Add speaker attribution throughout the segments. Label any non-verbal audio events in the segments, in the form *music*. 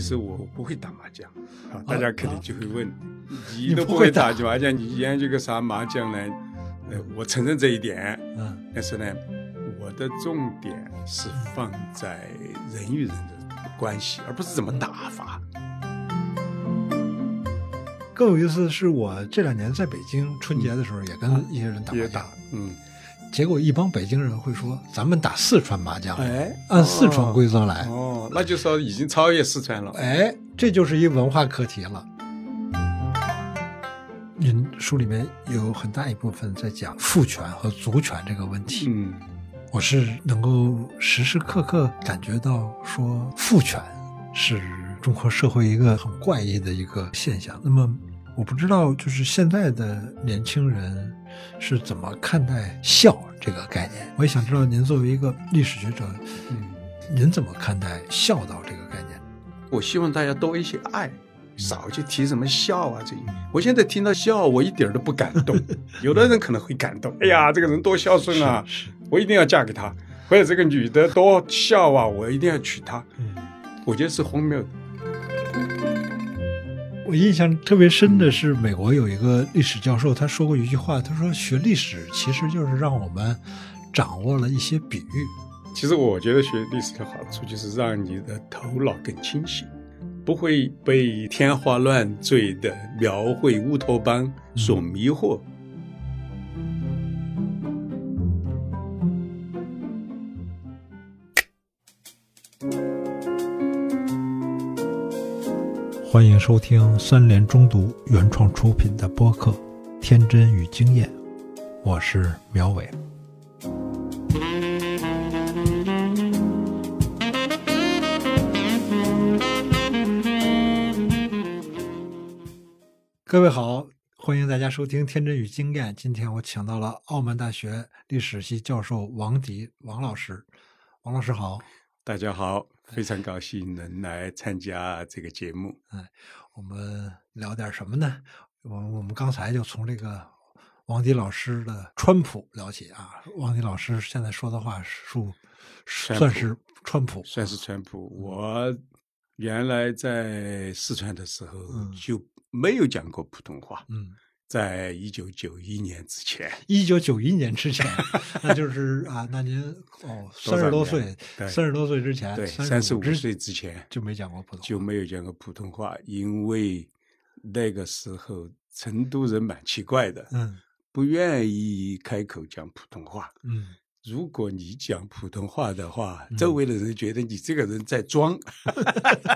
Speaker 1: 实我不会打麻将啊，大
Speaker 2: 啊
Speaker 1: 家肯定就会问，你
Speaker 2: 你
Speaker 1: 都
Speaker 2: 不
Speaker 1: 不
Speaker 2: 会
Speaker 1: 会打麻将，你研究个啥麻将呢？呃，我承认这一点，
Speaker 2: 嗯
Speaker 1: 但是呢，我的重点是放在人与人的关系，而不是怎么打法。
Speaker 2: 更有意思的是，我这两年在北京春节的时候也跟一些人打麻
Speaker 1: 啊也
Speaker 2: 将
Speaker 1: 打，，嗯，
Speaker 2: 结果一帮北京人会说：“咱们打四川麻将，
Speaker 1: 哎，
Speaker 2: 按四川规则来。
Speaker 1: 哦，那就说已经超越四川了。
Speaker 2: 哎，这就是一文化课题了。
Speaker 1: 嗯
Speaker 2: 您书里面有很大一部分在讲父权和族权这个问题，
Speaker 1: 嗯，
Speaker 2: 我是能够时时刻刻感觉到说父权是中国社会一个很怪异的一个现象。那么我不知道，就是现在的年轻人是怎么看待孝这个概念？我也想知道您作为一个历史学者，
Speaker 1: 嗯
Speaker 2: 您怎么看待孝道这个概念？
Speaker 1: 我希望大家多一些爱，少去提什么笑啊这些。我现在听到笑，我一点儿都不感动。有的人可能会感动，哎呀，这个人多孝顺啊，
Speaker 2: 是，是
Speaker 1: 我一定要嫁给他，或者这个女的多孝啊，我一定要娶她。
Speaker 2: 嗯。
Speaker 1: 我觉得是荒谬的。
Speaker 2: 我印象特别深的是，美国有一个历史教授，他说过一句话，他说学历史其实就是让我们掌握了一些比喻。
Speaker 1: 其实我觉得学历史的好处就是让你的头脑更清醒，不会被天花乱坠的描绘乌托邦所迷惑。
Speaker 2: 欢迎收听三联中读原创出品的播客《天真与经验》，我是苗伟。各位好，欢迎大家收听《天真与经验》。今天我请到了澳门大学历史系教授王迪王老师，王老师好。
Speaker 1: 大家好，非常高兴能来参加这个节目。
Speaker 2: 我们聊点什么呢？我我们刚才就从这个王迪老师的川普聊起啊。王迪老师现在说的话属
Speaker 1: 川
Speaker 2: 算
Speaker 1: 普
Speaker 2: 是川普，
Speaker 1: 算是川普。
Speaker 2: 嗯
Speaker 1: 我原来在四川的时候
Speaker 2: 嗯
Speaker 1: 就没有讲过普通话，
Speaker 2: 嗯，哦
Speaker 1: 在一九九一年之前，
Speaker 2: 一九九一年之前，那就是啊，那
Speaker 1: *laughs*
Speaker 2: 您哦三十
Speaker 1: 少
Speaker 2: 多岁
Speaker 1: 年，对
Speaker 2: 三十多岁之前，
Speaker 1: 对，
Speaker 2: 三
Speaker 1: 三
Speaker 2: 十
Speaker 1: 十
Speaker 2: 五
Speaker 1: 五岁之前
Speaker 2: 就没讲过普通话，
Speaker 1: 就没有讲过普通话，因为那个时候成都人蛮奇怪的，
Speaker 2: 嗯
Speaker 1: 不愿意开口讲普通话。
Speaker 2: 嗯，
Speaker 1: 如果你讲普通话的话，
Speaker 2: 嗯
Speaker 1: 周围的人觉得你这个人在装，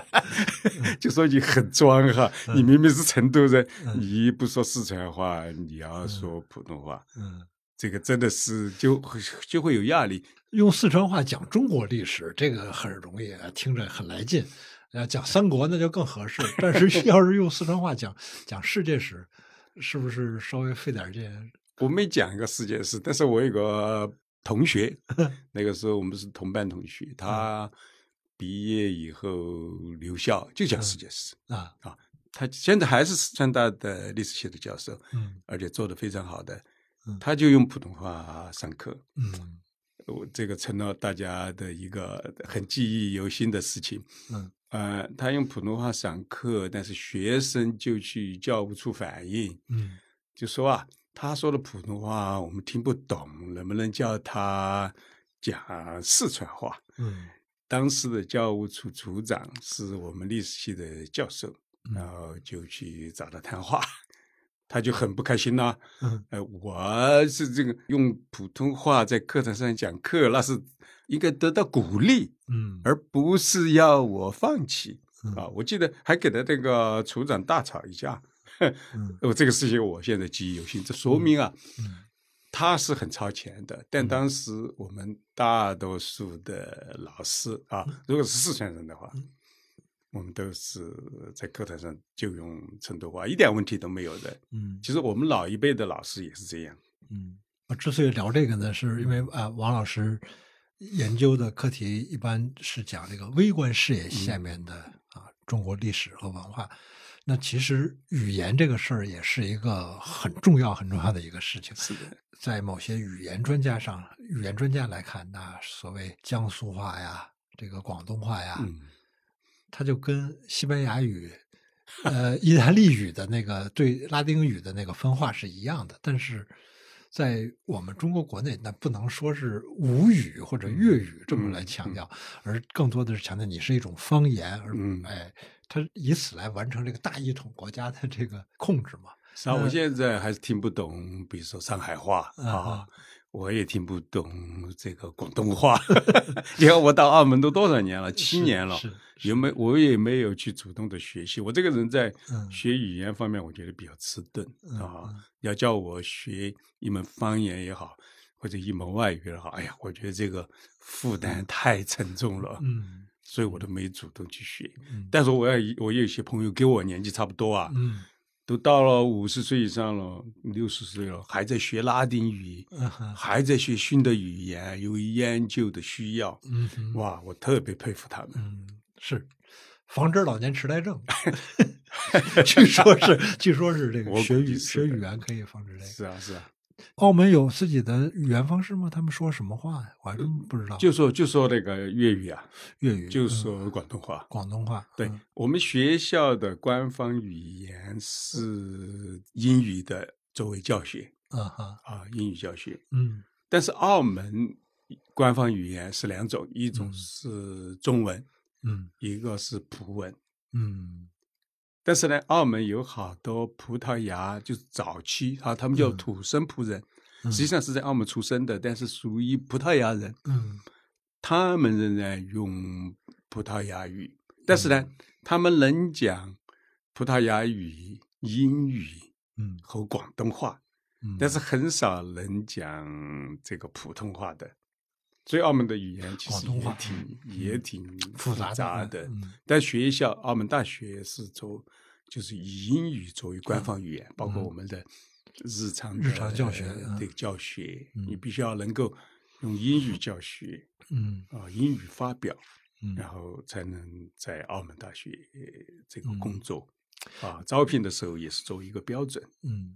Speaker 1: *laughs* 就说你很装哈。你明明是成都人，
Speaker 2: 嗯
Speaker 1: 你不说四川话，你要说普通话，
Speaker 2: 嗯，
Speaker 1: 这个真的是就会就会有压力。
Speaker 2: 用四川话讲中国历史，这个很容易，啊听着很来劲。呃，讲三国那就更合适，但 *laughs* 是要是用四川话讲讲世界史，是不是稍微费点劲？
Speaker 1: 我没讲一个世界史，但是我有个同学，
Speaker 2: 嗯
Speaker 1: 那个时候我们是同班同学，他毕业以后留校就讲世界史。
Speaker 2: 啊，
Speaker 1: 他现在还是四川大的历史系的教授，
Speaker 2: 嗯
Speaker 1: 而且做得非常好的
Speaker 2: 嗯，
Speaker 1: 他就用普通话上课，
Speaker 2: 嗯
Speaker 1: 我这个成了大家的一个很记忆犹新的事情。
Speaker 2: 嗯
Speaker 1: 呃，他用普通话上课，但是学生就去教务处反映，
Speaker 2: 嗯
Speaker 1: 就说啊，他说的普通话我们听不懂，能不能叫他讲四川话？
Speaker 2: 嗯
Speaker 1: 当时的教务处处长是我们历史系的教授，
Speaker 2: 嗯
Speaker 1: 然后就去找他谈话，他就很不开心呐、
Speaker 2: 嗯
Speaker 1: 呃，我是这个用普通话在课堂上讲课，那是应该得到鼓励，
Speaker 2: 嗯，
Speaker 1: 而不是要我放弃
Speaker 2: 嗯
Speaker 1: 啊！我记得还给他那个处长大吵一架。哦
Speaker 2: 嗯
Speaker 1: 我这个事情我现在记忆犹新，这说明啊，
Speaker 2: 嗯
Speaker 1: 他是很超前的。但当时我们大多数的老师啊，
Speaker 2: 嗯
Speaker 1: 如果是四川人的话，我们都是在课堂上就用成都话，一点问题都没有的。
Speaker 2: 嗯
Speaker 1: 其实我们老一辈的老师也是这样。
Speaker 2: 嗯。我之所以聊这个呢，是因为啊，王老师研究的课题一般是讲这个微观视野
Speaker 1: 嗯
Speaker 2: 下面的啊中国历史和文化。那其实语言这个事儿也是一个很重要、很重要的一个事情。
Speaker 1: 是的，
Speaker 2: 在某些语言专家上，语言专家来看，那所谓江苏话呀，这个广东话呀，
Speaker 1: 嗯，
Speaker 2: 它就跟西班牙语、呃意大利语的那个对拉丁语的那个分化是一样的，但是在我们中国国内，那不能说是吴语或者粤语这
Speaker 1: 嗯
Speaker 2: 么来强调，而更多的是强调你是一种方言，而、
Speaker 1: 嗯
Speaker 2: 哎，它以此来完成这个大一统国家的这个控制嘛。
Speaker 1: 上我现在还是听不懂，比如说上海话
Speaker 2: 嗯
Speaker 1: 啊，我也听不懂这个广东话。 *laughs* 你看我到澳门都多少年了，七
Speaker 2: 是
Speaker 1: 年了，
Speaker 2: 是
Speaker 1: 有没我也没有去主动的学习。我这个人在
Speaker 2: 嗯
Speaker 1: 学语言方面，我觉得比较迟钝
Speaker 2: 嗯
Speaker 1: 啊。要叫我学一门方言也好，或者一门外语也好，哎呀，我觉得这个负担太沉重了，
Speaker 2: 嗯
Speaker 1: 所以我都没主动去学。
Speaker 2: 嗯
Speaker 1: 但是我也我也有些朋友跟我年纪差不多啊，
Speaker 2: 嗯
Speaker 1: 都到了五十岁以上了，六十岁了，还在学拉丁语，
Speaker 2: 嗯哼
Speaker 1: 还在学新的语言，有研究的需要。
Speaker 2: 嗯哼
Speaker 1: 哇，我特别佩服他们。
Speaker 2: 嗯，是防止老年痴
Speaker 1: *laughs*
Speaker 2: 呆症，据说是，据说是这
Speaker 1: 我
Speaker 2: 个
Speaker 1: 估
Speaker 2: 学语
Speaker 1: 计是
Speaker 2: 学
Speaker 1: 的
Speaker 2: 语言可以防止这个。
Speaker 1: 是啊，是啊，
Speaker 2: 澳门有自己的语言方式吗？他们说什么话呀？我还真不知道。
Speaker 1: 呃就说就说那个粤语啊，
Speaker 2: 粤语，
Speaker 1: 就
Speaker 2: 嗯
Speaker 1: 说广东话。
Speaker 2: 广东话。
Speaker 1: 对
Speaker 2: 嗯
Speaker 1: 我们学校的官方语言是英语的作为教学
Speaker 2: 嗯哈，
Speaker 1: 啊，英语教学。
Speaker 2: 嗯
Speaker 1: 但是澳门官方语言是两种，一种
Speaker 2: 嗯
Speaker 1: 是中文，
Speaker 2: 嗯
Speaker 1: 一个是葡文。
Speaker 2: 嗯
Speaker 1: 但是呢，澳门有好多葡萄牙，就是早期啊，他们叫
Speaker 2: 嗯
Speaker 1: 土生葡人，
Speaker 2: 嗯
Speaker 1: 实际上是在澳门出生的，但是属于葡萄牙人，
Speaker 2: 嗯
Speaker 1: 他们仍然用葡萄牙语，但是
Speaker 2: 嗯
Speaker 1: 呢，他们能讲葡萄牙语、英语
Speaker 2: 嗯
Speaker 1: 和广东话，
Speaker 2: 嗯，
Speaker 1: 但是很少能讲这个普通话的。所以澳门的语言其
Speaker 2: 广
Speaker 1: 实
Speaker 2: 东
Speaker 1: 也
Speaker 2: 话嗯
Speaker 1: 挺也挺
Speaker 2: 复杂
Speaker 1: 杂
Speaker 2: 的
Speaker 1: 的，
Speaker 2: 嗯
Speaker 1: 但学校澳门大学是做就是以英语作为官方语言，包括我们的日常的
Speaker 2: 嗯日常教学嗯
Speaker 1: 对教学，
Speaker 2: 嗯
Speaker 1: 你必须要能够用英语教学
Speaker 2: 嗯
Speaker 1: 啊、英语发表，
Speaker 2: 嗯
Speaker 1: 然后才能在澳门大学呃这个
Speaker 2: 嗯
Speaker 1: 工作。啊，招聘的时候也是作为一个标准。
Speaker 2: 嗯。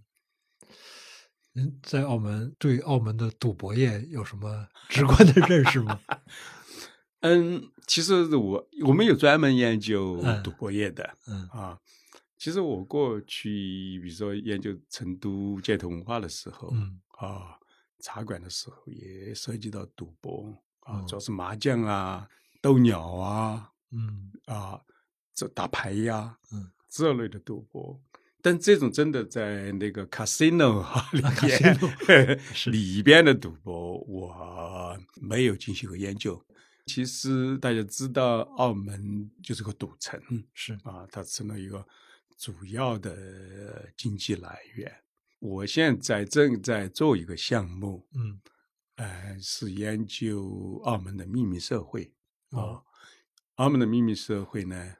Speaker 2: 您在澳门对澳门的赌博业有什么直观的认识
Speaker 1: *laughs*
Speaker 2: 吗？
Speaker 1: 嗯，其实我我们有专门研究
Speaker 2: 嗯
Speaker 1: 赌博业的，
Speaker 2: 嗯
Speaker 1: 啊，其实我过去，比如说研究成都街头文化的时候，
Speaker 2: 嗯
Speaker 1: 啊，茶馆的时候也涉及到赌博啊
Speaker 2: 哦，
Speaker 1: 主要是麻将啊、斗鸟啊、
Speaker 2: 嗯
Speaker 1: 啊，这打牌呀、
Speaker 2: 嗯
Speaker 1: 这类的赌博。但这种真的在那个 casino 啊 *laughs* 里
Speaker 2: 啊
Speaker 1: 边
Speaker 2: *laughs* 是
Speaker 1: 里边的赌博，我没有进行过研究。其实大家知道，澳门就是个赌城，
Speaker 2: 是
Speaker 1: 啊，它成了一个主要的经济来源。我现在正在做一个项目，
Speaker 2: 嗯
Speaker 1: 呃，是研究澳门的秘密社会啊
Speaker 2: 哦。
Speaker 1: 澳门的秘密社会呢，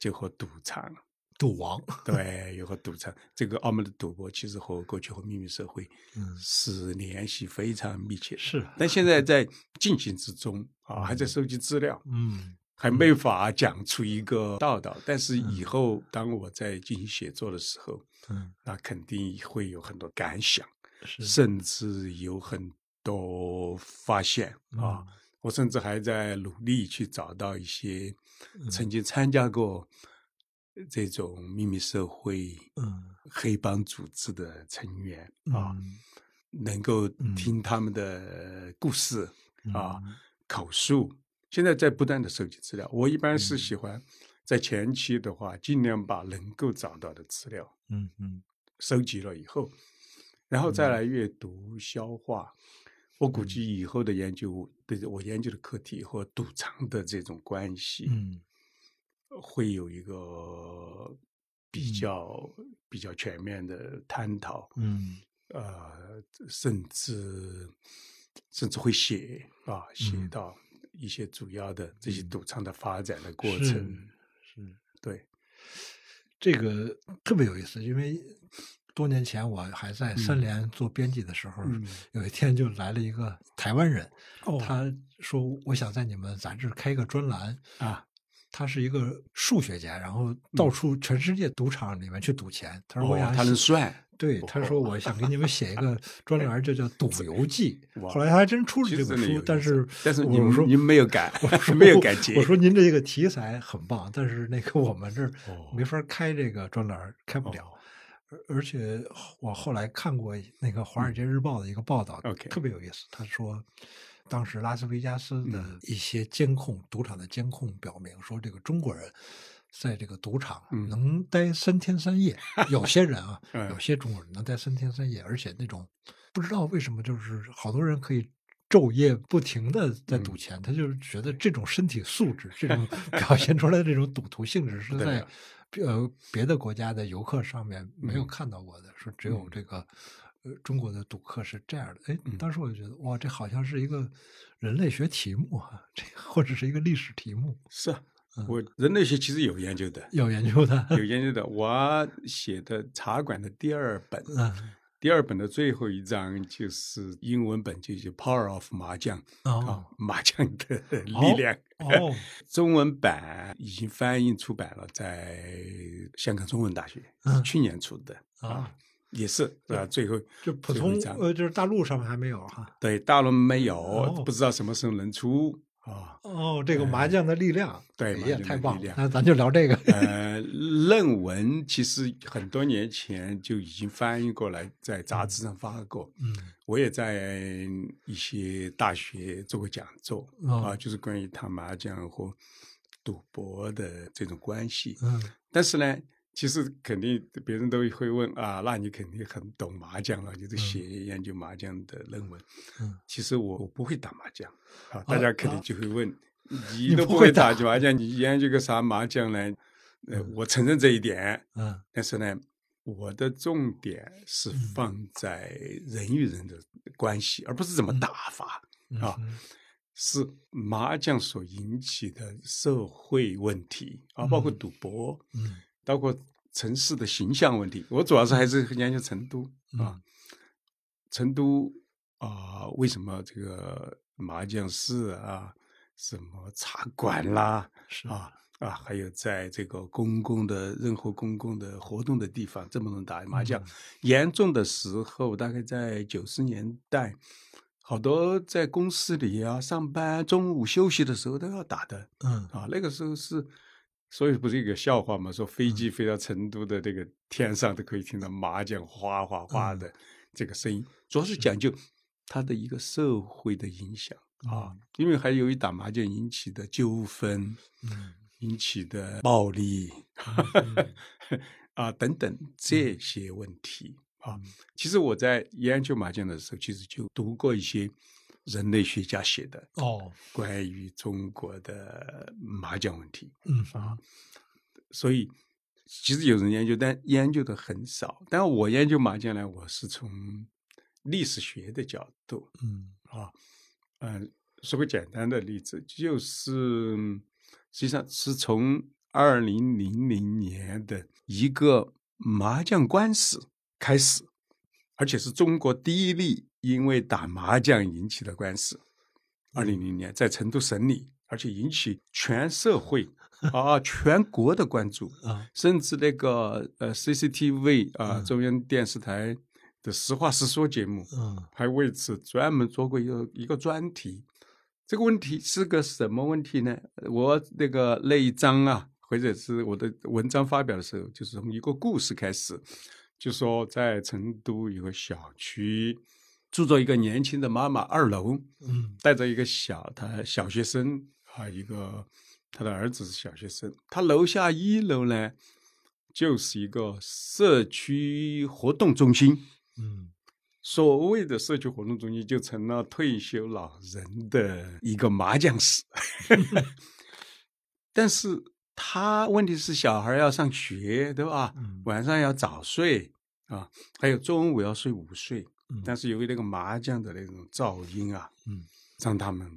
Speaker 1: 就和赌场
Speaker 2: 赌王
Speaker 1: 对，有和赌场。这个澳门的赌博其实和过去和秘密社会 *laughs*
Speaker 2: 嗯
Speaker 1: 是联系非常密切的，
Speaker 2: 是啊
Speaker 1: 但现在在进行之中啊，还在收集资料。
Speaker 2: 嗯
Speaker 1: 还没法讲出一个道道，但是以后当我在进行写作的时候，
Speaker 2: 嗯
Speaker 1: 那肯定会有很多感想，
Speaker 2: 是
Speaker 1: 甚至有很多发现
Speaker 2: 嗯
Speaker 1: 啊！我甚至还在努力去找到一些
Speaker 2: 嗯
Speaker 1: 曾经参加过这种秘密社会、
Speaker 2: 嗯
Speaker 1: 黑帮组织的成员啊，
Speaker 2: 嗯
Speaker 1: 能够
Speaker 2: 嗯
Speaker 1: 听他们的故事啊
Speaker 2: 嗯
Speaker 1: 口述。现在在不断的收集资料，我一般
Speaker 2: 嗯
Speaker 1: 是喜欢在前期的话，尽量把能够找到的资料
Speaker 2: 嗯嗯
Speaker 1: 收集了以后，然后再来阅读消化。我
Speaker 2: 嗯
Speaker 1: 估计以后的研究，对我研究的课题和赌场的这种关系，
Speaker 2: 嗯
Speaker 1: 会有一个比
Speaker 2: 嗯
Speaker 1: 较比较全面的探讨。
Speaker 2: 嗯
Speaker 1: 呃，甚至甚至会写啊，写
Speaker 2: 嗯
Speaker 1: 到一些主要的这些
Speaker 2: 嗯
Speaker 1: 赌场的发展的过
Speaker 2: 是
Speaker 1: 程。
Speaker 2: 是
Speaker 1: 对，
Speaker 2: 这个特别有意思，因为多年前我还在三
Speaker 1: 嗯
Speaker 2: 联做编辑的时候，
Speaker 1: 嗯
Speaker 2: 有一天就来了一个台湾人，
Speaker 1: 哦
Speaker 2: 他说我想在你们杂志开一个专栏，
Speaker 1: 啊，
Speaker 2: 他是一个数学家，然后到处全世界赌场里面去赌钱。他说我
Speaker 1: 嗯哦
Speaker 2: 想，
Speaker 1: 他能算，
Speaker 2: 对，他说我想给你们写
Speaker 1: *laughs*
Speaker 2: 一个专栏，就叫《赌游记》。
Speaker 1: 哇
Speaker 2: 后来他还真出了
Speaker 1: 其
Speaker 2: 这
Speaker 1: 实
Speaker 2: 本
Speaker 1: 真的有
Speaker 2: 书
Speaker 1: 意，
Speaker 2: 但
Speaker 1: 思
Speaker 2: 是
Speaker 1: 但是
Speaker 2: 我
Speaker 1: 你们
Speaker 2: 说
Speaker 1: 你们没有改 *laughs*
Speaker 2: 我说
Speaker 1: 没有改结
Speaker 2: 我说您这个题材很棒，但是那个我们这儿
Speaker 1: 哦
Speaker 2: 没法开这个专栏儿，开不了。而而且我后来看过那个《华尔街日报》的一个报道、
Speaker 1: 嗯 OK
Speaker 2: 特别有意思。他说，当时拉斯维加斯的
Speaker 1: 嗯
Speaker 2: 一些监控、赌场的监控表明说，这个中国人在这个赌场啊
Speaker 1: 嗯
Speaker 2: 能待三天三夜，有些人啊，
Speaker 1: *laughs* 嗯
Speaker 2: 有些中国人能待三天三夜，而且那种不知道为什么，就是好多人可以昼夜不停的在
Speaker 1: 嗯
Speaker 2: 赌钱，他就是觉得这种身体素质，这种表现出来的这种赌徒性质是
Speaker 1: 对
Speaker 2: 在
Speaker 1: 啊
Speaker 2: 呃别的国家的游客上面没有
Speaker 1: 嗯
Speaker 2: 看到过的，说只有
Speaker 1: 嗯
Speaker 2: 这个。呃，中国的赌客是这样的，哎，
Speaker 1: 嗯
Speaker 2: 当时我就觉得，哇，这好像是一个人类学题目啊，这或者是一个历史题目，
Speaker 1: 是啊
Speaker 2: 嗯，
Speaker 1: 我人类学其实有研究
Speaker 2: *laughs*
Speaker 1: 的，
Speaker 2: 要研究的。
Speaker 1: 有研究的。我写的《茶馆》的第二本，
Speaker 2: 嗯，
Speaker 1: 第二本的最后一章就是英文本，就叫《Power of 麻将》啊
Speaker 2: 哦，，
Speaker 1: 麻将的力量。
Speaker 2: 哦，
Speaker 1: 中文版已经翻译出版了，在香港中文大学，
Speaker 2: 嗯
Speaker 1: 是去年出的
Speaker 2: 啊，
Speaker 1: 也是是吧？最后
Speaker 2: 就普
Speaker 1: 最后
Speaker 2: 通
Speaker 1: 一章
Speaker 2: 呃，就是大陆上面还没有哈。
Speaker 1: 对大陆没
Speaker 2: 哦
Speaker 1: 有，不知道什么时候能出啊。
Speaker 2: 哦，这个麻将的力量，
Speaker 1: 对
Speaker 2: 哎
Speaker 1: 麻
Speaker 2: 呀，
Speaker 1: 将的
Speaker 2: 太棒
Speaker 1: 力
Speaker 2: 了
Speaker 1: 量！
Speaker 2: 那咱就聊
Speaker 1: *laughs*
Speaker 2: 这个。
Speaker 1: *laughs* 呃，论文其实很多年前就已经翻译过来，在杂志上发过。
Speaker 2: 嗯，
Speaker 1: 我也在一些大学做过讲座、
Speaker 2: 哦
Speaker 1: 啊，就是关于他麻将和赌博的这种关系。
Speaker 2: 嗯
Speaker 1: 但是呢，其实肯定别人都会问啊，那你肯定很懂麻将了，就是写研究麻将的论文。
Speaker 2: 嗯，
Speaker 1: 其实我我不会打麻将啊，大家肯定就会问，
Speaker 2: 你
Speaker 1: 你都
Speaker 2: 不
Speaker 1: 不
Speaker 2: 会
Speaker 1: 会打
Speaker 2: 打
Speaker 1: 麻将，你研究个啥麻将呢？呃，我承认这一点，
Speaker 2: 嗯
Speaker 1: 但是呢，我的重点是放在人与人的关系，而不是怎么打法，
Speaker 2: 嗯
Speaker 1: 啊
Speaker 2: 嗯
Speaker 1: 是麻将所引起的社会问题啊，包括
Speaker 2: 嗯
Speaker 1: 赌博，
Speaker 2: 嗯
Speaker 1: 包括城市的形象问题。我主要是还是研究成都啊，成都啊、为什么这个麻将室啊，什么茶馆啦
Speaker 2: 是
Speaker 1: 啊啊，还有在这个公共的任何公共的活动的地方，这么能打麻将？
Speaker 2: 嗯
Speaker 1: 严重的时候，大概在九十年代。好多在公司里啊上班，中午休息的时候都要打的，
Speaker 2: 嗯
Speaker 1: 啊，那个时候是，所以不是有个笑话嘛，说
Speaker 2: 嗯
Speaker 1: 飞机飞到成都的这个天上都可以听到麻将哗哗哗
Speaker 2: 嗯
Speaker 1: 的这个声音，主要是讲究它的一个社会的影响啊，因为还由于打麻将引起的纠纷、
Speaker 2: 嗯
Speaker 1: 引起的暴力
Speaker 2: 嗯
Speaker 1: 啊等等这些问题啊
Speaker 2: 嗯。
Speaker 1: 其实我在研究麻将的时候，其实就读过一些人类学家写的
Speaker 2: 哦
Speaker 1: 关于中国的麻将问题。
Speaker 2: 嗯
Speaker 1: 啊，所以其实有人研究，但研究的很少。但我研究麻将呢，我是从历史学的角度
Speaker 2: 嗯
Speaker 1: 啊，嗯、说个简单的例子，就是实际上是从二零零零年的一个麻将官司开始，而且是中国第一例因为打麻将引起的官司。二零零年在成都审理，而且引起全社会啊全国的关注，
Speaker 2: 啊
Speaker 1: 甚至那个呃 CCTV 啊、
Speaker 2: 嗯
Speaker 1: 中央电视台的实话实说节目，
Speaker 2: 嗯
Speaker 1: 还为此专门做过一个一个专题。这个问题是个什么问题呢？我那个那一章啊，或者是我的文章发表的时候，就是从一个故事开始，就说在成都有个小区住着一个年轻的妈妈，二楼，
Speaker 2: 嗯
Speaker 1: 带着一个小他小学生啊，一个他的儿子是小学生，他楼下一楼呢就是一个社区活动中心。
Speaker 2: 嗯
Speaker 1: 所谓的社区活动中心就成了退休老人的一个麻将
Speaker 2: *laughs*
Speaker 1: 室，但是他问题是小孩要上学，对吧？
Speaker 2: 嗯
Speaker 1: 晚上要早睡啊，还有中午要睡午睡，
Speaker 2: 嗯
Speaker 1: 但是由于那个麻将的那种噪音啊，
Speaker 2: 嗯
Speaker 1: 让他们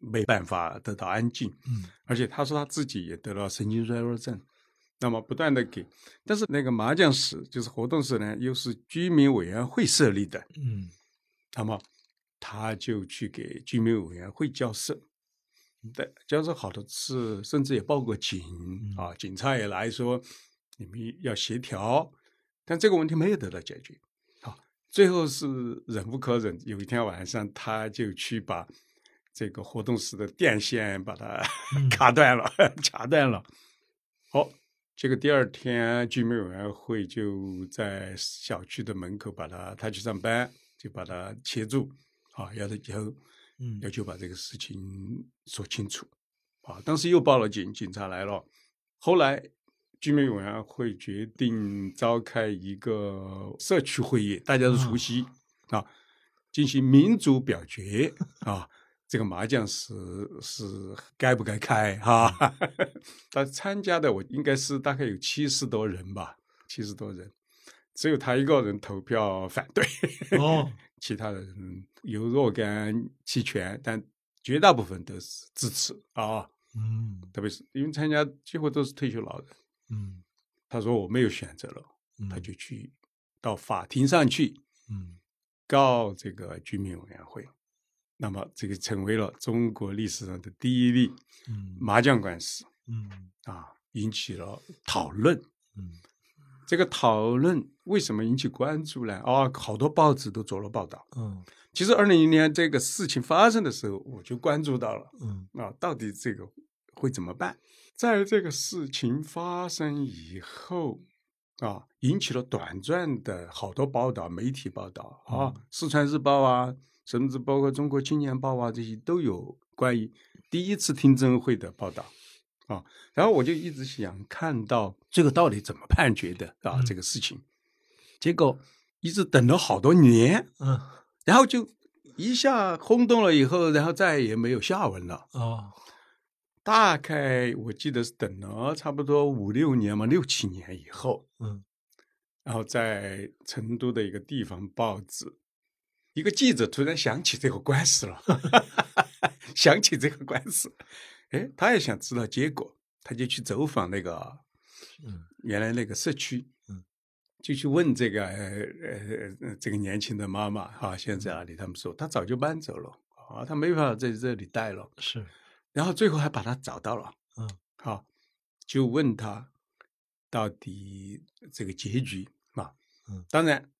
Speaker 1: 没办法得到安静，
Speaker 2: 嗯
Speaker 1: 而且他说他自己也得了神经衰弱症，那么不断的给，但是那个麻将室就是活动室呢，又是居民委员会设立的，
Speaker 2: 嗯
Speaker 1: 那么他就去给居民委员会交涉，对，江州好多次甚至也报过警啊，警察也来说你们要协调，但这个问题没有得到解决。啊，最后是忍无可忍，有一天晚上他就去把这个活动室的电线把它
Speaker 2: 嗯
Speaker 1: *laughs* 卡断了，卡断了。好，这个第二天居民委员会就在小区的门口把他，他去上班就把他切住，啊，要他以后
Speaker 2: 嗯
Speaker 1: 要求把这个事情说清楚，啊，当时又报了警，警察来了，后来居民委员会决定召开一个社区会议，大家都熟悉、啊，进行民主表决啊。这个麻将是是该不该开哈、 *laughs* 他参加的我应该是大概有七十多人吧，七十多人，只有他一个人投票反对。
Speaker 2: 哦，
Speaker 1: 其他的人有若干弃权，但绝大部分都是支持啊。
Speaker 2: 嗯
Speaker 1: 特别是因为参加几乎都是退休老人，
Speaker 2: 嗯，
Speaker 1: 他说我没有选择了，
Speaker 2: 嗯
Speaker 1: 他就去到法庭上去
Speaker 2: 嗯
Speaker 1: 告这个居民委员会。那么这个成为了中国历史上的第一例
Speaker 2: 嗯
Speaker 1: 麻将官司
Speaker 2: 嗯
Speaker 1: 啊，引起了讨论。
Speaker 2: 嗯
Speaker 1: 这个讨论为什么引起关注呢？啊、好多报纸都做了报道。
Speaker 2: 嗯
Speaker 1: 其实，二零零年这个事情发生的时候，我就关注到了。
Speaker 2: 嗯
Speaker 1: 啊，到底这个会怎么办？在这个事情发生以后，啊，引起了短暂的好多报道，媒体报道啊，四川日报》啊，甚至包括《中国青年报》啊，这些都有关于第一次听证会的报道啊。然后我就一直想看到这个到底怎么判决的啊，这
Speaker 2: 嗯
Speaker 1: 个事情，结果一直等了好多年，
Speaker 2: 嗯
Speaker 1: 然后就一下轰动了以后，然后再也没有下文了。
Speaker 2: 哦，
Speaker 1: 大概我记得是等了差不多五六年嘛，六七年以后，
Speaker 2: 嗯
Speaker 1: 然后在成都的一个地方报纸，一个记者突然想起这个官司了， *laughs* 想起这个官司，哎，他也想知道结果，他就去走访那个
Speaker 2: 嗯
Speaker 1: 原来那个社区，
Speaker 2: 嗯，
Speaker 1: 就去问这个呃呃这个年轻的妈妈哈、啊，现在哪里？他们说她早就搬走了啊，她没办法在这里待了。
Speaker 2: 是
Speaker 1: 然后最后还把他找到了，
Speaker 2: 嗯，
Speaker 1: 好，就问他到底这个结局啊，
Speaker 2: 嗯，
Speaker 1: 当然，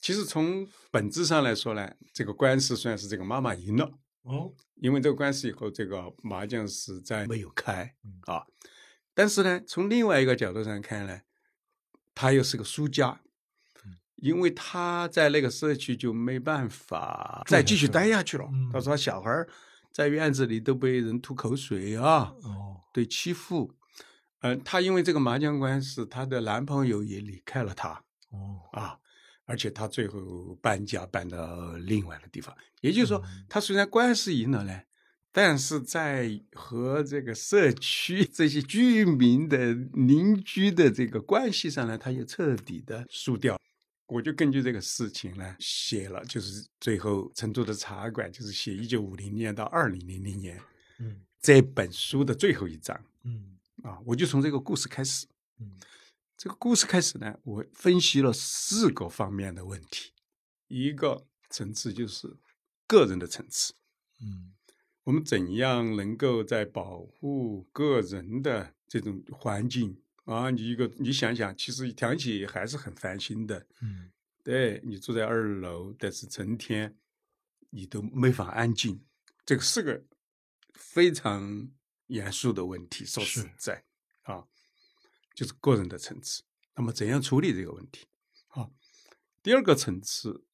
Speaker 1: 其实从本质上来说呢，这个官司虽然是这个妈妈赢了，
Speaker 2: 哦
Speaker 1: 因为这个官司以后这个麻将是在没有开
Speaker 2: 嗯
Speaker 1: 啊，但是呢，从另外一个角度上看呢，他又是个输家
Speaker 2: 嗯。
Speaker 1: 因为他在那个社区就没办法再继续
Speaker 2: 住下去
Speaker 1: 待下去了。
Speaker 2: 嗯
Speaker 1: 他说，小孩儿在院子里都被人吐口水啊，
Speaker 2: 哦
Speaker 1: 对欺负。嗯、她因为这个麻将官司，她的男朋友也离开了她
Speaker 2: 哦
Speaker 1: 啊，而且她最后搬家搬到另外的地方。也就是说
Speaker 2: 嗯，
Speaker 1: 她虽然官司赢了呢，但是在和这个社区 *laughs* 这些居民的邻居的这个关系上呢，她又彻底的输掉。我就根据这个事情呢写了，就是最后成都的茶馆，就是写一九五零年到二零零零年
Speaker 2: 嗯
Speaker 1: 这本书的最后一章。
Speaker 2: 嗯
Speaker 1: 啊，我就从这个故事开始。
Speaker 2: 嗯
Speaker 1: 这个故事开始呢，我分析了四个方面的问题。一个层次就是个人的层次，
Speaker 2: 嗯
Speaker 1: 我们怎样能够在保护个人的这种环境啊？你一个，你想想，其实想起还是很烦心的。
Speaker 2: 嗯
Speaker 1: 对你住在二楼，但是成天你都没法安静，这个是个非常严肃的问题。说实
Speaker 2: 是
Speaker 1: 在啊，就是个人的层次。那么怎样处理这个问题？啊，第二个层次，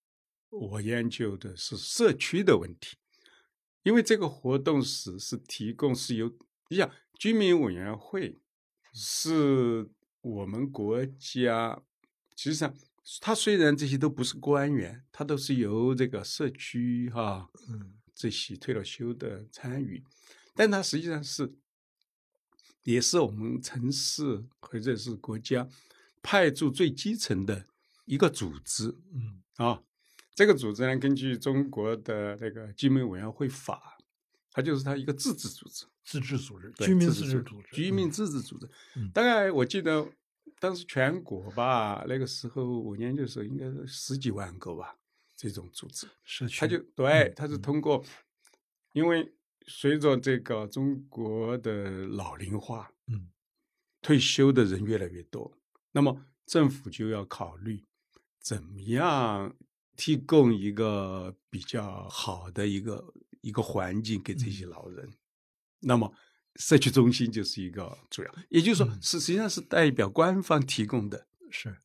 Speaker 1: 我研究的是社区的问题，因为这个活动室是提供是由你想居民委员会是我们国家，实际上它虽然这些都不是官员，它都是由这个社区哈、
Speaker 2: 嗯
Speaker 1: 这些退了休的参与，但它实际上是也是我们城市或者是国家派驻最基层的一个组织
Speaker 2: 嗯
Speaker 1: 啊。这个组织呢，根据中国的那个居民委员会法，它就是它一个自治组织，
Speaker 2: 自治组织
Speaker 1: 对
Speaker 2: 居民
Speaker 1: 自
Speaker 2: 自治组织
Speaker 1: 居民自治组织
Speaker 2: 嗯。
Speaker 1: 大概我记得当时全国吧，那个时候我研究的时候应该是十几万个吧，这种组织。
Speaker 2: 社区
Speaker 1: 他就对
Speaker 2: 嗯，
Speaker 1: 他是
Speaker 2: 嗯
Speaker 1: 通过，因为随着这个中国的老龄化，
Speaker 2: 嗯，
Speaker 1: 退休的人越来越多，那么政府就要考虑怎么样提供一个比较好的一个一个环境给这些
Speaker 2: 嗯
Speaker 1: 老人。那么社区中心就是一个主要，也就是说
Speaker 2: 嗯
Speaker 1: 是实际上是代表官方提供的，
Speaker 2: 是，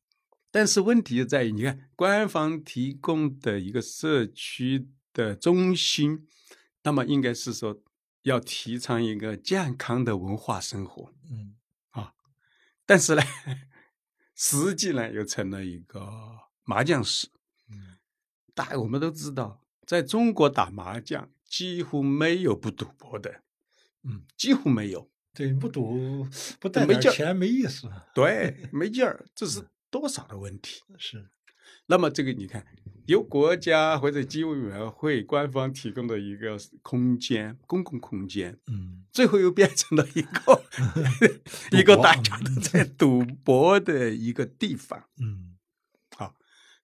Speaker 1: 但是问题就在于，你看官方提供的一个社区的中心，那么应该是说要提倡一个健康的文化生活，
Speaker 2: 嗯
Speaker 1: 但是呢， *laughs* 实际呢又成了一个麻将室。
Speaker 2: 嗯
Speaker 1: 大我们都知道，在中国打麻将几乎没有不赌博的，
Speaker 2: 嗯，
Speaker 1: 几乎没有。
Speaker 2: 对，不赌不带
Speaker 1: 没
Speaker 2: 点
Speaker 1: 劲儿
Speaker 2: 钱没意思， *laughs*
Speaker 1: 对，没劲儿，这
Speaker 2: 嗯
Speaker 1: 是多少的问题。
Speaker 2: 是，
Speaker 1: 那么这个你看，由国家或者基委员会官方提供的一个空间，公共空间，
Speaker 2: 嗯
Speaker 1: 最后又变成了一 *laughs* 个一
Speaker 2: 赌
Speaker 1: 个
Speaker 2: 博
Speaker 1: 大家都在赌博的一个地方。
Speaker 2: 嗯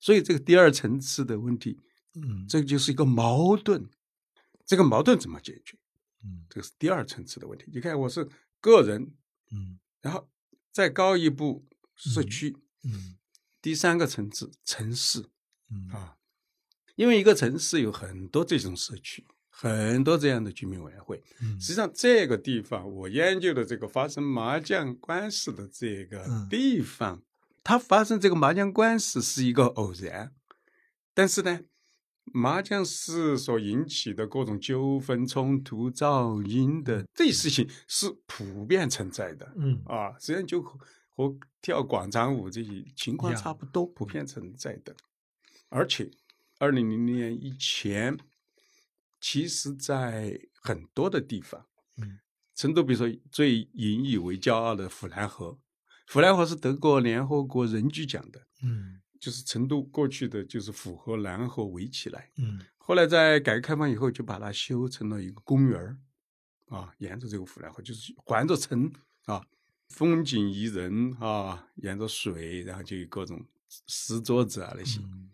Speaker 1: 所以这个第二层次的问题，
Speaker 2: 嗯
Speaker 1: 这个就是一个矛盾。这个矛盾怎么解决？
Speaker 2: 嗯
Speaker 1: 这个是第二层次的问题。你看，我是个人，
Speaker 2: 嗯
Speaker 1: 然后再高一步，社区，
Speaker 2: 嗯
Speaker 1: 第三个层次城市
Speaker 2: 嗯
Speaker 1: 啊，因为一个城市有很多这种社区，很多这样的居民委员会。
Speaker 2: 嗯
Speaker 1: 实际上，这个地方我研究的这个发生麻将官司的这个
Speaker 2: 嗯
Speaker 1: 地方，它发生这个麻将官司是一个偶然，但是呢，麻将室所引起的各种纠纷、冲突、噪音的这些事情是普遍存在的
Speaker 2: 嗯
Speaker 1: 啊，实际上就和和跳广场舞这些情况
Speaker 2: 一样
Speaker 1: 差不多，普遍存在的。而且，二零零零年以前，其实在很多的地方，
Speaker 2: 嗯
Speaker 1: 成都比如说最引以为骄傲的府兰河，府兰河是得过联合国人居奖的，
Speaker 2: 嗯
Speaker 1: 就是成都过去的就是府和兰河围起来，
Speaker 2: 嗯
Speaker 1: 后来在改革开放以后就把它修成了一个公园儿，啊，沿着这个府兰河就是环着城啊，风景宜人啊，沿着水，然后就有各种石桌子啊那些，
Speaker 2: 嗯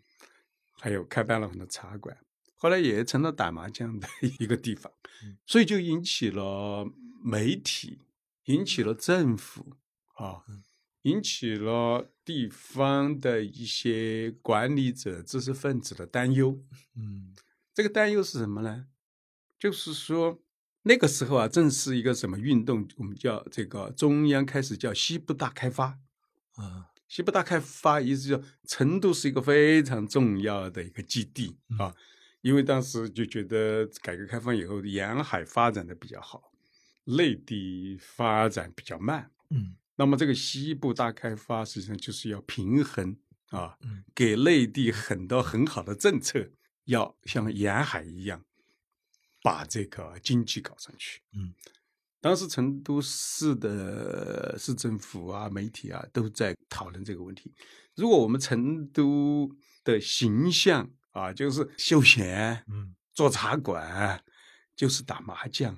Speaker 1: 还有开办了很多茶馆，后来也成了打麻将的一个地方
Speaker 2: 嗯，
Speaker 1: 所以就引起了媒体，引起了政府啊
Speaker 2: 嗯，
Speaker 1: 引起了地方的一些管理者、知识分子的担忧。
Speaker 2: 嗯
Speaker 1: 这个担忧是什么呢？就是说那个时候啊，正是一个什么运动，我们叫这个中央开始叫西部大开发。
Speaker 2: 啊
Speaker 1: 西部大开发意思就是成都是一个非常重要的一个基地啊，因为当时就觉得改革开放以后沿海发展的比较好，内地发展比较慢。
Speaker 2: 嗯
Speaker 1: 那么这个西部大开发实际上就是要平衡啊，
Speaker 2: 嗯
Speaker 1: 给内地很多很好的政策，要像沿海一样把这个经济搞上去。
Speaker 2: 嗯，
Speaker 1: 当时成都市的市政府啊、媒体啊都在讨论这个问题。如果我们成都的形象啊，就是休闲、
Speaker 2: 嗯
Speaker 1: 做茶馆，就是打麻将，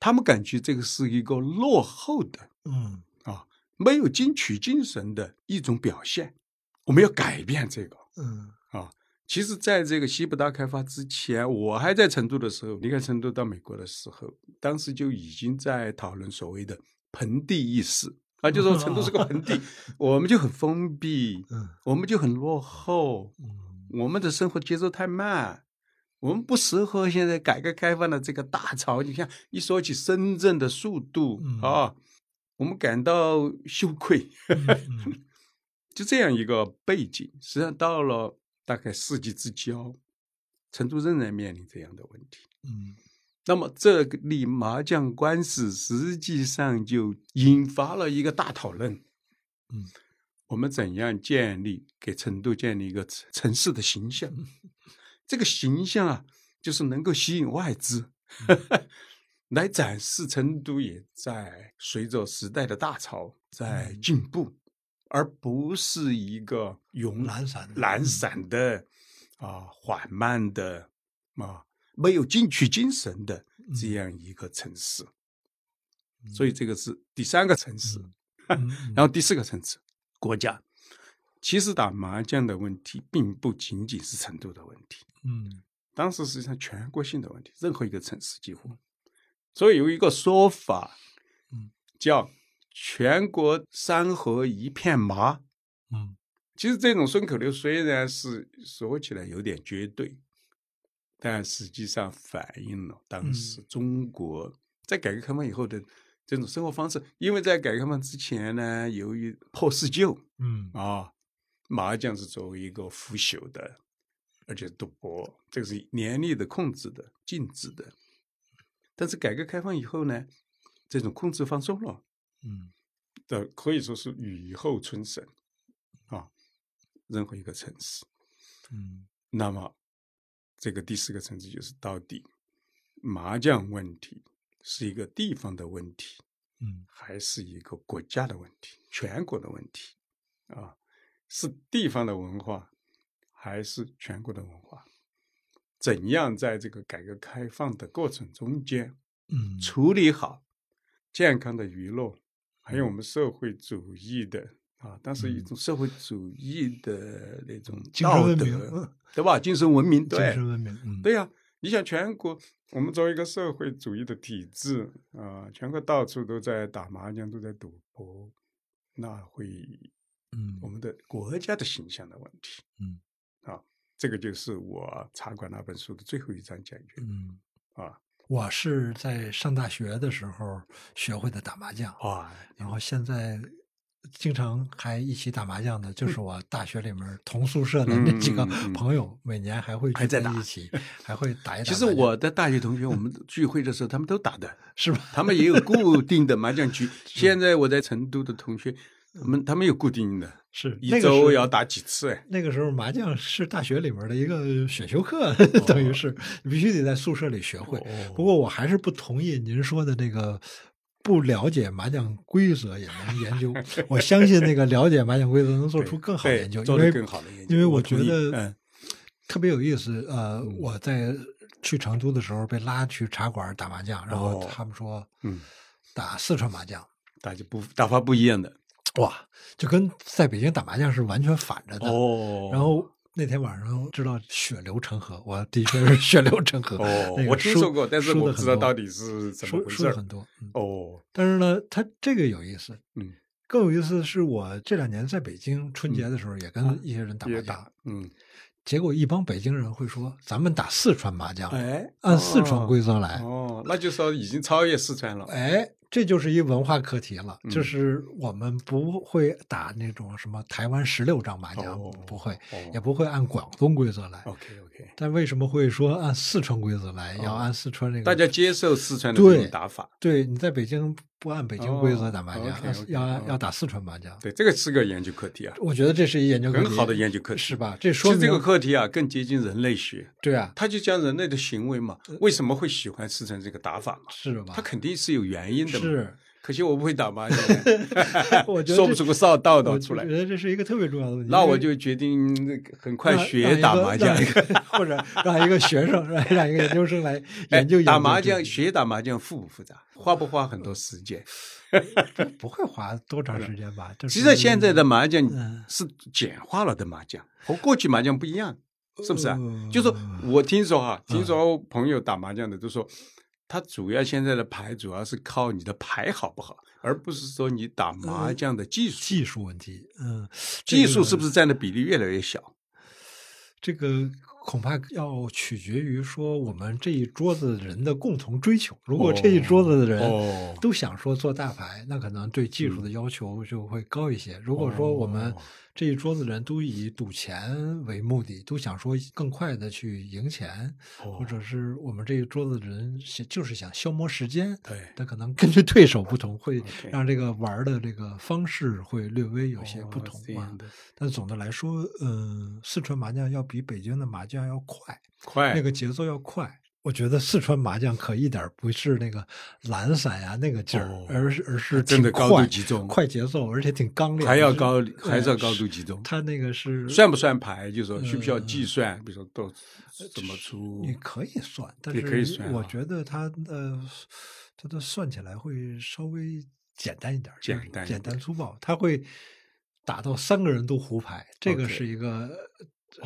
Speaker 1: 他们感觉这个是一个落后的。
Speaker 2: 嗯
Speaker 1: 啊，没有进取精神的一种表现。我们要改变这个
Speaker 2: 嗯
Speaker 1: 啊！其实，在这个西部大开发之前，我还在成都的时候，离开成都到美国的时候，当时就已经在讨论所谓的盆地意识啊，就说成都是个盆地，我们就很封闭，
Speaker 2: 嗯
Speaker 1: 我们就很落后，
Speaker 2: 嗯
Speaker 1: 我们的生活节奏太慢，我们不适合现在改革开放的这个大潮。你看，一说起深圳的速度、
Speaker 2: 嗯
Speaker 1: 啊，我们感到羞愧。
Speaker 2: 嗯
Speaker 1: 就这样一个背景，实际上到了大概世纪之交，成都仍然面临这样的问题。 *laughs*
Speaker 2: 嗯
Speaker 1: 那么这个例麻将官司实际上就引发了一个大讨论。
Speaker 2: 嗯，
Speaker 1: 我们怎样建立给成都建立一个城城市的形
Speaker 2: *laughs*
Speaker 1: 象？这个形象啊，就是能够吸引外资，
Speaker 2: 嗯
Speaker 1: *laughs* 来展示成都也在随着时代的大潮在
Speaker 2: 嗯
Speaker 1: 进步，而不是一个慵
Speaker 2: 懒散的
Speaker 1: 懒散的啊缓慢的啊没有进取精神的
Speaker 2: 嗯
Speaker 1: 这样一个城市。所以这个是 *laughs* 第三个层次。
Speaker 2: 嗯
Speaker 1: 然后第四个层次，国家。其实打麻将的问题并不仅仅是成都的问题，
Speaker 2: 嗯
Speaker 1: 当时实际上全国性的问题，任何一个城市几乎。所以有一个说法，
Speaker 2: 嗯，
Speaker 1: 叫“全国山河一片麻”。
Speaker 2: 嗯
Speaker 1: 其实这种顺口溜虽然是说起来有点绝对，但实际上反映了当时中国在改革开放以后的这种生活方式。因为在改革开放之前呢，由于破四旧
Speaker 2: 嗯
Speaker 1: 啊，麻将是作为一个腐朽的，而且赌博这个是年龄的控制的、禁止的。但是改革开放以后呢，这种控制放松了，
Speaker 2: 嗯
Speaker 1: 的可以说是雨后春笋啊，任何一个城市。
Speaker 2: 嗯
Speaker 1: 那么，这个第四个层次就是到底麻将问题是一个地方的问题，
Speaker 2: 嗯
Speaker 1: 还是一个国家的问题、全国的问题啊？是地方的文化，还是全国的文化？怎样在这个改革开放的过程中间，
Speaker 2: 嗯
Speaker 1: 处理好健康的娱乐，还
Speaker 2: 嗯
Speaker 1: 有我们社会主义的啊，当时一种社会主义的那种
Speaker 2: 嗯精神
Speaker 1: 道
Speaker 2: 文明嗯
Speaker 1: 德，对吧？精神文明，
Speaker 2: 精
Speaker 1: 对
Speaker 2: 神文明，嗯
Speaker 1: 对呀、你想全国，我们作为一个社会主义的体制啊、全国到处都在打麻将，都在赌博，那会
Speaker 2: 嗯
Speaker 1: 我们的国家的形象的问题。
Speaker 2: 嗯，
Speaker 1: 啊，这个就是我茶馆那本书的最后一章讲解
Speaker 2: 嗯，
Speaker 1: 啊
Speaker 2: 我是在上大学的时候学会的打麻将，
Speaker 1: 啊，
Speaker 2: 然后现在经常还一起打麻将的，就是我大学里面同宿舍的那几个
Speaker 1: 嗯嗯嗯嗯
Speaker 2: 朋友，每年还会
Speaker 1: 还
Speaker 2: 聚
Speaker 1: 在
Speaker 2: 在
Speaker 1: 打
Speaker 2: 一起，还会打一打麻
Speaker 1: 其
Speaker 2: 将。
Speaker 1: 实我的大学同学，我们聚会的时候，他们都打的，
Speaker 2: 是吧？
Speaker 1: 他们也有固定的麻将
Speaker 2: *laughs*
Speaker 1: 局。现在我在成都的同学，他们他们有固定的，
Speaker 2: 是
Speaker 1: 一
Speaker 2: 那个
Speaker 1: 周
Speaker 2: 是
Speaker 1: 要打几次哎。
Speaker 2: 那个时候麻将是大学里面的一个选修课，等于是你必须得在宿舍里学会。
Speaker 1: 哦
Speaker 2: 不过我还是不同意您说的这个。不了解麻将规则也能研究， *laughs* 我相信那个了解麻将规则能做出更好的
Speaker 1: 对
Speaker 2: 研究，
Speaker 1: 做
Speaker 2: 因
Speaker 1: 得
Speaker 2: 为
Speaker 1: 更好的研究
Speaker 2: 因为
Speaker 1: 我
Speaker 2: 我觉
Speaker 1: 同意
Speaker 2: 得
Speaker 1: 嗯
Speaker 2: 特别有意思。呃，我在去成都的时候被拉去茶馆打麻将，然后
Speaker 1: 哦
Speaker 2: 他们说，
Speaker 1: 嗯，
Speaker 2: 打四川麻将，
Speaker 1: 打就不打法不一样的
Speaker 2: 哇，就跟在北京打麻将是完全反着的。
Speaker 1: 哦
Speaker 2: 然后那天晚上知道血流成河，我的确是血流成河。
Speaker 1: 哦
Speaker 2: 那，个
Speaker 1: 我听
Speaker 2: 输
Speaker 1: 说过，但是
Speaker 2: 输得
Speaker 1: 我不
Speaker 2: 很
Speaker 1: 知道
Speaker 2: 多
Speaker 1: 到底是怎么
Speaker 2: 输
Speaker 1: 回
Speaker 2: 输
Speaker 1: 事
Speaker 2: 的
Speaker 1: 儿
Speaker 2: 很。多。嗯，
Speaker 1: 哦，
Speaker 2: 但是呢，它这个有意思。
Speaker 1: 嗯，
Speaker 2: 更有意思的是我这两年在北京春节的时候也跟
Speaker 1: 啊
Speaker 2: 一些人打麻
Speaker 1: 也
Speaker 2: 将，
Speaker 1: 打，嗯，
Speaker 2: 结果一帮北京人会说：“咱们打四川麻将，
Speaker 1: 哎，
Speaker 2: 按四川规
Speaker 1: 则
Speaker 2: 则来。
Speaker 1: 哦，那就说已经超越四川了。
Speaker 2: 哎，这就是一文化课题了，就
Speaker 1: 嗯
Speaker 2: 是我们不会打那种什么台湾十六张麻将，
Speaker 1: 哦
Speaker 2: 不会，
Speaker 1: 哦
Speaker 2: 也不会按广东规则来。
Speaker 1: OK OK，
Speaker 2: 但为什么会说按四川规则来，要
Speaker 1: 哦
Speaker 2: 按四川这个？
Speaker 1: 大家接受四川的这
Speaker 2: 对
Speaker 1: 种打法，
Speaker 2: 对你在北京不按北京规则
Speaker 1: 哦
Speaker 2: 打麻将，
Speaker 1: ，OK，OK，
Speaker 2: 要要
Speaker 1: 哦
Speaker 2: 要打四川麻将。
Speaker 1: 对，这个是个研究课题啊，
Speaker 2: 我觉得这是一研究课
Speaker 1: 很
Speaker 2: 题
Speaker 1: 好的研究课题，
Speaker 2: 是吧？这
Speaker 1: 其
Speaker 2: 说
Speaker 1: 实
Speaker 2: 明
Speaker 1: 这个课题啊，更接近人类学，
Speaker 2: 对啊，
Speaker 1: 他就讲人类的行为嘛，为什么会喜欢四川这个打法嘛？
Speaker 2: 是吧
Speaker 1: 他？肯定是有原因的嘛。
Speaker 2: 是，，
Speaker 1: 可惜我不会打麻将
Speaker 2: 我觉得
Speaker 1: 说不出
Speaker 2: 这
Speaker 1: 个道道
Speaker 2: 我
Speaker 1: 道
Speaker 2: 觉
Speaker 1: 出来。
Speaker 2: 得这是一个特别重要的问题。
Speaker 1: 那
Speaker 2: 因
Speaker 1: 我
Speaker 2: 为
Speaker 1: 就决定那个很快
Speaker 2: 让
Speaker 1: 学打麻将
Speaker 2: 让。一个
Speaker 1: *laughs*
Speaker 2: 或者让一个学生，让让一个研究生来
Speaker 1: 哎
Speaker 2: 研究研究
Speaker 1: 打麻
Speaker 2: 这个
Speaker 1: 将，学打麻将复不复杂？花不花很多时间？
Speaker 2: 不会花多长时间吧？这
Speaker 1: 其
Speaker 2: 是
Speaker 1: 实现在的麻将
Speaker 2: 嗯
Speaker 1: 是简化了的麻将，和过去麻将不一样，是不是啊
Speaker 2: 呃？
Speaker 1: 就是我听说哈，听说朋友打麻将的都说，他主要现在的牌主要是靠你的牌好不好，而不是说你打麻将的技术。
Speaker 2: 技术问题，嗯，
Speaker 1: 技术是不
Speaker 2: 是
Speaker 1: 是占的比例越来越小？
Speaker 2: 这个？恐怕要取决于说我们这一桌子人的共同追求。如果这一桌子的人
Speaker 1: 哦，嗯
Speaker 2: 都想说做大牌，那可能对技术的要求就会高一些。如果说我们
Speaker 1: 哦
Speaker 2: 这一桌子人都以赌钱为目的，都想说更快的去赢钱，
Speaker 1: 哦
Speaker 2: 或者是我们这一桌子的人想就是想消磨时间，
Speaker 1: 对
Speaker 2: 但可能根据对手不同，会
Speaker 1: OK
Speaker 2: 让这个玩儿的这个方式会略微有些不
Speaker 1: 哦
Speaker 2: 同
Speaker 1: 这
Speaker 2: 啊。
Speaker 1: 样的
Speaker 2: 但总的来说，嗯、四川麻将要比北京的麻将要快，
Speaker 1: 快
Speaker 2: 那个节奏要快。我觉得四川麻将可一点儿不是那个懒散呀、那个劲儿，
Speaker 1: 哦
Speaker 2: 而是而是
Speaker 1: 真的
Speaker 2: 挺
Speaker 1: 高度
Speaker 2: 快
Speaker 1: 集中
Speaker 2: 快节奏，而且挺刚烈，
Speaker 1: 还要
Speaker 2: 就是
Speaker 1: 高，还是要
Speaker 2: 呃
Speaker 1: 高度
Speaker 2: 是
Speaker 1: 集中。
Speaker 2: 他那个是呃
Speaker 1: 算不算牌？就是说需不需要计算？比如说都怎么出
Speaker 2: 嗯你？可以算，但
Speaker 1: 嗯也
Speaker 2: 是
Speaker 1: 可以算
Speaker 2: 我
Speaker 1: 啊
Speaker 2: 觉得它呃，它的算起来会稍微简单一点儿，就
Speaker 1: 简
Speaker 2: 是
Speaker 1: 单一
Speaker 2: 简单
Speaker 1: 点
Speaker 2: 粗暴，它会打到三个人都胡牌，这个
Speaker 1: OK 哦
Speaker 2: 是一个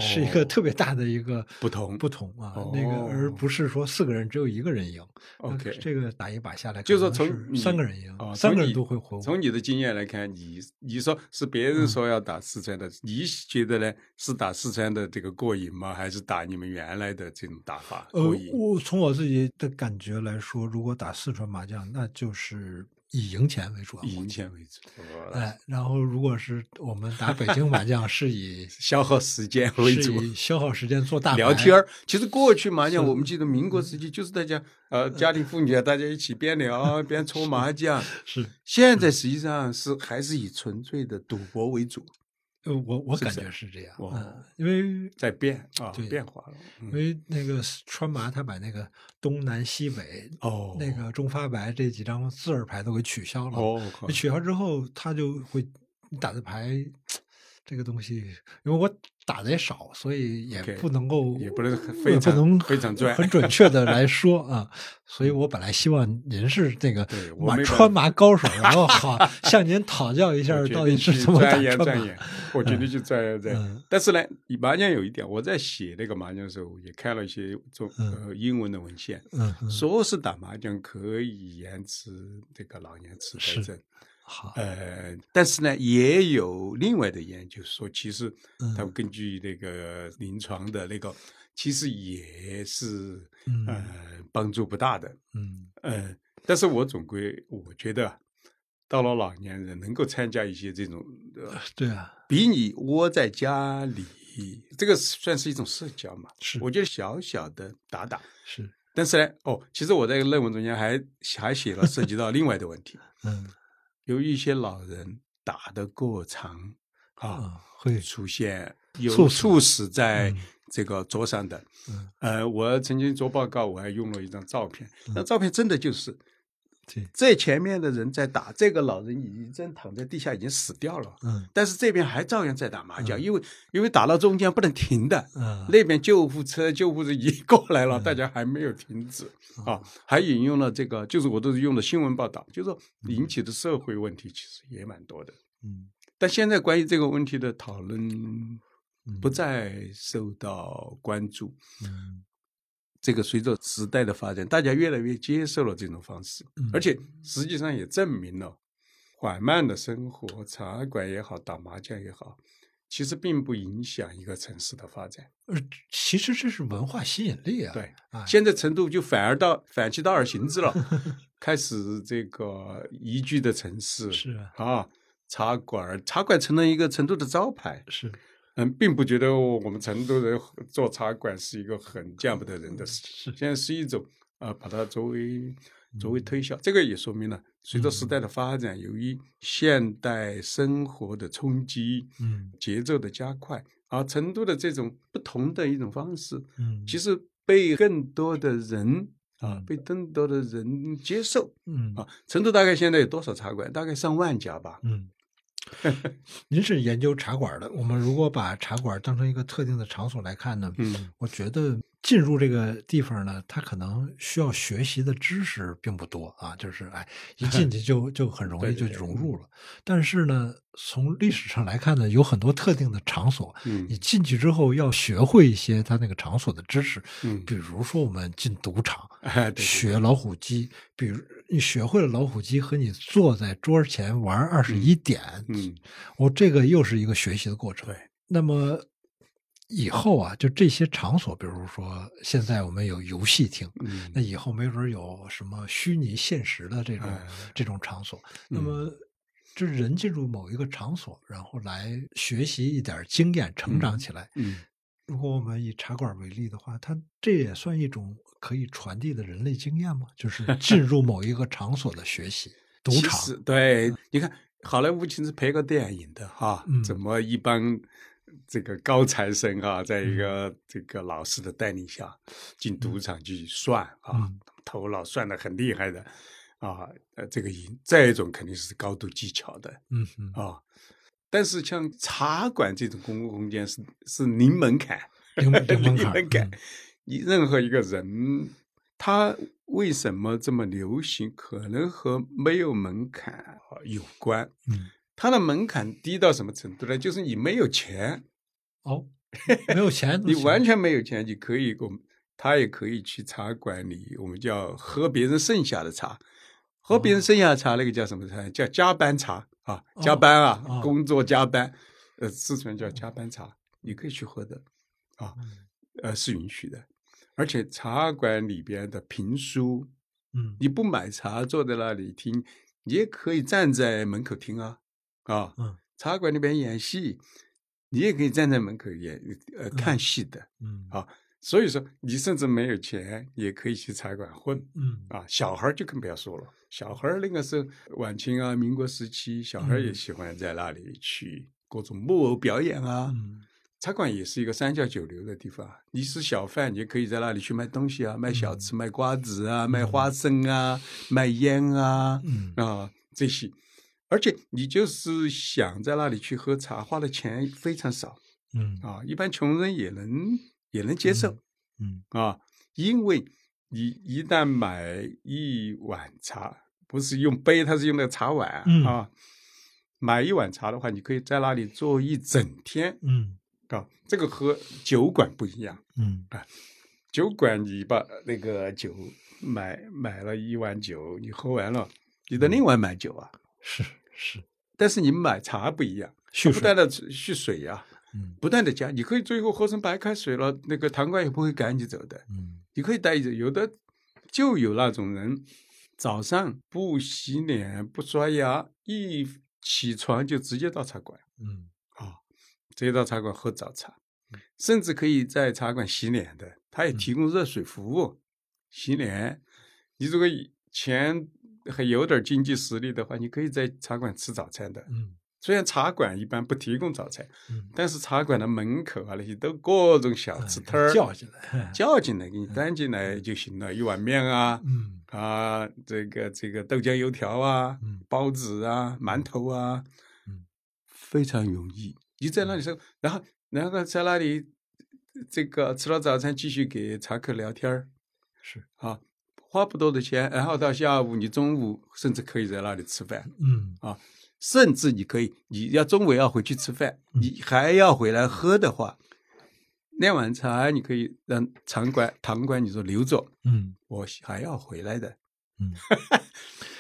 Speaker 2: 是一个特别大的一个
Speaker 1: 不同
Speaker 2: 不同啊，
Speaker 1: 哦
Speaker 2: 那个而不是说四个人只有一个人赢。
Speaker 1: OK
Speaker 2: 那这个打一把下来，
Speaker 1: 就是说
Speaker 2: 可
Speaker 1: 从
Speaker 2: 能
Speaker 1: 你
Speaker 2: 三个人赢，
Speaker 1: 哦从
Speaker 2: 三个人
Speaker 1: 你
Speaker 2: 都会活。嗯
Speaker 1: 从你的经验来看，你你说是别人说要打四川的，你觉得呢？是打四川的这个过瘾吗？还是打你们原来的这种打法
Speaker 2: 呃
Speaker 1: 过瘾？，
Speaker 2: 我从我自己的感觉来说，如果打四川麻将，那就是以赢钱为主要目啊
Speaker 1: 以
Speaker 2: 的。
Speaker 1: 赢钱为主，啊哇
Speaker 2: 哎，然后如果是我们打北京麻将， *laughs*
Speaker 1: *laughs*
Speaker 2: 是以
Speaker 1: 消耗时间为
Speaker 2: 是
Speaker 1: 主。
Speaker 2: 以消耗时间做
Speaker 1: *laughs*
Speaker 2: 大
Speaker 1: 聊
Speaker 2: 牌
Speaker 1: 天儿，其实过去麻将，
Speaker 2: 是嗯
Speaker 1: 我们记得民国时期就是大家呃家庭妇女啊，大家一起边
Speaker 2: *laughs*
Speaker 1: 聊边搓麻将。
Speaker 2: 是，嗯
Speaker 1: 现在实际上是还是以纯粹的赌博为主，
Speaker 2: 呃我我
Speaker 1: 是不
Speaker 2: 感
Speaker 1: 是
Speaker 2: 觉是这样，
Speaker 1: 哦
Speaker 2: 嗯，因为
Speaker 1: 在变啊
Speaker 2: 对，
Speaker 1: 变化了。嗯
Speaker 2: 因为那个川麻他把那个东南西北、
Speaker 1: 哦，
Speaker 2: 那个中发白这几张字儿牌都给取消了，
Speaker 1: 哦，
Speaker 2: *laughs* 你取消之后，他就会你打的牌这个东西，因为我打的也少，所以也
Speaker 1: OK，
Speaker 2: 不能够
Speaker 1: 也不能很
Speaker 2: 也
Speaker 1: 非
Speaker 2: 不
Speaker 1: 常
Speaker 2: 能
Speaker 1: 非常拽
Speaker 2: 很准确的来说啊。所以我本来希望您是这个
Speaker 1: 对我
Speaker 2: 马
Speaker 1: 没
Speaker 2: 川
Speaker 1: 办
Speaker 2: 麻高手，然后好向您讨教一下
Speaker 1: 我决
Speaker 2: 到底
Speaker 1: 定
Speaker 2: 是
Speaker 1: 去
Speaker 2: 怎么打
Speaker 1: 钻研
Speaker 2: 川
Speaker 1: 钻
Speaker 2: 麻
Speaker 1: 研。，我决定去钻研钻
Speaker 2: 嗯
Speaker 1: 研。但是呢，以麻将有一点，我在写那个麻将的时候，也看了一些中
Speaker 2: 嗯
Speaker 1: 呃英文的文献，
Speaker 2: 嗯，嗯
Speaker 1: 说是打麻将可以延迟这个老年痴
Speaker 2: 是
Speaker 1: 呆症，
Speaker 2: 好，
Speaker 1: 呃，但是呢，也有另外的研究说，其实
Speaker 2: 嗯
Speaker 1: 他们根据那个临床的那个，其实也是
Speaker 2: 嗯
Speaker 1: 呃帮助不大的。
Speaker 2: 嗯
Speaker 1: 呃，但是我总归我觉得啊，到了老年人能够参加一些这种，呃、
Speaker 2: 对啊，
Speaker 1: 比你窝在家里，这个算是一种社交嘛。
Speaker 2: 是
Speaker 1: 我觉得小小的打打，
Speaker 2: 是
Speaker 1: 但是呢，哦，其实我在论文中间还还写了涉及到另外的问题，
Speaker 2: 嗯
Speaker 1: 由于一些老人打得过长啊，
Speaker 2: 啊会
Speaker 1: 出现有
Speaker 2: 猝死
Speaker 1: 猝死在
Speaker 2: 嗯
Speaker 1: 这个桌上的。
Speaker 2: 嗯
Speaker 1: 呃，我曾经做报告，我还用了一张照片，那
Speaker 2: 嗯
Speaker 1: 照片真的就是
Speaker 2: 对
Speaker 1: 这前面的人在打，这个老人已经躺在地下已经死掉了，
Speaker 2: 嗯
Speaker 1: 但是这边还照样在打麻将，
Speaker 2: 嗯
Speaker 1: 因为因为打到中间不能停的，
Speaker 2: 嗯
Speaker 1: 那边救护车、救护车已经过来了，大家还没有停止
Speaker 2: 嗯
Speaker 1: 啊，还引用了这个，就是我都是用的新闻报道，就是说引起的社会问题其实也蛮多的，
Speaker 2: 嗯
Speaker 1: 但现在关于这个问题的讨论
Speaker 2: 嗯
Speaker 1: 不再受到关注，
Speaker 2: 嗯
Speaker 1: 这个随着时代的发展，大家越来越接受了这种方式，
Speaker 2: 嗯
Speaker 1: 而且实际上也证明了，缓慢的生活，茶馆也好，打麻将也好，其实并不影响一个城市的发展。
Speaker 2: 呃其实这是文化吸引力啊，
Speaker 1: 对
Speaker 2: 啊
Speaker 1: 现在成都就反而到反其道而行
Speaker 2: *laughs*
Speaker 1: 之了，开始这个宜居的城市
Speaker 2: 是啊
Speaker 1: 啊，茶馆儿茶馆成了一个成都的招牌。
Speaker 2: 是
Speaker 1: 嗯，并不觉得我们成都人做茶馆是一个很见不得人的事情，现在是一种啊、呃把它作为作
Speaker 2: 嗯
Speaker 1: 为推销，这个也说明了随着时代的发展，由于现代生活的冲击，
Speaker 2: 嗯
Speaker 1: 节奏的加快，而成都的这种不同的一种方式，
Speaker 2: 嗯
Speaker 1: 其实被更多的人啊
Speaker 2: 嗯，
Speaker 1: 被更多的人接受
Speaker 2: 嗯
Speaker 1: 啊。成都大概现在有多少茶馆？大概上万家吧。 *laughs*
Speaker 2: 嗯，您是研究茶馆的。我们如果把茶馆当成一个特定的场所来看呢，
Speaker 1: 嗯，
Speaker 2: 我觉得进入这个地方呢，它可能需要学习的知识并不多啊，就是哎，一
Speaker 1: *laughs*
Speaker 2: 进去就就很容易
Speaker 1: 对
Speaker 2: 就
Speaker 1: 对嗯对
Speaker 2: 融入了。但是呢，从历史上来看呢，有很多特定的场所，
Speaker 1: 嗯 *laughs*
Speaker 2: 你进去之后要学会一些它那个场所的知识，
Speaker 1: 嗯
Speaker 2: 比如说我们进赌场，
Speaker 1: 哎，对，
Speaker 2: 学老虎机，比如你学会了老虎机和你坐在桌前玩二十一点，
Speaker 1: 嗯，
Speaker 2: 我这个又是一个学习的过程。
Speaker 1: 对，
Speaker 2: 那么以后啊，就这些场所，比如说现在我们有游戏厅，
Speaker 1: 嗯
Speaker 2: 那以后没准有什么虚拟现实的这种、
Speaker 1: 哎
Speaker 2: 这种场所，
Speaker 1: 嗯
Speaker 2: 那么。就是人进入某一个场所，然后来学习一点经验，成长起来。
Speaker 1: 嗯。
Speaker 2: 如果我们以茶馆为例的话，它这也算一种可以传递的人类经验吗？
Speaker 1: *laughs*
Speaker 2: 就是进入某一个场所的学习，赌
Speaker 1: 其
Speaker 2: 场，
Speaker 1: 实对，你看好莱坞其实拍个电影的哈，
Speaker 2: 嗯
Speaker 1: 怎么一帮这个高材生啊，在
Speaker 2: 嗯
Speaker 1: 一个这个老师的带领下进赌场去算啊
Speaker 2: 嗯，
Speaker 1: 头脑算的很厉害的啊，呃，这个赢。再一种肯定是高度技巧的
Speaker 2: 嗯嗯，
Speaker 1: 啊。但是像茶馆这种公共空间是是零门槛， *laughs*
Speaker 2: 零零门
Speaker 1: 你
Speaker 2: 槛儿，嗯
Speaker 1: 能改，你任何一个人，他为什么这么流行，可能和没有门槛啊有关。
Speaker 2: 嗯，嗯
Speaker 1: 他的门槛低到什么程度呢？就是你没有钱，
Speaker 2: 哦，没
Speaker 1: *laughs*
Speaker 2: 有钱都
Speaker 1: 你
Speaker 2: 行
Speaker 1: 完全没有钱，你可以我们他也可以去茶馆里，我们叫喝别人剩下的茶，喝别人剩下的茶那个叫什么茶？叫加班茶啊，加班啊，
Speaker 2: 哦哦哦
Speaker 1: 工作加班，呃，四川叫加班茶，你可以去喝的啊，
Speaker 2: 嗯
Speaker 1: 呃，是允许的，而且茶馆里边的评书，
Speaker 2: 嗯
Speaker 1: 你不买茶坐在那里听，你也可以站在门口听啊啊，
Speaker 2: 嗯
Speaker 1: 茶馆里边演戏，你也可以站在门口演呃看戏的。
Speaker 2: 嗯
Speaker 1: 啊所以说，你甚至没有钱也可以去茶馆混
Speaker 2: 嗯
Speaker 1: 啊。小孩儿就更不要说了，小孩儿那个时候晚清啊、民国时期，小孩儿也
Speaker 2: 嗯
Speaker 1: 喜欢在那里去各种木偶表演啊。
Speaker 2: 嗯
Speaker 1: 茶馆也是一个三教九流的地方，你是小贩，你也可以在那里去卖东西啊，卖小
Speaker 2: 嗯
Speaker 1: 吃、卖瓜子啊、卖花生啊、卖烟啊
Speaker 2: 嗯
Speaker 1: 啊这些。而且你就是想在那里去喝茶，花的钱非常少
Speaker 2: 嗯
Speaker 1: 啊，一般穷人也能也能接受。
Speaker 2: 嗯
Speaker 1: 啊，因为你一旦买一碗茶，不是用杯，它是用那个茶碗、
Speaker 2: 嗯
Speaker 1: 啊。买一碗茶的话，你可以在那里坐一整天
Speaker 2: 嗯
Speaker 1: 啊。这个和酒馆不一样，
Speaker 2: 嗯
Speaker 1: 酒馆你把那个酒买买了一碗酒，你喝完了，你得另外买酒啊。
Speaker 2: 是是
Speaker 1: 但是你买茶不一样，
Speaker 2: 蓄
Speaker 1: 不
Speaker 2: 水
Speaker 1: 断的蓄水呀、
Speaker 2: 嗯
Speaker 1: 不断的加，你可以最后喝成白开水了，那个糖官也不会赶你走的。
Speaker 2: 嗯
Speaker 1: 你可以带着，有的就有那种人，早上不洗脸不刷牙，一起床就直接到茶馆
Speaker 2: 嗯
Speaker 1: 啊，直接到茶馆喝早茶，甚至可以在茶馆洗脸的，他
Speaker 2: 嗯
Speaker 1: 也提供热水服务，洗脸。你如果以前还有点经济实力的话，你可以在茶馆吃早餐的。
Speaker 2: 嗯
Speaker 1: 虽然茶馆一般不提供早餐，
Speaker 2: 嗯，
Speaker 1: 但是茶馆的门口啊那些都各种小吃摊啊儿、
Speaker 2: 哎叫起来，
Speaker 1: 叫进来给你端进来就行了，一碗面啊，
Speaker 2: 嗯
Speaker 1: 啊，这个这个豆浆油条啊
Speaker 2: 嗯，
Speaker 1: 包子啊，馒头啊
Speaker 2: 嗯，
Speaker 1: 非常容易。你在那里说，然后然后在那里这个吃了早餐，继续给茶客聊天儿
Speaker 2: 是
Speaker 1: 啊，花不多的钱，然后到下午你中午甚至可以在那里吃饭，
Speaker 2: 嗯
Speaker 1: 甚至你可以，你要中午要回去吃饭，
Speaker 2: 嗯
Speaker 1: 你还要回来喝的话，那碗茶你可以让场馆堂馆你说留着，
Speaker 2: 嗯
Speaker 1: 我还要回来的。
Speaker 2: 嗯
Speaker 1: *laughs*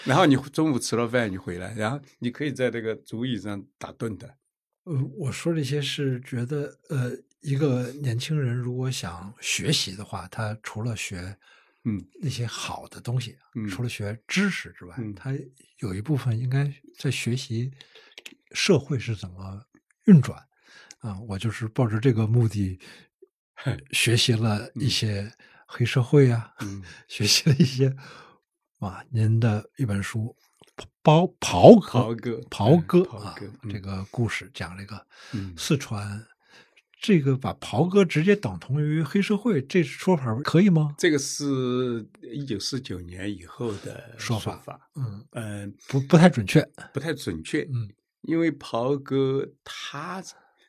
Speaker 1: 然后你中午吃了饭你回来，然后你可以在这个竹椅上打盹的。
Speaker 2: 呃，我说这些是觉得，呃，一个年轻人如果想学习的话，他除了学，
Speaker 1: 嗯，
Speaker 2: 那些好的东西，
Speaker 1: 嗯
Speaker 2: 除了学知识之外，
Speaker 1: 嗯
Speaker 2: 他有一部分应该在学习社会是怎么运转。啊、我就是抱着这个目的学习了一些黑社会啊，
Speaker 1: 嗯，
Speaker 2: 学习了一些啊，您的一本书《包袍哥》
Speaker 1: 袍哥
Speaker 2: 袍哥
Speaker 1: 袍
Speaker 2: 啊
Speaker 1: 哥，
Speaker 2: 这
Speaker 1: 嗯
Speaker 2: 个故事讲这个 *laughs*
Speaker 1: 嗯
Speaker 2: 四川，这个把袍哥直接等同于黑社会，这说法可以吗？
Speaker 1: 这个是一九四九年以后的
Speaker 2: 说法
Speaker 1: 法，
Speaker 2: 嗯，
Speaker 1: 嗯，
Speaker 2: 不不太准确。
Speaker 1: 不太准确，
Speaker 2: 嗯
Speaker 1: 因为袍哥他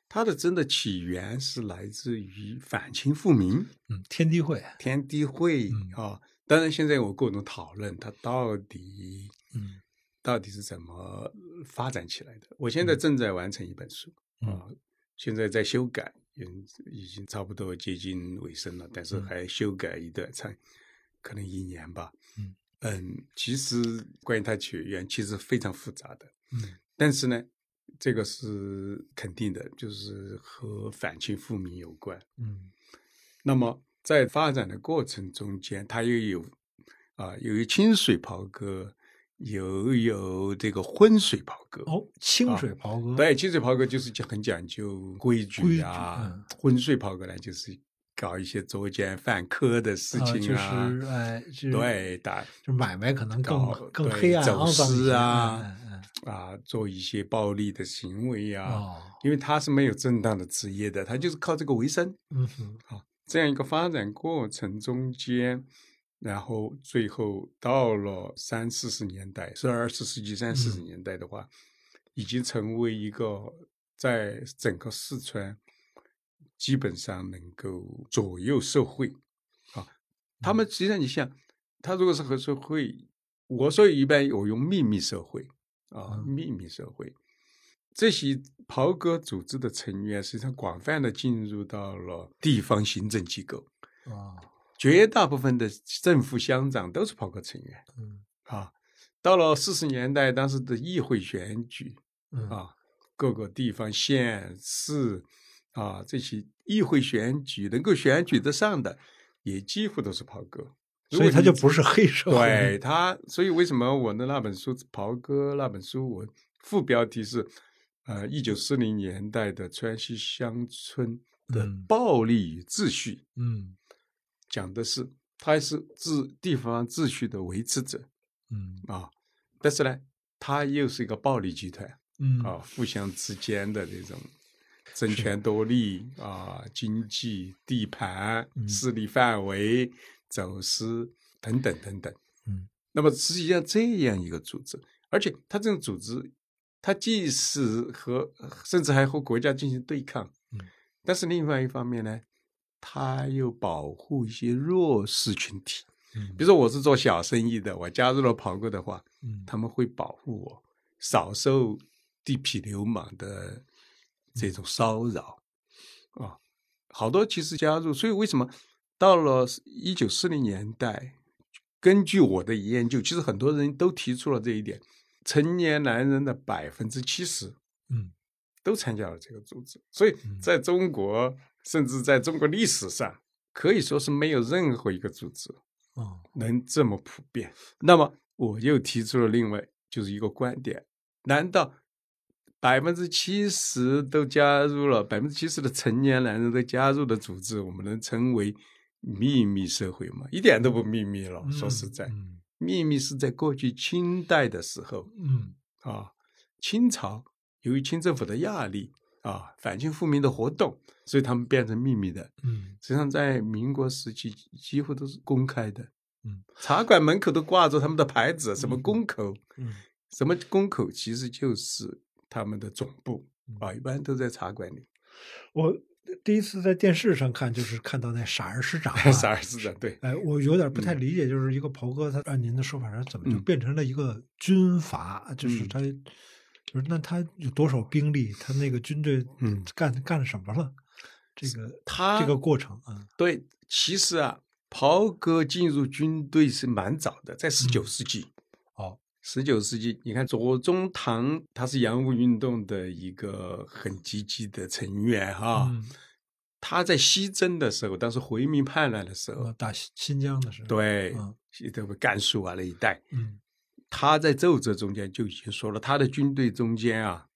Speaker 1: 他的真的起源是来自于反清复明。
Speaker 2: 嗯，天地会，
Speaker 1: 天地会
Speaker 2: 嗯
Speaker 1: 啊。当然，现在有各种讨论，它到底
Speaker 2: 嗯
Speaker 1: 到底是怎么发展起来的？我现在
Speaker 2: 嗯
Speaker 1: 正在完成一本书啊，现在在修改，嗯，已经差不多接近尾声了，但是
Speaker 2: 嗯
Speaker 1: 还修改一段，才可能一年吧。
Speaker 2: 嗯
Speaker 1: 嗯，其实关于它起源，其实非常复杂的。
Speaker 2: 嗯
Speaker 1: 但是呢，这个是肯定的，就是和反清复明有关。
Speaker 2: 嗯
Speaker 1: 那么在发展的过程中间，它又有啊、又有清水袍哥，又有这个荤水袍哥。
Speaker 2: 哦，清水袍哥，
Speaker 1: 啊对，清水袍哥就是讲很讲究规矩呀、
Speaker 2: 规矩嗯
Speaker 1: 荤水袍哥呢就是搞一些作奸犯科的事
Speaker 2: 啊
Speaker 1: 情啊，
Speaker 2: 就是哎，就是
Speaker 1: 对，打
Speaker 2: 就买卖可能
Speaker 1: 搞
Speaker 2: 更更
Speaker 1: 哦对
Speaker 2: 黑暗、
Speaker 1: 走
Speaker 2: 肮脏一
Speaker 1: 私
Speaker 2: 些
Speaker 1: 啊
Speaker 2: 嗯嗯
Speaker 1: 啊，做一些暴力的行为呀、
Speaker 2: 嗯哦，
Speaker 1: 因为他是没有正当的职业的，他就是靠这个为生。
Speaker 2: 嗯哼，
Speaker 1: 这样一个发展过程中间，然后最后到了三四十年代，是二十世纪三四十年代的话，已经成为一个在整个四川基本上能够左右社会啊。他们实际上，你像他如果是和社会，我说一般我用秘密社会啊，
Speaker 2: 嗯
Speaker 1: 秘密社会，这些袍哥组织的成员，实际上广泛的进入到了地方行政机构，
Speaker 2: 啊，
Speaker 1: 绝大部分的政府乡长都是袍哥成员
Speaker 2: 嗯
Speaker 1: 啊。到了四十年代，当时的议会选举
Speaker 2: 嗯，
Speaker 1: 啊，各个地方县市啊这些议会选举能够选举得上的，也几乎都是袍哥。如
Speaker 2: 所以
Speaker 1: 果
Speaker 2: 他
Speaker 1: 你
Speaker 2: 就不是黑社会，
Speaker 1: 对他，所以为什么我的那本书《袍哥》那本书，我副标题是呃一九四零年代的川西乡村的
Speaker 2: 嗯
Speaker 1: 暴力与秩序，
Speaker 2: 嗯
Speaker 1: 讲的是他是治地方秩序的维持者
Speaker 2: 嗯
Speaker 1: 啊，但是呢，他又是一个暴力集团
Speaker 2: 嗯
Speaker 1: 啊，互相之间的这种。争权夺利啊，经济、地盘、
Speaker 2: 嗯
Speaker 1: 势力范围、走私等等等等。
Speaker 2: 嗯
Speaker 1: 那么实际上这样一个组织，而且它这种组织，它既是和甚至还和国家进行对抗，
Speaker 2: 嗯
Speaker 1: 但是另外一方面呢，它又保护一些弱势群体。比
Speaker 2: 嗯
Speaker 1: 如说我是做小生意的，我加入了袍哥的话，
Speaker 2: 嗯，
Speaker 1: 他们会保护我，少受地痞流氓的这种骚扰啊。好多其实加入，所以为什么到了一九四零年代，根据我的研究，其实很多人都提出了这一点：成年男人的百分之七十
Speaker 2: 嗯
Speaker 1: 都参加了这个组织，所以
Speaker 2: 嗯
Speaker 1: 在中国，甚至在中国历史上，可以说是没有任何一个组织
Speaker 2: 哦
Speaker 1: 能这么普遍。那么我又提出了另外就是一个观点：难道百分之七十都加入了百分之七十的成年男人都加入的组织，我们能称为秘密社会吗？一点都不秘密了。说实哦在，
Speaker 2: 嗯
Speaker 1: 秘密是在过去清代的时候
Speaker 2: 嗯
Speaker 1: 啊，清朝由于清政府的压力啊，反清复明的活动，所以他们变成秘密的。
Speaker 2: 嗯
Speaker 1: 实际上在民国时期几乎都是公开的。
Speaker 2: 嗯，
Speaker 1: 茶馆门口都挂着他们的牌子，什么宫口，
Speaker 2: 嗯
Speaker 1: 什么宫口，其实就是他们的总部
Speaker 2: 嗯
Speaker 1: 啊，一般都在茶馆里。
Speaker 2: 我第一次在电视上看，就是看到那傻儿师长、 *laughs*
Speaker 1: *laughs*
Speaker 2: 啊，
Speaker 1: 傻儿子的，对，
Speaker 2: 哎，我有点不太理解，就是一个袍哥，他按您的说法，他怎么就
Speaker 1: 嗯
Speaker 2: 变成了一个军阀？就是
Speaker 1: 嗯
Speaker 2: 他，就是那他有多少兵力？他那个军队
Speaker 1: 嗯
Speaker 2: 干、干什么了？这个
Speaker 1: 他
Speaker 2: *laughs* 这个过程啊，
Speaker 1: 对，其实啊，袍哥进入军队是蛮早的，在十九世纪。
Speaker 2: 嗯哦，
Speaker 1: 十九世纪，你看左宗棠，他是洋务运动的一个很积极的成员哈。
Speaker 2: 嗯
Speaker 1: 他在西征的时候，当时回民叛乱的时候，
Speaker 2: 呃打新新疆的时候，，
Speaker 1: 对
Speaker 2: 嗯，
Speaker 1: 这个甘肃啊那一带，
Speaker 2: 嗯
Speaker 1: 他在奏折中间就已经说了，他的军队中间啊，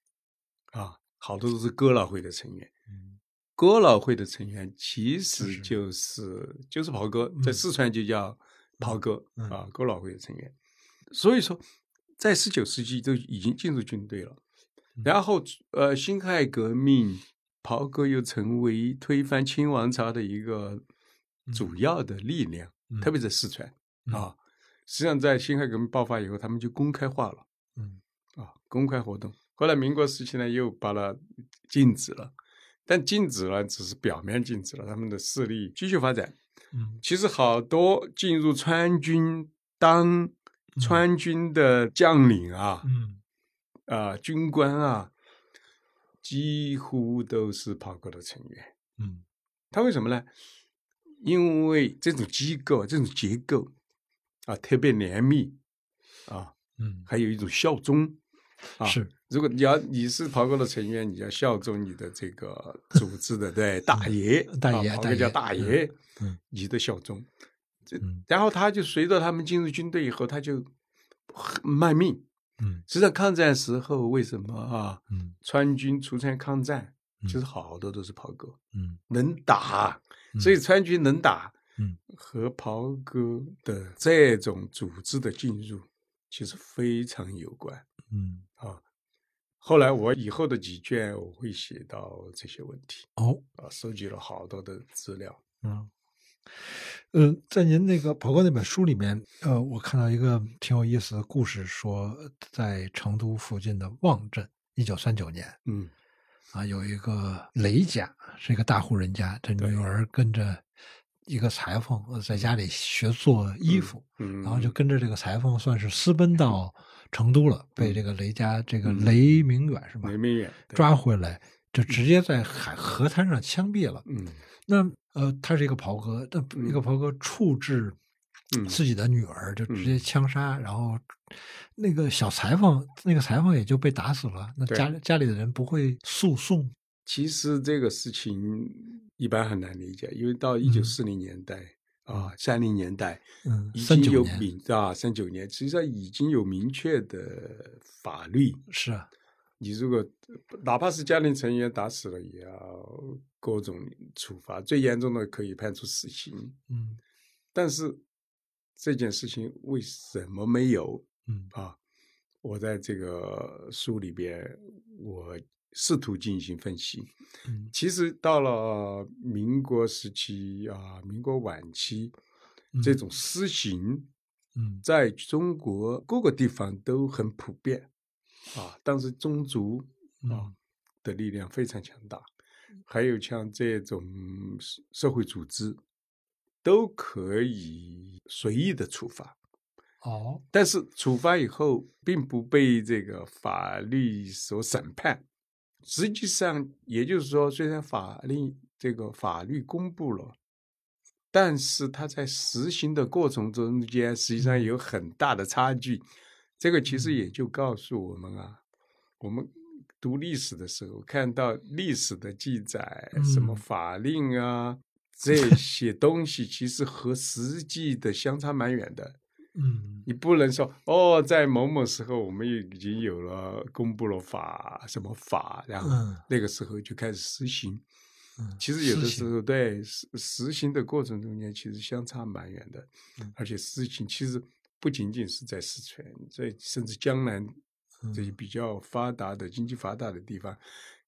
Speaker 1: 啊，好多都是哥老会的成员。
Speaker 2: 嗯
Speaker 1: 哥老会的成员其
Speaker 2: 就
Speaker 1: 实
Speaker 2: 是
Speaker 1: 就是就是袍哥
Speaker 2: 嗯，
Speaker 1: 在四川就叫袍哥
Speaker 2: 嗯
Speaker 1: 啊，哥老会的成员。所以说，在十九世纪都已经进入军队了
Speaker 2: 嗯，
Speaker 1: 然后呃，辛亥革命，袍哥又成为推翻清王朝的一个主要的力量，
Speaker 2: 嗯
Speaker 1: 特别在四川
Speaker 2: 嗯
Speaker 1: 啊。实际上，在辛亥革命爆发以后，他们就公开化了
Speaker 2: 嗯
Speaker 1: 啊，公开活动。后来民国时期呢，又把它禁止了，但禁止了只是表面禁止了，他们的势力继续发展。
Speaker 2: 嗯
Speaker 1: 其实好多进入川军当川军的将领啊，
Speaker 2: 嗯
Speaker 1: 啊、军官啊，几乎都是袍哥的成员。
Speaker 2: 嗯
Speaker 1: 他为什么呢？因为这种机构、这种结构啊，特别严密啊，
Speaker 2: 嗯，
Speaker 1: 还有一种效忠啊。
Speaker 2: 是，
Speaker 1: 如果你要你是袍哥的成员，你要效忠你的这个组织的对
Speaker 2: *laughs*
Speaker 1: 大爷，
Speaker 2: 嗯大爷
Speaker 1: 啊袍
Speaker 2: 大
Speaker 1: 哥叫
Speaker 2: 爷
Speaker 1: 大
Speaker 2: 嗯
Speaker 1: 爷，
Speaker 2: 嗯
Speaker 1: 你的效忠。这
Speaker 2: 嗯
Speaker 1: 然后他就随着他们进入军队以后，他就很卖命。
Speaker 2: 嗯
Speaker 1: 实际上，抗战时候为什么啊？
Speaker 2: 嗯
Speaker 1: 川军除川抗战，
Speaker 2: 嗯
Speaker 1: 其实好多都是袍哥，
Speaker 2: 嗯
Speaker 1: 能打，所以川军能打，
Speaker 2: 嗯，
Speaker 1: 和袍哥的这种组织的进入其实非常有关
Speaker 2: 嗯
Speaker 1: 啊。后来我以后的几卷我会写到这些问题
Speaker 2: 哦。
Speaker 1: 啊，收集了好多的资料。
Speaker 2: 嗯，呃，在您那个跑哥那本书里面，呃，我看到一个挺有意思的故事，说在成都附近的望镇，一九三九年
Speaker 1: 嗯
Speaker 2: 啊，有一个雷家，是一个大户人家，这
Speaker 1: 对
Speaker 2: 女儿跟着一个裁缝呃在家里学做衣服，
Speaker 1: 嗯，
Speaker 2: 然后就跟着这个裁缝算是私奔到成
Speaker 1: *laughs*
Speaker 2: 都了，
Speaker 1: 嗯
Speaker 2: 被这个雷家这个雷明远是吧
Speaker 1: 没明远，嗯对
Speaker 2: 抓回来，就直接在海河滩上枪毙了。
Speaker 1: 嗯
Speaker 2: 那呃，他是一个袍哥，那一个袍哥处置
Speaker 1: 嗯
Speaker 2: 自己的女儿，就直接枪杀，然后那个小裁缝，那个裁缝也就被打死了。那
Speaker 1: 对
Speaker 2: 家里家里的人不会诉讼，
Speaker 1: 其实这个事情一般很难理解，因为到一九四零年代啊，三零年代
Speaker 2: 嗯，
Speaker 1: 已
Speaker 2: 三
Speaker 1: 经
Speaker 2: 九
Speaker 1: 有
Speaker 2: 年
Speaker 1: 明啊，三九年实际上已经有明确的法律，
Speaker 2: 是啊，
Speaker 1: 你如果哪怕是家庭成员打死了，也要各种处罚，最严重的可以判处死刑。
Speaker 2: 嗯
Speaker 1: 但是这件事情为什么没有
Speaker 2: 嗯
Speaker 1: 啊？我在这个书里边，我试图进行分析。
Speaker 2: 嗯
Speaker 1: 其实到了民国时期啊，民国晚期，这
Speaker 2: 嗯
Speaker 1: 种私刑
Speaker 2: 嗯
Speaker 1: 在中国各个地方都很普遍啊。当时宗族啊
Speaker 2: 嗯
Speaker 1: 的力量非常强大，还有像这种社社会组织，都可以随意的处罚。
Speaker 2: 哦
Speaker 1: 但是处罚以后，并不被这个法律所审判。实际上，也就是说，虽然法律这个法律公布了，但是它在实行的过程中间，实际上有很大的差距。这个其实也就告诉我们啊，我们读历史的时候看到历史的记载，什么
Speaker 2: 嗯
Speaker 1: 法令啊、这些东西，其实和实际的相差蛮远的。
Speaker 2: 嗯
Speaker 1: 你不能说哦，在某某时候我们已经有了公布了法什么法，然后
Speaker 2: 嗯
Speaker 1: 那个时候就开始实行。
Speaker 2: 嗯，
Speaker 1: 其实有的
Speaker 2: 私
Speaker 1: 时
Speaker 2: 刑
Speaker 1: 候对实实行的过程中间，其实相差蛮远的
Speaker 2: 嗯，
Speaker 1: 而且事情其实不仅仅是在四川，在甚至江南这些
Speaker 2: 嗯
Speaker 1: 比较发达的经济发达的地方，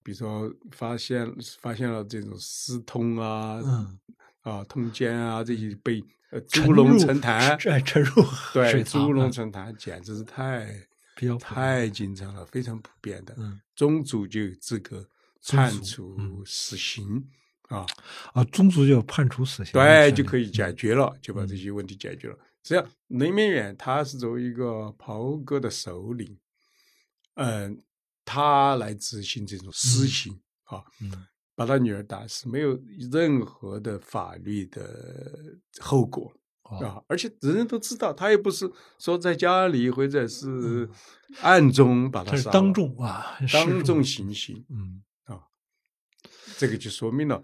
Speaker 1: 比如说发现发现了这种私通啊、
Speaker 2: 嗯
Speaker 1: 啊通奸啊这些被呃
Speaker 2: 沉
Speaker 1: 猪笼
Speaker 2: 入
Speaker 1: 成潭，
Speaker 2: 这沉入水
Speaker 1: 对，
Speaker 2: 塘
Speaker 1: 猪笼
Speaker 2: 啊
Speaker 1: 成潭简直是太
Speaker 2: 比较普遍
Speaker 1: 太经常了，非常普遍的。
Speaker 2: 嗯
Speaker 1: 宗族就有资格
Speaker 2: 宗
Speaker 1: 判
Speaker 2: 族嗯
Speaker 1: 处死刑啊，
Speaker 2: 啊，宗族就判处死刑的权
Speaker 1: 对，
Speaker 2: 利，
Speaker 1: 就可以解
Speaker 2: 嗯
Speaker 1: 决了，就把这些问题解决了。实际上，雷明远他是作为一个袍哥的首领，嗯，他来执行这种私
Speaker 2: 嗯
Speaker 1: 刑啊，
Speaker 2: 嗯
Speaker 1: 把他女儿打死，没有任何的法律的后果。
Speaker 2: 哦
Speaker 1: 啊，而且人人都知道，他也不是说在家里或者是暗中把他
Speaker 2: 嗯这是
Speaker 1: 杀了，
Speaker 2: 当众啊，示
Speaker 1: 当众行刑，
Speaker 2: 嗯
Speaker 1: 这个就说明了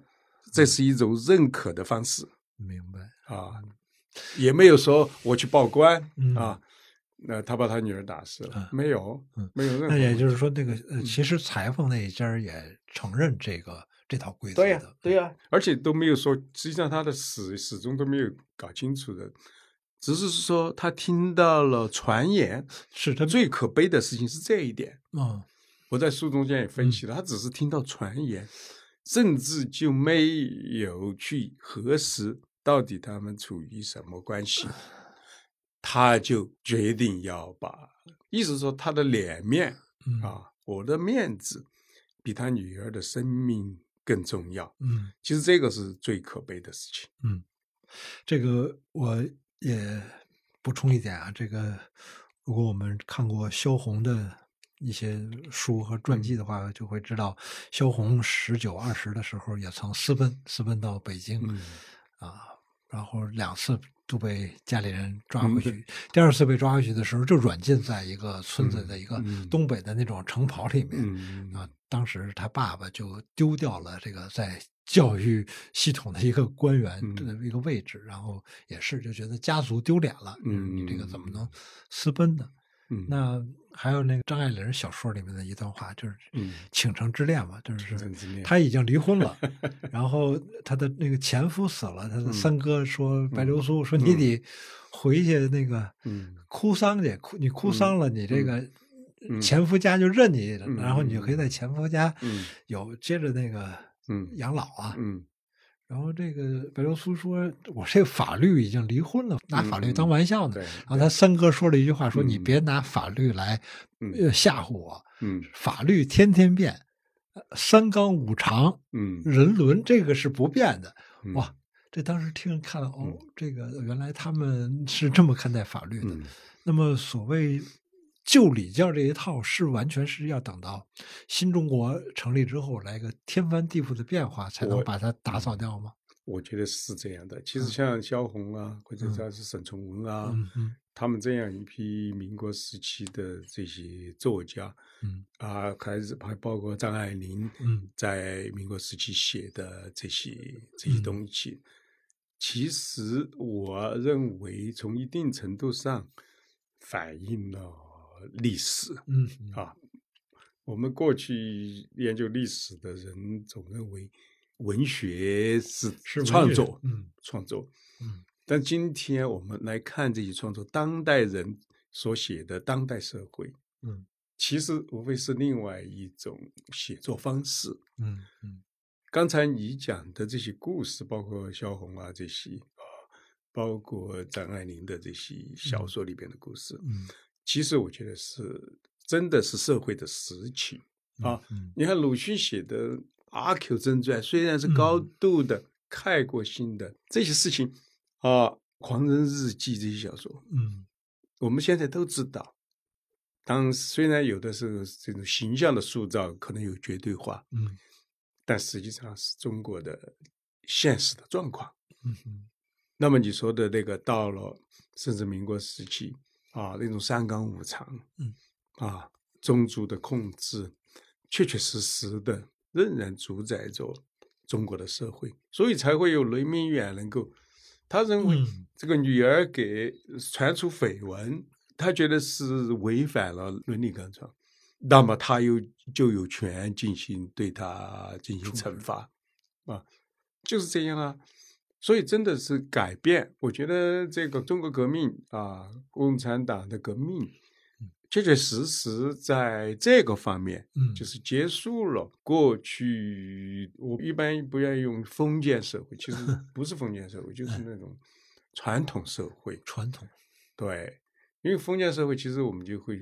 Speaker 1: 这是一种认可的方式
Speaker 2: 明白
Speaker 1: 啊，也没有说我去报官、
Speaker 2: 嗯
Speaker 1: 啊，那他把他女儿打死了，
Speaker 2: 啊
Speaker 1: 没有
Speaker 2: 嗯，
Speaker 1: 没有任何
Speaker 2: 那
Speaker 1: 问
Speaker 2: 也
Speaker 1: 题，
Speaker 2: 就是说，那个
Speaker 1: 嗯
Speaker 2: 呃，其实裁缝那一家儿也承认这个这套规则
Speaker 1: 对呀、
Speaker 2: 的，
Speaker 1: 对呀、而且都没有说，实际上他的死始终都没有搞清楚的，只是说他听到了传言。
Speaker 2: 嗯是他
Speaker 1: 最可悲的事情是这一点，
Speaker 2: 嗯
Speaker 1: 我在书中间也分析了，他只是听到传言，甚至就没有去核实到底他们处于什么关系，他就决定要把，意思说他的脸面
Speaker 2: 嗯
Speaker 1: 啊，我的面子比他女儿的生命更重要。
Speaker 2: 嗯，
Speaker 1: 其实这个是最可悲的事情。
Speaker 2: 这个我也补充一点啊，这个如果我们看过萧红的一些书和传记的话，就会知道萧红十九二十的时候也曾私奔，私奔到北京，
Speaker 1: 嗯
Speaker 2: 啊，然后两次都被家里人抓
Speaker 1: 嗯
Speaker 2: 回去。第二次被抓回去的时候，就软禁在一个村子
Speaker 1: 嗯
Speaker 2: 的一个
Speaker 1: 嗯
Speaker 2: 东北的那种城堡里面。
Speaker 1: 嗯
Speaker 2: 啊，当时他爸爸就丢掉了这个在教育系统的一个官员
Speaker 1: 嗯
Speaker 2: 的一个位置，然后也是就觉得家族丢脸了，
Speaker 1: 嗯
Speaker 2: 你这个怎么能私奔呢？
Speaker 1: 嗯
Speaker 2: 那还有那个张爱玲小说里面的一段话，就是
Speaker 1: 嗯
Speaker 2: “倾城之恋”嘛，就是
Speaker 1: 城之恋
Speaker 2: 她已经离婚
Speaker 1: *laughs*
Speaker 2: 了，然后她的那个前夫死了，她
Speaker 1: 嗯
Speaker 2: 的三哥说白流苏说你得回去那个
Speaker 1: 嗯
Speaker 2: 哭丧去，哭你哭丧了，你这个
Speaker 1: 嗯
Speaker 2: 前夫家就认你，然后你就可
Speaker 1: 嗯
Speaker 2: 以
Speaker 1: 嗯
Speaker 2: 在前夫家
Speaker 1: 嗯
Speaker 2: 有接着那个
Speaker 1: 嗯
Speaker 2: 养老啊，
Speaker 1: 嗯
Speaker 2: 然后这个白流苏说：“我这个法律已经离婚了，拿法律
Speaker 1: 嗯
Speaker 2: 当玩笑呢。
Speaker 1: 对
Speaker 2: 然后他三哥说了一句话：“说
Speaker 1: 嗯
Speaker 2: 你别拿法律来、
Speaker 1: 嗯
Speaker 2: 呃吓唬我，
Speaker 1: 嗯
Speaker 2: 法律天天变，呃三纲五常
Speaker 1: 嗯
Speaker 2: 人伦这个是不变的。
Speaker 1: 嗯
Speaker 2: 哇，这当时听人看了哦，这个原来他们是这么看待法律的。
Speaker 1: 嗯
Speaker 2: 那么所谓旧礼教这一套是完全是要等到新中国成立之后来个天翻地覆的变化，才能
Speaker 1: 我嗯
Speaker 2: 把它打扫掉吗？
Speaker 1: 我觉得是这样的。其实像萧红啊，或者像是沈从文啊，
Speaker 2: 嗯嗯
Speaker 1: 他们这样一批民国时期的这些作家
Speaker 2: 嗯
Speaker 1: 啊，还是还包括张爱玲
Speaker 2: 嗯
Speaker 1: 在民国时期写的这些这些
Speaker 2: 嗯
Speaker 1: 东西。其实我认为，从一定程度上反映了历史。
Speaker 2: 嗯嗯
Speaker 1: 啊，我们过去研究历史的人总认为文学是
Speaker 2: 是文
Speaker 1: 创
Speaker 2: 学
Speaker 1: 作，
Speaker 2: 嗯
Speaker 1: 创作。
Speaker 2: 嗯
Speaker 1: 但今天我们来看这些创作，当代人所写的当代社会，
Speaker 2: 嗯
Speaker 1: 其实无非是另外一种写作方式。
Speaker 2: 嗯嗯
Speaker 1: 刚才你讲的这些故事，包括萧红啊这些啊，包括张爱玲的这些小
Speaker 2: 嗯
Speaker 1: 说里边的故事，
Speaker 2: 嗯
Speaker 1: 其实我觉得是真的是社会的实情。啊，
Speaker 2: 嗯
Speaker 1: 你看鲁迅写的《阿 Q 正传》，虽然是高
Speaker 2: 嗯
Speaker 1: 度的、概括性的这些事情啊，狂人日记》这些小说，
Speaker 2: 嗯
Speaker 1: 我们现在都知道。当虽然有的时候这种形象的塑造可能有绝对化，
Speaker 2: 嗯
Speaker 1: 但实际上是中国的现实的状况。
Speaker 2: 嗯嗯
Speaker 1: 那么你说的那个到了甚至民国时期啊，那种三纲五常，
Speaker 2: 嗯，
Speaker 1: 啊，宗族的控制，确确实实的仍然主宰着中国的社会，所以才会有雷明远能够，他认为
Speaker 2: 嗯
Speaker 1: 这个女儿给传出绯闻，他觉得是违反了伦理纲常，那么他又就有权进行对他进行惩罚，啊，就是这样啊。所以真的是改变，我觉得这个中国革命啊，共产党的革命
Speaker 2: 嗯，
Speaker 1: 确确实实在这个方面
Speaker 2: 嗯，
Speaker 1: 就是结束了过去。我一般不愿意用封建社会，其实不是封建社会，
Speaker 2: 哎
Speaker 1: 就是那种传统社会。
Speaker 2: 传统，
Speaker 1: 对，因为封建社会其实我们就会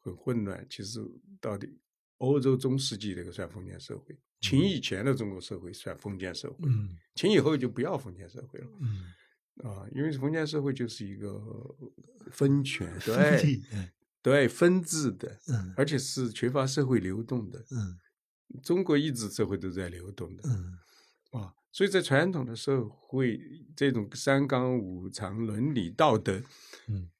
Speaker 1: 很混乱。其实到底欧洲中世纪那个算封建社会，秦以前的中国社会算封建社会，
Speaker 2: 嗯
Speaker 1: 秦以后就不要封建社会了。
Speaker 2: 嗯，
Speaker 1: 啊，因为封建社会就是一个分权，
Speaker 2: *laughs* 分
Speaker 1: 对
Speaker 2: 地，嗯
Speaker 1: 对分治的，
Speaker 2: 嗯
Speaker 1: 而且是缺乏社会流动的。
Speaker 2: 嗯
Speaker 1: 中国一直社会都在流动的
Speaker 2: 嗯
Speaker 1: 啊，所以在传统的社会，这种三纲五常、伦理道德，
Speaker 2: 嗯，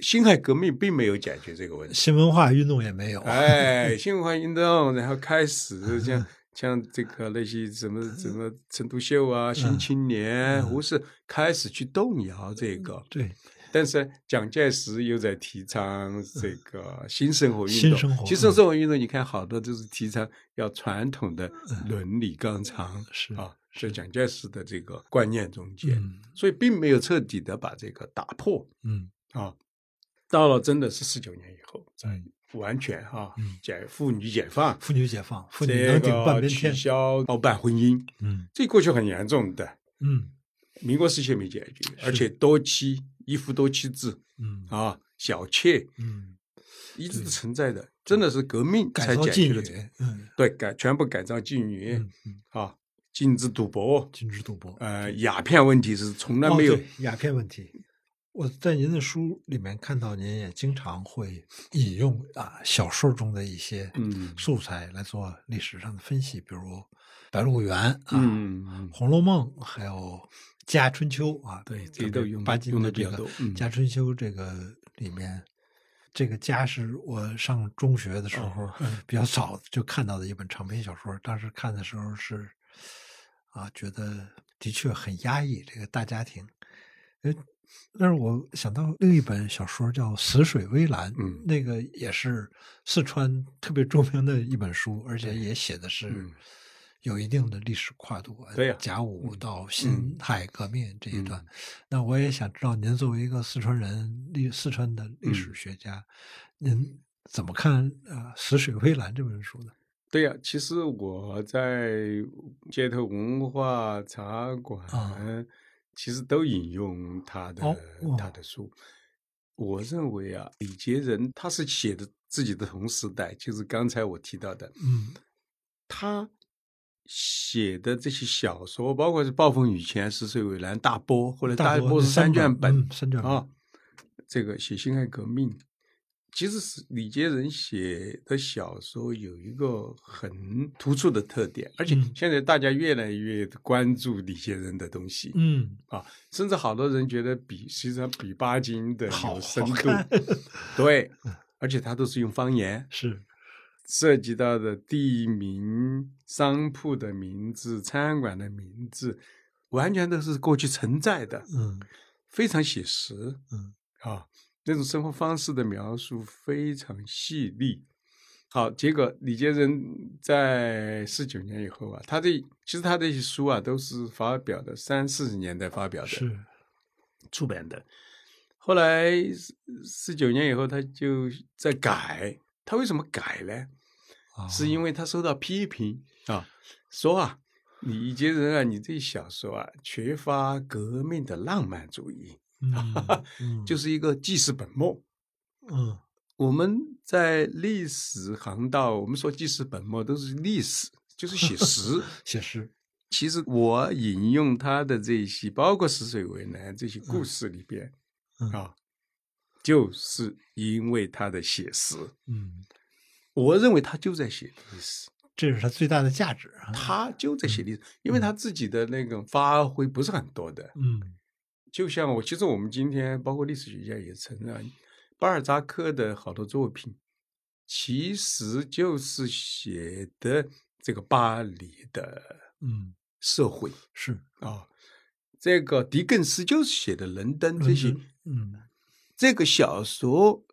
Speaker 1: 辛亥革命并没有解决这个问题。
Speaker 2: 新文化运动也没有，
Speaker 1: 哎，新文化运动，然后开始
Speaker 2: 嗯
Speaker 1: 像像这个那些什么什么陈独秀啊、新
Speaker 2: 嗯
Speaker 1: 青年、
Speaker 2: 嗯
Speaker 1: 胡适开始去动摇这个，
Speaker 2: 对，
Speaker 1: 但是蒋介石又在提倡这个新生活运动。
Speaker 2: 嗯新生活嗯
Speaker 1: 其实生活运动，你看好多就是提倡要传统的伦理纲常、
Speaker 2: 嗯是
Speaker 1: 啊，是蒋介石的这个观念中间，
Speaker 2: 嗯
Speaker 1: 所以并没有彻底的把这个打破
Speaker 2: 嗯
Speaker 1: 啊。到了真的是四九年以后，才
Speaker 2: 嗯
Speaker 1: 完全哈、啊
Speaker 2: 嗯
Speaker 1: 解妇女解放，
Speaker 2: 妇女解放，妇女
Speaker 1: 这
Speaker 2: 能顶半
Speaker 1: 个
Speaker 2: 边
Speaker 1: 取
Speaker 2: 天，
Speaker 1: 消包办婚姻，
Speaker 2: 嗯
Speaker 1: 这过去很严重的，
Speaker 2: 嗯
Speaker 1: 民国时期也没解决，
Speaker 2: 是
Speaker 1: 而且多妻一夫多妻制
Speaker 2: 嗯
Speaker 1: 啊，小妾。
Speaker 2: 嗯，
Speaker 1: 一直
Speaker 2: 对
Speaker 1: 存在的，真的是革命
Speaker 2: 嗯改
Speaker 1: 才
Speaker 2: 造
Speaker 1: 解
Speaker 2: 妓
Speaker 1: 决了这个。
Speaker 2: 女，嗯
Speaker 1: 对，改全部改造妓女、
Speaker 2: 嗯嗯，
Speaker 1: 啊，禁止赌博，
Speaker 2: 禁止赌博，
Speaker 1: 呃，鸦片问题是从来
Speaker 2: 哦
Speaker 1: 没有。
Speaker 2: 对鸦片问题。我在您的书里面看到，您也经常会引用啊小说中的一些
Speaker 1: 嗯
Speaker 2: 素材来做历史上的分析，比如《白鹿原》啊，
Speaker 1: 嗯嗯
Speaker 2: 红楼梦》，还有《家春秋》啊，
Speaker 1: 对
Speaker 2: 特
Speaker 1: 这都
Speaker 2: 别
Speaker 1: 用
Speaker 2: 巴
Speaker 1: 得
Speaker 2: 金
Speaker 1: 用得
Speaker 2: 这
Speaker 1: 比较
Speaker 2: 个
Speaker 1: 多
Speaker 2: 《
Speaker 1: 嗯
Speaker 2: 家春秋》这个里面，这个“家”是我上中学的时候、呃
Speaker 1: 哦
Speaker 2: 比较早就看到的一本长篇小说，当时看的时候是啊，觉得的确很压抑这个大家庭，呃。但是我想到另一本小说叫《死水微澜》，
Speaker 1: 嗯
Speaker 2: 那个也是四川特别著名的一本书，而且也写的是
Speaker 1: 嗯
Speaker 2: 有一定的历史跨度，啊
Speaker 1: 对呀
Speaker 2: 甲午
Speaker 1: 嗯
Speaker 2: 到辛亥革命这一段。那我也想知道，您作为一个四川人，历四川的历
Speaker 1: 嗯
Speaker 2: 史学家，您怎么看啊《死水微澜》这本书呢？
Speaker 1: 对呀、其实我在街头文化茶馆，
Speaker 2: 啊
Speaker 1: 其实都引用他的、
Speaker 2: 哦哦
Speaker 1: 他的书。我认为啊，李杰仁他是写的自己的同时代，就是刚才我提到的，
Speaker 2: 嗯
Speaker 1: 他写的这些小说，包括是《暴风雨前》《十岁围栏》《大波》，后来《
Speaker 2: 大
Speaker 1: 大
Speaker 2: 波
Speaker 1: 波》
Speaker 2: 那
Speaker 1: 是
Speaker 2: 三
Speaker 1: 卷
Speaker 2: 本嗯三卷本
Speaker 1: 啊。这个写辛亥革命，其实是李杰仁写的小说有一个很突出的特点，而且
Speaker 2: 嗯
Speaker 1: 现在大家越来越关注李杰仁的东西，
Speaker 2: 嗯，
Speaker 1: 啊，甚至好多人觉得比实际上比巴金的
Speaker 2: 好
Speaker 1: 有深度
Speaker 2: 好看， *laughs* 嗯
Speaker 1: 对，而且他都是用方言，
Speaker 2: 是，
Speaker 1: 涉及到的地名、商铺的名字、餐馆的名字，完全都是过去存在的，
Speaker 2: 嗯
Speaker 1: 非常写实，
Speaker 2: 嗯
Speaker 1: 啊，那种生活方式的描述非常细腻。好，结果李杰仁在四九年以后啊，他的其实他的一些书啊都是发表的三四十年代发表的，
Speaker 2: 是，
Speaker 1: 出版的。后来四四九年以后，他就在改。他为什么改呢？
Speaker 2: 啊
Speaker 1: 是因为他受到批评啊，说啊，你一些人啊，你这小说啊，缺乏革命的浪漫主义， *laughs*
Speaker 2: 嗯，
Speaker 1: 就是是一个纪实本末。
Speaker 2: 嗯
Speaker 1: 我们在历史航道，我们说纪实本末都是历史，就是写
Speaker 2: *laughs*
Speaker 1: 实。
Speaker 2: 写诗，
Speaker 1: 其实我引用他的这些，包括《死水为难》这些故事里边，
Speaker 2: 嗯
Speaker 1: 啊，就是因为他的写实，
Speaker 2: 嗯，
Speaker 1: 我认为他就在写历史，
Speaker 2: 这是它最大的价值啊，
Speaker 1: 他就在写历史，因为他自己的那个发挥不是很多的。
Speaker 2: 嗯
Speaker 1: 就像我，其实我们今天包括历史学家也承认，巴尔扎克的好多作品其实就是写的这个巴黎的
Speaker 2: 嗯
Speaker 1: 社会
Speaker 2: 是，
Speaker 1: 啊。这个狄更斯就是写的伦敦这
Speaker 2: 伦
Speaker 1: 些
Speaker 2: 敦嗯
Speaker 1: 这个小说，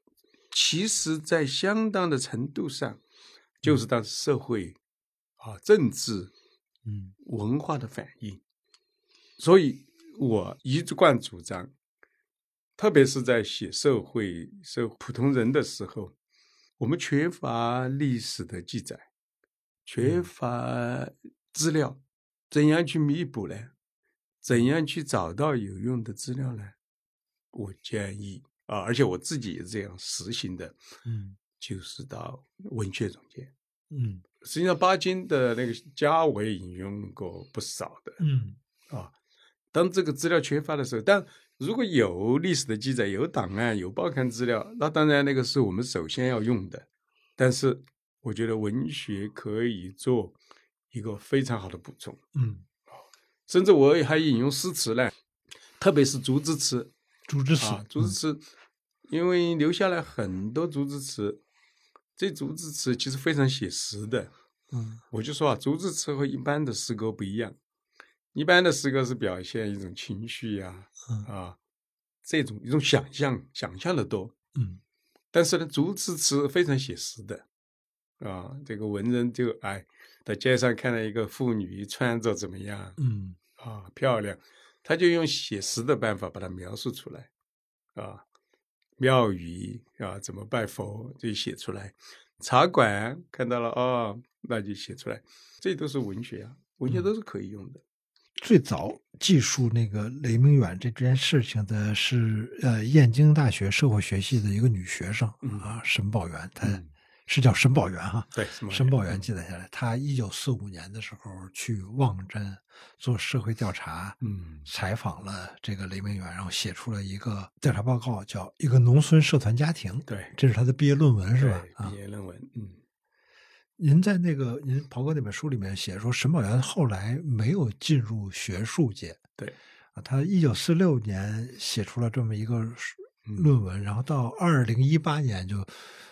Speaker 1: 其实在相当的程度上，就是当时社会啊、政治、
Speaker 2: 嗯
Speaker 1: 文化的反应。所以我一贯主张，特别是在写社会、社普通人的时候，我们缺乏历史的记载，缺乏资料，怎样去弥补呢？怎样去找到有用的资料呢？我建议啊，而且我自己也这样实行的，
Speaker 2: 嗯
Speaker 1: 就是到文学总监。
Speaker 2: 嗯
Speaker 1: 实际上，巴金的那个家我也引用过不少的，
Speaker 2: 嗯
Speaker 1: 啊，当这个资料缺乏的时候，但如果有历史的记载、有档案、有报刊资料，那当然那个是我们首先要用的。但是我觉得文学可以做一个非常好的补充，
Speaker 2: 嗯，
Speaker 1: 甚至我也还引用诗词呢，特别是竹枝词
Speaker 2: 竹枝词
Speaker 1: 啊，，竹枝词，因为留下来很多竹枝词，这竹枝词其实非常写实的。
Speaker 2: 嗯
Speaker 1: 我就说啊，竹枝词和一般的诗歌不一样，一般的诗歌是表现一种情绪呀、
Speaker 2: 嗯
Speaker 1: 啊，这种一种想象，想象的多。
Speaker 2: 嗯
Speaker 1: 但是呢，竹枝词非常写实的，啊，这个文人就哎，在街上看到一个妇女穿着怎么样
Speaker 2: 嗯
Speaker 1: 啊，漂亮，他就用写实的办法把它描述出来，啊，庙宇啊，怎么拜佛就写出来，茶馆看到了哦，那就写出来，这都是文学啊，文学
Speaker 2: 嗯
Speaker 1: 都是可以用的。
Speaker 2: 最早记述那个雷明远这件事情的是呃燕京大学社会学系的一个女学生、
Speaker 1: 嗯
Speaker 2: 啊，沈宝元，她、
Speaker 1: 嗯
Speaker 2: 是叫沈宝元哈、
Speaker 1: 对，什么
Speaker 2: 申报员嗯记载下来，他一九四五年的时候去望镇做社会调查，
Speaker 1: 嗯
Speaker 2: 采访了这个雷明远，然后写出了一个调查报告，叫《一个农村社团家庭》，
Speaker 1: 对，
Speaker 2: 这是他的毕业论文，是吧
Speaker 1: 对？
Speaker 2: 啊
Speaker 1: 毕，业论文，嗯，
Speaker 2: 您在那个您袍哥那本书里面写说，沈宝元后来没有进入学术界
Speaker 1: 对，
Speaker 2: 啊，他一九四六年写出了这么一个
Speaker 1: 嗯
Speaker 2: 论文，然后到二零一八年就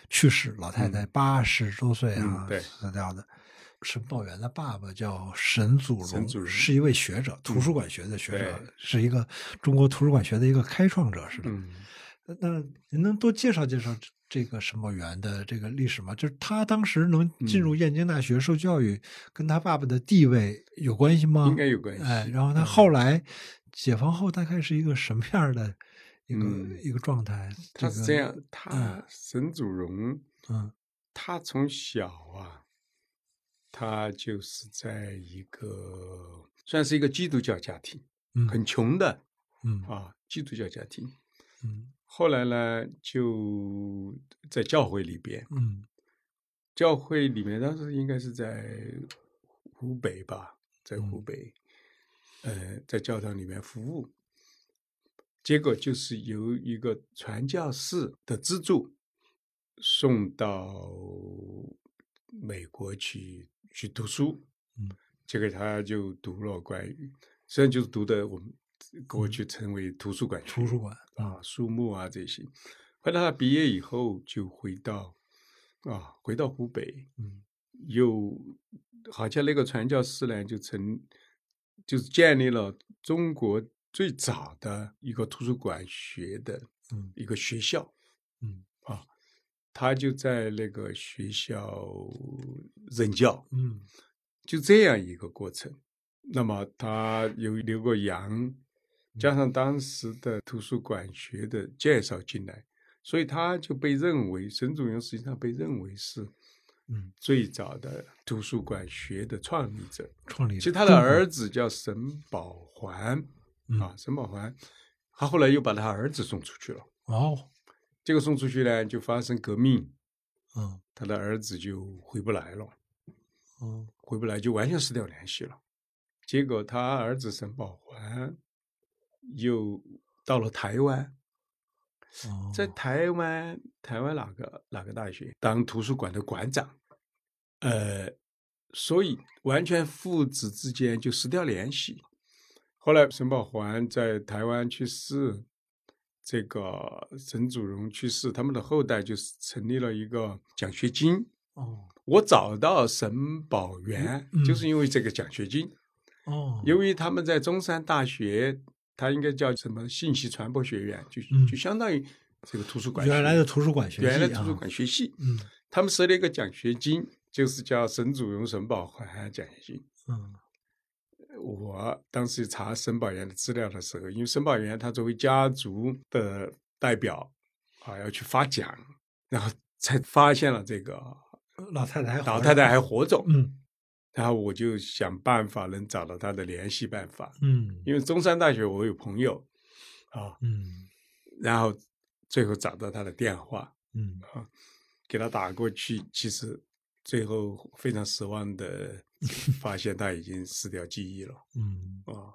Speaker 2: 去世，老太太八十多岁啊，
Speaker 1: 嗯嗯对
Speaker 2: 死掉的。沈抱元的爸爸叫沈祖
Speaker 1: 沈祖
Speaker 2: 荣，
Speaker 1: 荣嗯
Speaker 2: 是一位学者，图书馆学的学者，
Speaker 1: 对
Speaker 2: 是一个中国图书馆学的一个开创者似的。
Speaker 1: 嗯。
Speaker 2: 那那您能多介绍介绍这这个沈抱元的这个历史吗？就是他当时能
Speaker 1: 嗯
Speaker 2: 进入燕京大学受教育，跟他爸爸的地位有关系吗？
Speaker 1: 应该有关系。嗯
Speaker 2: 哎，然后他后来解放后大概是一个什么样的一个、
Speaker 1: 嗯
Speaker 2: 一个状态？
Speaker 1: 他是
Speaker 2: 个
Speaker 1: 这，样，他沈祖荣，
Speaker 2: 嗯
Speaker 1: 他从小啊，他就是在一个算是一个基督教家庭，
Speaker 2: 嗯，
Speaker 1: 很穷的
Speaker 2: 嗯
Speaker 1: 啊，基督教家庭。
Speaker 2: 嗯
Speaker 1: 后来呢，就在教会里边，
Speaker 2: 嗯
Speaker 1: 教会里面当时应该是在湖北吧，在湖北，呃，在教堂里面服务。结果就是由一个传教士的资助，送到美国去去读书，
Speaker 2: 嗯，
Speaker 1: 结果他就读了关于，虽然就是读的我们过去称为图书馆
Speaker 2: 图书馆
Speaker 1: 啊、书目啊这些。后来他毕业以后就回到啊，回到湖北，
Speaker 2: 嗯
Speaker 1: 又好像那个传教士呢，就成就是建立了中国最早的一个图书馆学的
Speaker 2: 嗯
Speaker 1: 一个学校。啊
Speaker 2: 嗯
Speaker 1: 他就在那个学校任教，
Speaker 2: 嗯
Speaker 1: 就这样一个过程。那么他有留过洋，加上当时的图书馆学的介绍进来，所以他就被认为沈祖云实际上被认为是
Speaker 2: 嗯，
Speaker 1: 最早的图书馆学的创立者。
Speaker 2: 创立
Speaker 1: 其
Speaker 2: 了
Speaker 1: 实他的儿子叫沈宝环
Speaker 2: 嗯
Speaker 1: 啊，沈宝环，他后来又把他儿子送出去了。
Speaker 2: 哦
Speaker 1: 结果送出去呢，就发生革命，
Speaker 2: 嗯
Speaker 1: 他的儿子就回不来了。
Speaker 2: 嗯
Speaker 1: 回不来，就完全失掉联系了。结果他儿子沈宝环又到了台湾，
Speaker 2: 哦
Speaker 1: 在台湾台湾哪个哪个大学当图书馆的馆长，呃，所以完全父子之间就失掉联系。后来沈宝环在台湾去世，这个沈祖荣去世，他们的后代就是成立了一个奖学金，
Speaker 2: 哦
Speaker 1: 我找到沈宝元，
Speaker 2: 嗯
Speaker 1: 就是因为这个奖学金。
Speaker 2: 哦
Speaker 1: 由于他们在中山大学，他应该叫什么信息传播学院，就、
Speaker 2: 嗯
Speaker 1: 就相当于这个图书馆
Speaker 2: 原来的
Speaker 1: 学
Speaker 2: 图书馆学系啊
Speaker 1: 原来图书馆学系，
Speaker 2: 嗯
Speaker 1: 他们设立一个奖学金，就是叫沈祖荣沈宝环奖学金。
Speaker 2: 嗯
Speaker 1: 我当时查沈宝元的资料的时候，因为沈宝元他作为家族的代表啊要去发奖，然后才发现了这个啊
Speaker 2: 老太太还活着
Speaker 1: 老太太还活着，
Speaker 2: 嗯
Speaker 1: 然后我就想办法能找到他的联系办法，
Speaker 2: 嗯
Speaker 1: 因为中山大学我有朋友啊，
Speaker 2: 嗯
Speaker 1: 然后最后找到他的电话，
Speaker 2: 嗯
Speaker 1: 给他打过去，其实最后非常失望的发现他已经失掉记忆了
Speaker 2: 嗯
Speaker 1: 啊，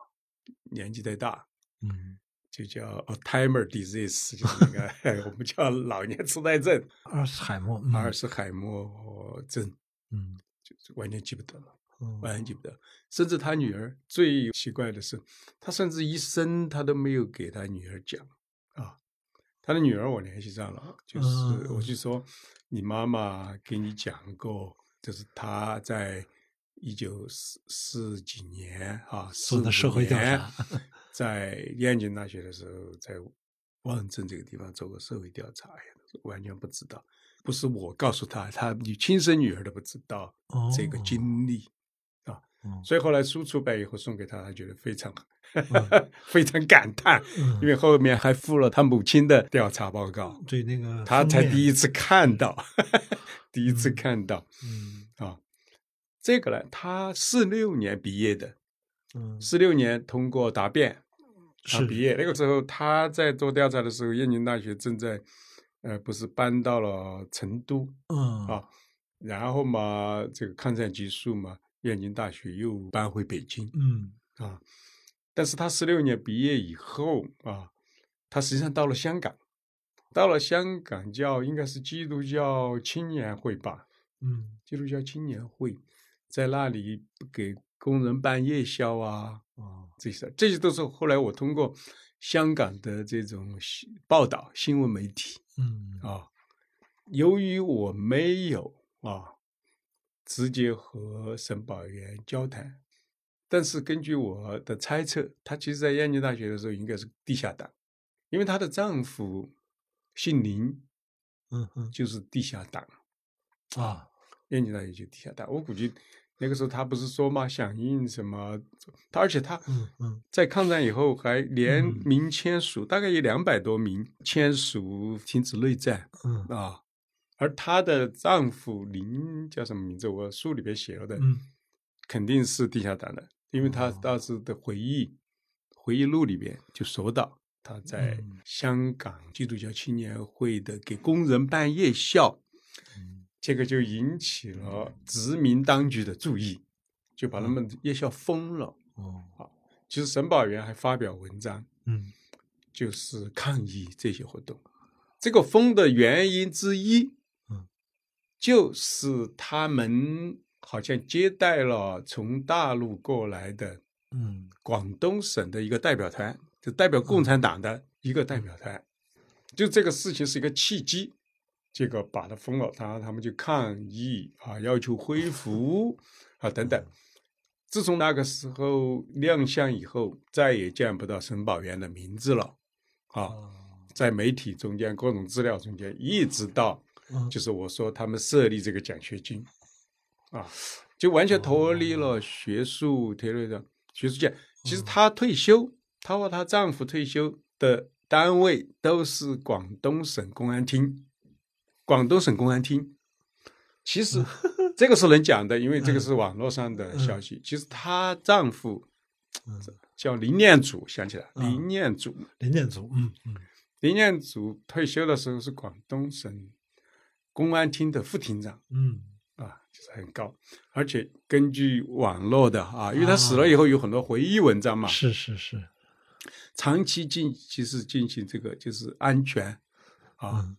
Speaker 1: 年纪太大，
Speaker 2: 嗯，
Speaker 1: 就叫 Alzheimer disease，就是那个我们叫老年痴呆症、
Speaker 2: 阿尔茨海默
Speaker 1: 阿尔茨
Speaker 2: 茨
Speaker 1: 海默症，
Speaker 2: 嗯
Speaker 1: 就完全记不得了。
Speaker 2: 嗯
Speaker 1: 我很记不得。甚至他女儿最奇怪的是，他甚至一生他都没有给他女儿讲啊。他的女儿我联系上了，就是
Speaker 2: 嗯
Speaker 1: 我就说，你妈妈给你讲过，就是她在一九四四几年啊，
Speaker 2: 做的
Speaker 1: 45
Speaker 2: 社会调
Speaker 1: 年
Speaker 2: 查， *laughs*
Speaker 1: 在燕京大学的时候，在望镇这个地方做过社会调查，哎呀完全不知道。不是我告诉他，他女亲生女儿都不知道这个
Speaker 2: 哦
Speaker 1: 经历。 *laughs*
Speaker 2: 嗯
Speaker 1: 所以后来书出版以后送给他，他觉得非常、
Speaker 2: 嗯
Speaker 1: *laughs* 非常感叹，
Speaker 2: 嗯
Speaker 1: 因为后面还附了他母亲的调查报告，
Speaker 2: 对那个
Speaker 1: 啊他才第
Speaker 2: 一
Speaker 1: 一次看到， *laughs* 第一次
Speaker 2: 嗯
Speaker 1: 看到
Speaker 2: 嗯
Speaker 1: 啊。这个呢，他四六年毕业的，
Speaker 2: 嗯
Speaker 1: 四六年通过答辩，他
Speaker 2: 是
Speaker 1: 毕业。那个时候他在做调查的时候，燕京大学正在，呃，不是搬到了成都，
Speaker 2: 嗯
Speaker 1: 啊然后嘛，这个抗战结束嘛，燕京大学又搬回北京，
Speaker 2: 嗯
Speaker 1: 啊，但是他十六年毕业以后啊，他实际上到了香港，到了香港叫应该是基督教青年会吧，
Speaker 2: 嗯
Speaker 1: 基督教青年会，在那里给工人办夜宵啊，
Speaker 2: 哦
Speaker 1: 这些这些都是后来我通过香港的这种新报道新闻媒体
Speaker 2: 嗯
Speaker 1: 啊，由于我没有啊直接和沈宝元交谈，但是根据我的猜测，她其实在燕京大学的时候应该是地下党，因为她的丈夫姓林，
Speaker 2: 嗯嗯
Speaker 1: 就是地下党，
Speaker 2: 啊
Speaker 1: 燕京大学就地下党。我估计那个时候她不是说嘛，响应什么，她而且她
Speaker 2: 嗯嗯
Speaker 1: 在抗战以后还联
Speaker 2: 嗯
Speaker 1: 名签署，大概有两百多名签署停止内战。
Speaker 2: 嗯
Speaker 1: 啊，而她的丈夫林叫什么名字？我书里边写了的，
Speaker 2: 嗯
Speaker 1: 肯定是地下党的，因为他
Speaker 2: 哦
Speaker 1: 当时的回忆、回忆录里边就说到，他在
Speaker 2: 嗯
Speaker 1: 香港基督教青年会的给工人办夜校，
Speaker 2: 嗯
Speaker 1: 这个就引起了殖民当局的注意，就把他们夜校封了。
Speaker 2: 哦
Speaker 1: 啊其实沈宝元还发表文章，
Speaker 2: 嗯
Speaker 1: 就是抗议这些活动。这个封的原因之一就是他们好像接待了从大陆过来的
Speaker 2: 嗯
Speaker 1: 广东省的一个代表团，就代表共产党的一个代表团，就这个事情是一个契机，结果把他封了，然后他们就抗议啊，要求恢复啊等等。自从那个时候亮相以后，再也见不到沈宝元的名字了，啊，
Speaker 2: 啊，
Speaker 1: 在媒体中间、各种资料中间，一直到
Speaker 2: 嗯
Speaker 1: 就是我说他们设立这个奖学金，啊，就完
Speaker 2: 哦
Speaker 1: 全脱离了学术铁路的学术界。其
Speaker 2: 嗯
Speaker 1: 实她退休，她和她丈夫退休的单位都是广东省公安厅，广东省公安厅。其实
Speaker 2: 嗯
Speaker 1: 这个是能讲的，因为这个是网络上的消息。其实她丈夫
Speaker 2: 嗯
Speaker 1: 叫林念祖，想起来
Speaker 2: 嗯
Speaker 1: 林念祖，
Speaker 2: 林建祖，嗯嗯
Speaker 1: 林彦祖退休的时候是广东省公安厅的副厅长
Speaker 2: 嗯
Speaker 1: 啊，就是很高，而且根据网络的啊，因为他死了以后有很多回忆文章嘛，
Speaker 2: 是是是，
Speaker 1: 长期进其实进行这个就是安全啊、
Speaker 2: 嗯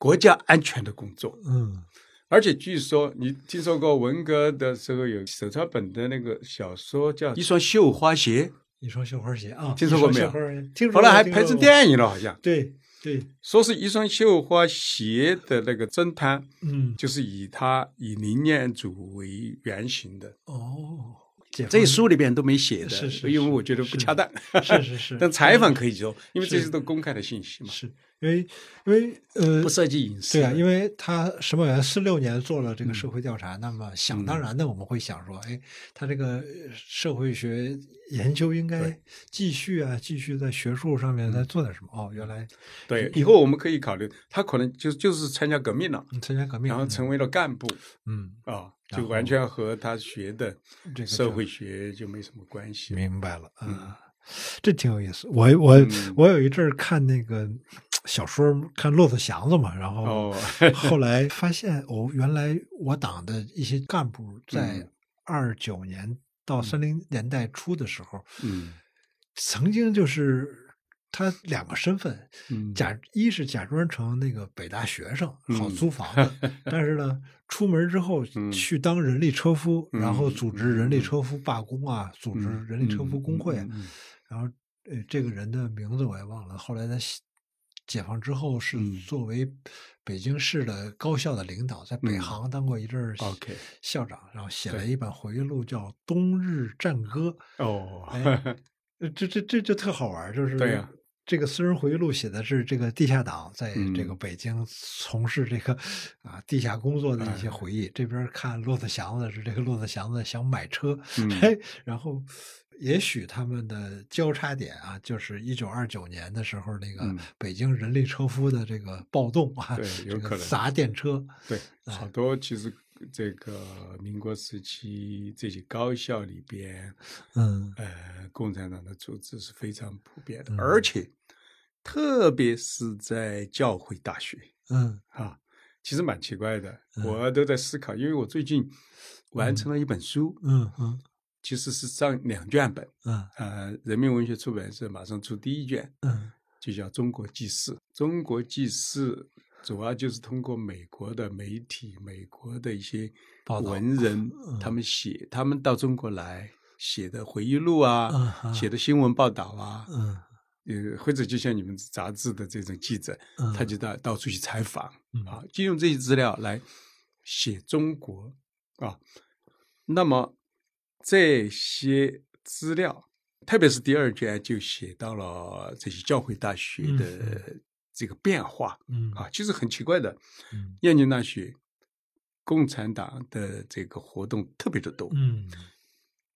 Speaker 1: 国家安全的工作，
Speaker 2: 嗯
Speaker 1: 而且据说你听说过文革的时候有手抄本的那个小说叫《一双绣花鞋
Speaker 2: 一双绣花鞋啊，
Speaker 1: 听说过
Speaker 2: 一
Speaker 1: 没有
Speaker 2: 双绣花鞋？听》，
Speaker 1: 后
Speaker 2: 说过
Speaker 1: 来还
Speaker 2: 听
Speaker 1: 拍
Speaker 2: 说
Speaker 1: 成
Speaker 2: 过
Speaker 1: 电影了，好像
Speaker 2: 对对，
Speaker 1: 说是一双绣花鞋的那个侦探。
Speaker 2: 嗯
Speaker 1: 就是以他以林念祖为原型的，
Speaker 2: 哦，解
Speaker 1: 这
Speaker 2: 放
Speaker 1: 书里边都没写的，
Speaker 2: 是是
Speaker 1: 因为我觉得
Speaker 2: 是
Speaker 1: 不恰当。
Speaker 2: 是是是
Speaker 1: *laughs* 但采访可以说，因为
Speaker 2: 是
Speaker 1: 这些都公开的信息嘛，
Speaker 2: 是因为因为呃
Speaker 1: 不，涉及隐私
Speaker 2: 对
Speaker 1: 的。
Speaker 2: 啊，因
Speaker 1: 为
Speaker 2: 为他沈宝元四六年做了这个社会调
Speaker 1: 嗯
Speaker 2: 查，那么想当然的我们会想说，哎，他这个呃社会学研究应该
Speaker 1: 对嗯
Speaker 2: 继续啊，继续在学术上面再做点什么。哦，原来
Speaker 1: 对以后我们可以考虑，他可能就就是参加革命了，
Speaker 2: 嗯参加革命，
Speaker 1: 然后
Speaker 2: 嗯
Speaker 1: 成为了干部
Speaker 2: 嗯，
Speaker 1: 啊，
Speaker 2: 然
Speaker 1: 就
Speaker 2: 后
Speaker 1: 完全和他学的
Speaker 2: 这个
Speaker 1: 社会学就没什么关系。
Speaker 2: 明白了，
Speaker 1: 嗯
Speaker 2: 啊，这挺有意思。我我、
Speaker 1: 嗯
Speaker 2: 我有一阵儿看那个小说，看《骆驼祥子》嘛，然后
Speaker 1: 哦
Speaker 2: 后来发现，哦，原来我党的一些干部在
Speaker 1: 嗯
Speaker 2: 二九年到三零年代初的时候，
Speaker 1: 嗯
Speaker 2: 曾经就是。他两个身份，
Speaker 1: 嗯， *laughs*
Speaker 2: 假一是假装成那个北大学生，好
Speaker 1: 嗯
Speaker 2: 租房子，
Speaker 1: *laughs*
Speaker 2: 但是呢，出门之后
Speaker 1: 嗯
Speaker 2: 去当人力车夫，然后
Speaker 1: 嗯
Speaker 2: 组织人力
Speaker 1: 嗯
Speaker 2: 车夫罢工啊，组织
Speaker 1: 嗯
Speaker 2: 人力车夫工会啊，
Speaker 1: 嗯嗯嗯
Speaker 2: 然后呃，这个人的名字我也忘了。后来他西解放之后是
Speaker 1: 嗯
Speaker 2: 作为北京市的高校的领导，在北
Speaker 1: 嗯
Speaker 2: 航当过一阵儿
Speaker 1: OK
Speaker 2: 校长，然后写了
Speaker 1: 对
Speaker 2: 一本回忆录叫《冬日战歌》。
Speaker 1: 哦， *laughs*
Speaker 2: 哎呃这这这就特好玩儿，就是
Speaker 1: 对呀
Speaker 2: 这个私人回忆录写的是这个地下党在这个
Speaker 1: 嗯
Speaker 2: 北京从事这个、啊地下工作的一些
Speaker 1: 哎
Speaker 2: 回忆。这边看骆驼祥子是这个骆驼祥子想买车， *laughs*
Speaker 1: 嗯
Speaker 2: 哎，然后也许他们的交叉点啊，就是一九二九年的时候那个
Speaker 1: 嗯
Speaker 2: 北京人力车夫的这个暴动啊，
Speaker 1: 对有
Speaker 2: 这个
Speaker 1: 可能
Speaker 2: 砸电车，
Speaker 1: 对，
Speaker 2: 哎
Speaker 1: 好多其实这个民国时期这些高校里边，
Speaker 2: 嗯
Speaker 1: 呃，共产党的组织是非常普遍的，
Speaker 2: 嗯
Speaker 1: 而且特别是在教会大学
Speaker 2: 嗯
Speaker 1: 啊，其实蛮奇怪的，
Speaker 2: 嗯
Speaker 1: 我都在思考，因为我最近完成了一本书，
Speaker 2: 嗯嗯
Speaker 1: 其实是上两卷本，
Speaker 2: 嗯
Speaker 1: 呃，人民文学出版社马上出第一卷，
Speaker 2: 嗯
Speaker 1: 就叫《中国纪事》。中国纪事主要就是通过美国的媒体、美国的一些
Speaker 2: 报道嗯
Speaker 1: 文人，他们写，他们到中国来写的回忆录啊，
Speaker 2: 嗯，
Speaker 1: 写的新闻报道啊，
Speaker 2: 嗯
Speaker 1: 呃，或者就像你们杂志的这种记者，
Speaker 2: 嗯，
Speaker 1: 他就到到处去采访
Speaker 2: 嗯
Speaker 1: 啊，就用这些资料来写中国啊。那么这些资料，特别是第二卷，就写到了这些教会大学
Speaker 2: 嗯
Speaker 1: 的这个变化
Speaker 2: 嗯
Speaker 1: 啊，其实很奇怪的，
Speaker 2: 嗯
Speaker 1: 燕京大学共产党的这个活动特别的多，
Speaker 2: 嗯。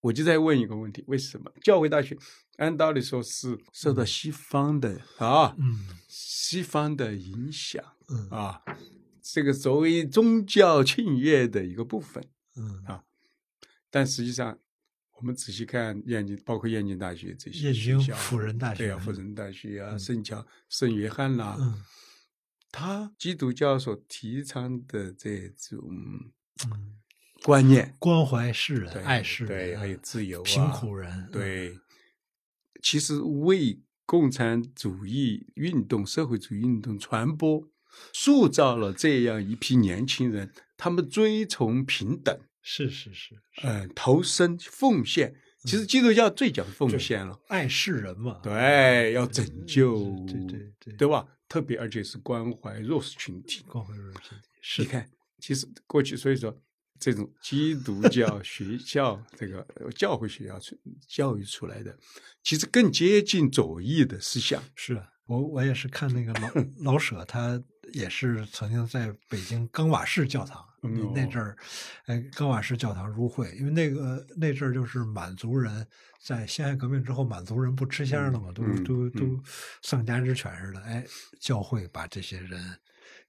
Speaker 1: 我就在问一个问题：为什么教会大学按道理说是受到西方的、啊
Speaker 2: 嗯
Speaker 1: 西方的影响
Speaker 2: 嗯
Speaker 1: 啊，这个作为宗教庆乐的一个部分，
Speaker 2: 嗯，
Speaker 1: 但实际上我们仔细看燕京，包括燕京大学这些
Speaker 2: 燕
Speaker 1: 学
Speaker 2: 京
Speaker 1: 校，
Speaker 2: 辅仁大学，
Speaker 1: 对啊，辅仁大学啊，
Speaker 2: 嗯
Speaker 1: 圣乔、圣约翰啦、
Speaker 2: 嗯
Speaker 1: 他基督教所提倡的这种
Speaker 2: 嗯，
Speaker 1: 观念，
Speaker 2: 关怀世
Speaker 1: 对
Speaker 2: 人，爱世人，
Speaker 1: 对，还有自由、啊、
Speaker 2: 贫苦人，，嗯
Speaker 1: 对，其实为共产主义运动、社会主义运动传播，塑造了这样一批年轻人，他们追崇平等，
Speaker 2: 是是是，是嗯
Speaker 1: 嗯、投身奉献。其实基督教最讲奉献了，
Speaker 2: 爱世人嘛，嗯
Speaker 1: 对，要拯救，
Speaker 2: 对对对
Speaker 1: 对吧？特别而且是关怀弱势群体。
Speaker 2: 光辉人身体是
Speaker 1: 你看，其实过去所以说，这种基督教学校这个呃教会学校出教育出来的，其实更接近左翼的思想。
Speaker 2: 是啊，我我也是看那个
Speaker 1: *laughs*
Speaker 2: 老老舍，他也是曾经在北京冈瓦市教堂，
Speaker 1: 嗯
Speaker 2: 那阵儿，哎，冈瓦市教堂入会，因为那个那阵儿就是满族人在辛亥革命之后，满族人不吃香了嘛，都
Speaker 1: 嗯
Speaker 2: 都
Speaker 1: 嗯
Speaker 2: 都丧家之犬似的，哎，教会把这些人。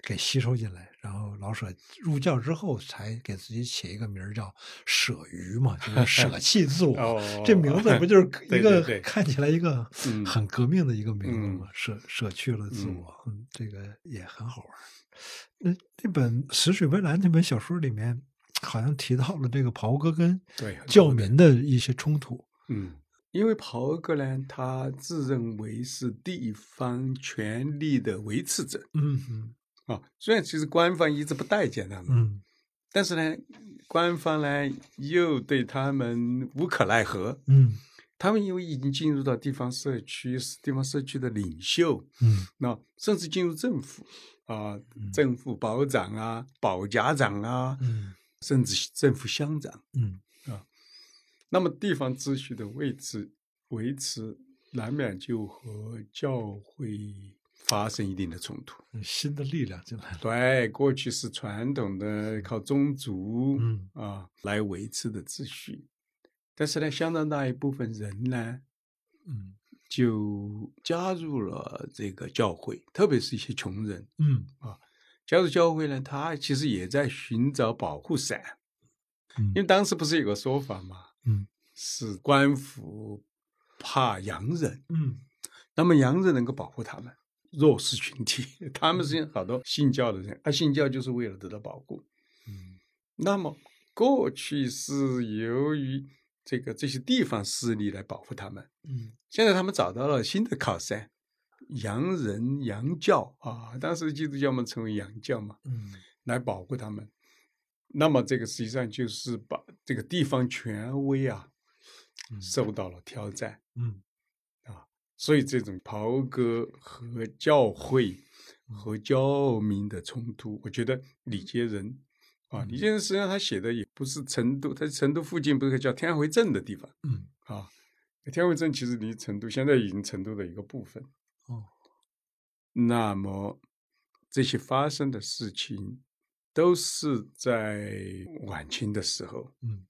Speaker 2: 给吸收进来，然后老舍入教之后才给自己起一个名儿叫“舍鱼”嘛，就是舍弃自
Speaker 1: *laughs*
Speaker 2: 我。
Speaker 1: 哦
Speaker 2: *laughs* 这名字不就是一
Speaker 1: 对
Speaker 2: 个
Speaker 1: 对对
Speaker 2: 看起来一个
Speaker 1: 嗯
Speaker 2: 很革命的一个名字嘛
Speaker 1: 嗯，
Speaker 2: 舍舍去了自
Speaker 1: 嗯
Speaker 2: 我，嗯，这个也很好玩儿。那那本《死水微澜》那本小说里面，好像提到了这个袍哥跟
Speaker 1: 对
Speaker 2: 教民的一些冲突，
Speaker 1: *laughs* 嗯，因为袍哥呢，他自认为是地方权力的维持者
Speaker 2: 嗯嗯
Speaker 1: 啊，虽然其实官方一直不待见他们，
Speaker 2: 嗯
Speaker 1: 但是呢，官方呢又对他们无可奈何。
Speaker 2: 嗯
Speaker 1: 他们因为已经进入到地方社区，是地方社区的领袖，
Speaker 2: 嗯
Speaker 1: 那甚至进入政府啊、政府保长啊、保家长啊，
Speaker 2: 嗯
Speaker 1: 甚至政府乡长。
Speaker 2: 嗯
Speaker 1: 那么地方秩序的维持维持，难免就和教会发生一定的冲突。
Speaker 2: 嗯，新的力量进来了，
Speaker 1: 对，过去是传统的靠宗族，
Speaker 2: 嗯
Speaker 1: 啊来维持的秩序，但是呢，相当大一部分人呢，
Speaker 2: 嗯
Speaker 1: 就加入了这个教会，特别是一些穷人
Speaker 2: 嗯
Speaker 1: 加入教会呢，他其实也在寻找保护伞，
Speaker 2: 嗯
Speaker 1: 因为当时不是有个说法嘛，
Speaker 2: 嗯，
Speaker 1: 是官府怕洋人，
Speaker 2: 嗯
Speaker 1: 那么洋人能够保护他们弱势群体， *laughs* 他们是好多信教的人，而啊信教就是为了得到保护。
Speaker 2: 嗯
Speaker 1: 那么过去是由于这个这些地方势力来保护他们，
Speaker 2: 嗯
Speaker 1: 现在他们找到了新的靠山，洋人、洋教啊，当时基督教嘛称为洋教嘛，
Speaker 2: 嗯
Speaker 1: 来保护他们。那么这个实际上就是把这个地方权威啊
Speaker 2: 嗯
Speaker 1: 受到了挑战，
Speaker 2: 嗯
Speaker 1: 所以这种袍哥和教会
Speaker 2: 嗯
Speaker 1: 和教民的冲突，我觉得李杰仁啊，
Speaker 2: 嗯
Speaker 1: 李杰仁实际上他写的也不是成都，他成都附近不是个叫天回镇的地方
Speaker 2: 嗯
Speaker 1: 啊，天回镇其实离成都现在已经成都的一个部分。
Speaker 2: 哦
Speaker 1: 那么这些发生的事情都是在晚清的时候
Speaker 2: 嗯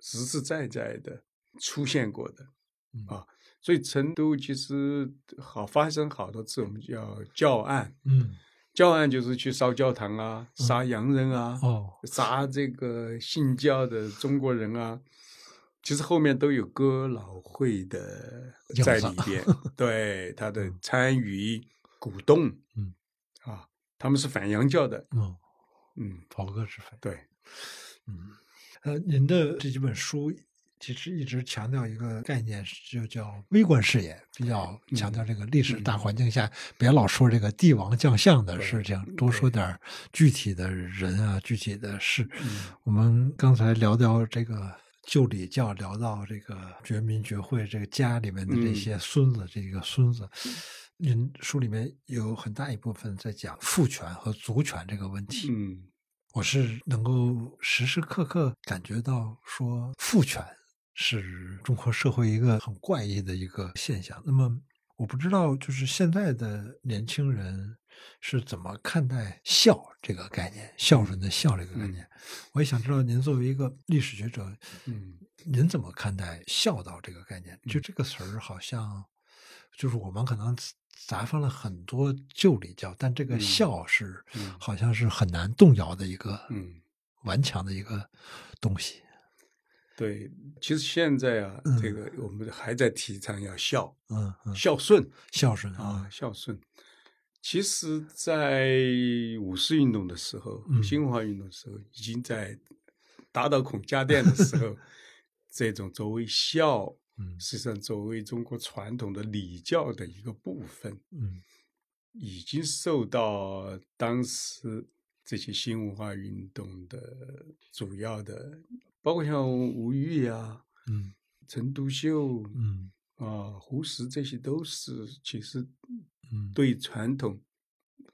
Speaker 1: 实实在在的出现过的。
Speaker 2: 嗯
Speaker 1: 啊所以成都其实好发生好多次我们叫教案，
Speaker 2: 嗯
Speaker 1: 教案就是去烧教堂啊，
Speaker 2: 嗯
Speaker 1: 杀洋人啊，
Speaker 2: 哦
Speaker 1: 杀这个信教的中国人啊。其实后面都有哥老会的
Speaker 2: *laughs* 影
Speaker 1: 在
Speaker 2: 子
Speaker 1: 里边，对他的参与鼓动，
Speaker 2: 嗯，
Speaker 1: 啊，他们是反洋教的，
Speaker 2: 嗯，
Speaker 1: 嗯，
Speaker 2: 袍哥之分。
Speaker 1: 对，
Speaker 2: 嗯，呃，您的这几本书其实一直强调一个概念，是就叫微观视野，比较强调这个历史大环境下，别老说这个帝王将相的事情，多说点儿具体的人啊，具体的事。我们刚才聊到这个。旧礼教聊到这个觉民觉会，这个家里面的这
Speaker 1: 嗯
Speaker 2: 些孙子，这个孙子，您书里面有很大一部分在讲父权和族权这个问题。
Speaker 1: 嗯
Speaker 2: 我是能够时时刻刻感觉到说父权是中国社会一个很怪异的一个现象。那么我不知道，就是现在的年轻人是怎么看待孝这个概念，孝顺的孝这个概念。我也想知道，您作为一个历史学者，
Speaker 1: 嗯，
Speaker 2: 您怎么看待孝道这个概念？就这个词儿，好像就是我们可能砸翻了很多旧礼教，但这个
Speaker 1: 嗯
Speaker 2: 孝是
Speaker 1: 嗯
Speaker 2: 好像是很难动摇的一个
Speaker 1: 嗯，
Speaker 2: 顽强的一个东西。
Speaker 1: 对，其实现在啊，
Speaker 2: 嗯
Speaker 1: 这个我们还在提倡要孝
Speaker 2: 嗯嗯，
Speaker 1: 孝顺
Speaker 2: 孝顺
Speaker 1: 啊，，孝顺。其实，在五四运动的时候
Speaker 2: 嗯，
Speaker 1: 新文化运动的时候，已经在打倒孔家店的时
Speaker 2: *laughs*
Speaker 1: 候，这种作为孝，
Speaker 2: 嗯
Speaker 1: 实际上作为中国传统的礼教的一个部分，
Speaker 2: 嗯
Speaker 1: 已经受到当时这些新文化运动的主要的，包括像吴玉啊、
Speaker 2: 嗯
Speaker 1: 陈独秀、
Speaker 2: 嗯
Speaker 1: 啊、胡适，这些都是其实
Speaker 2: 嗯，
Speaker 1: 对传统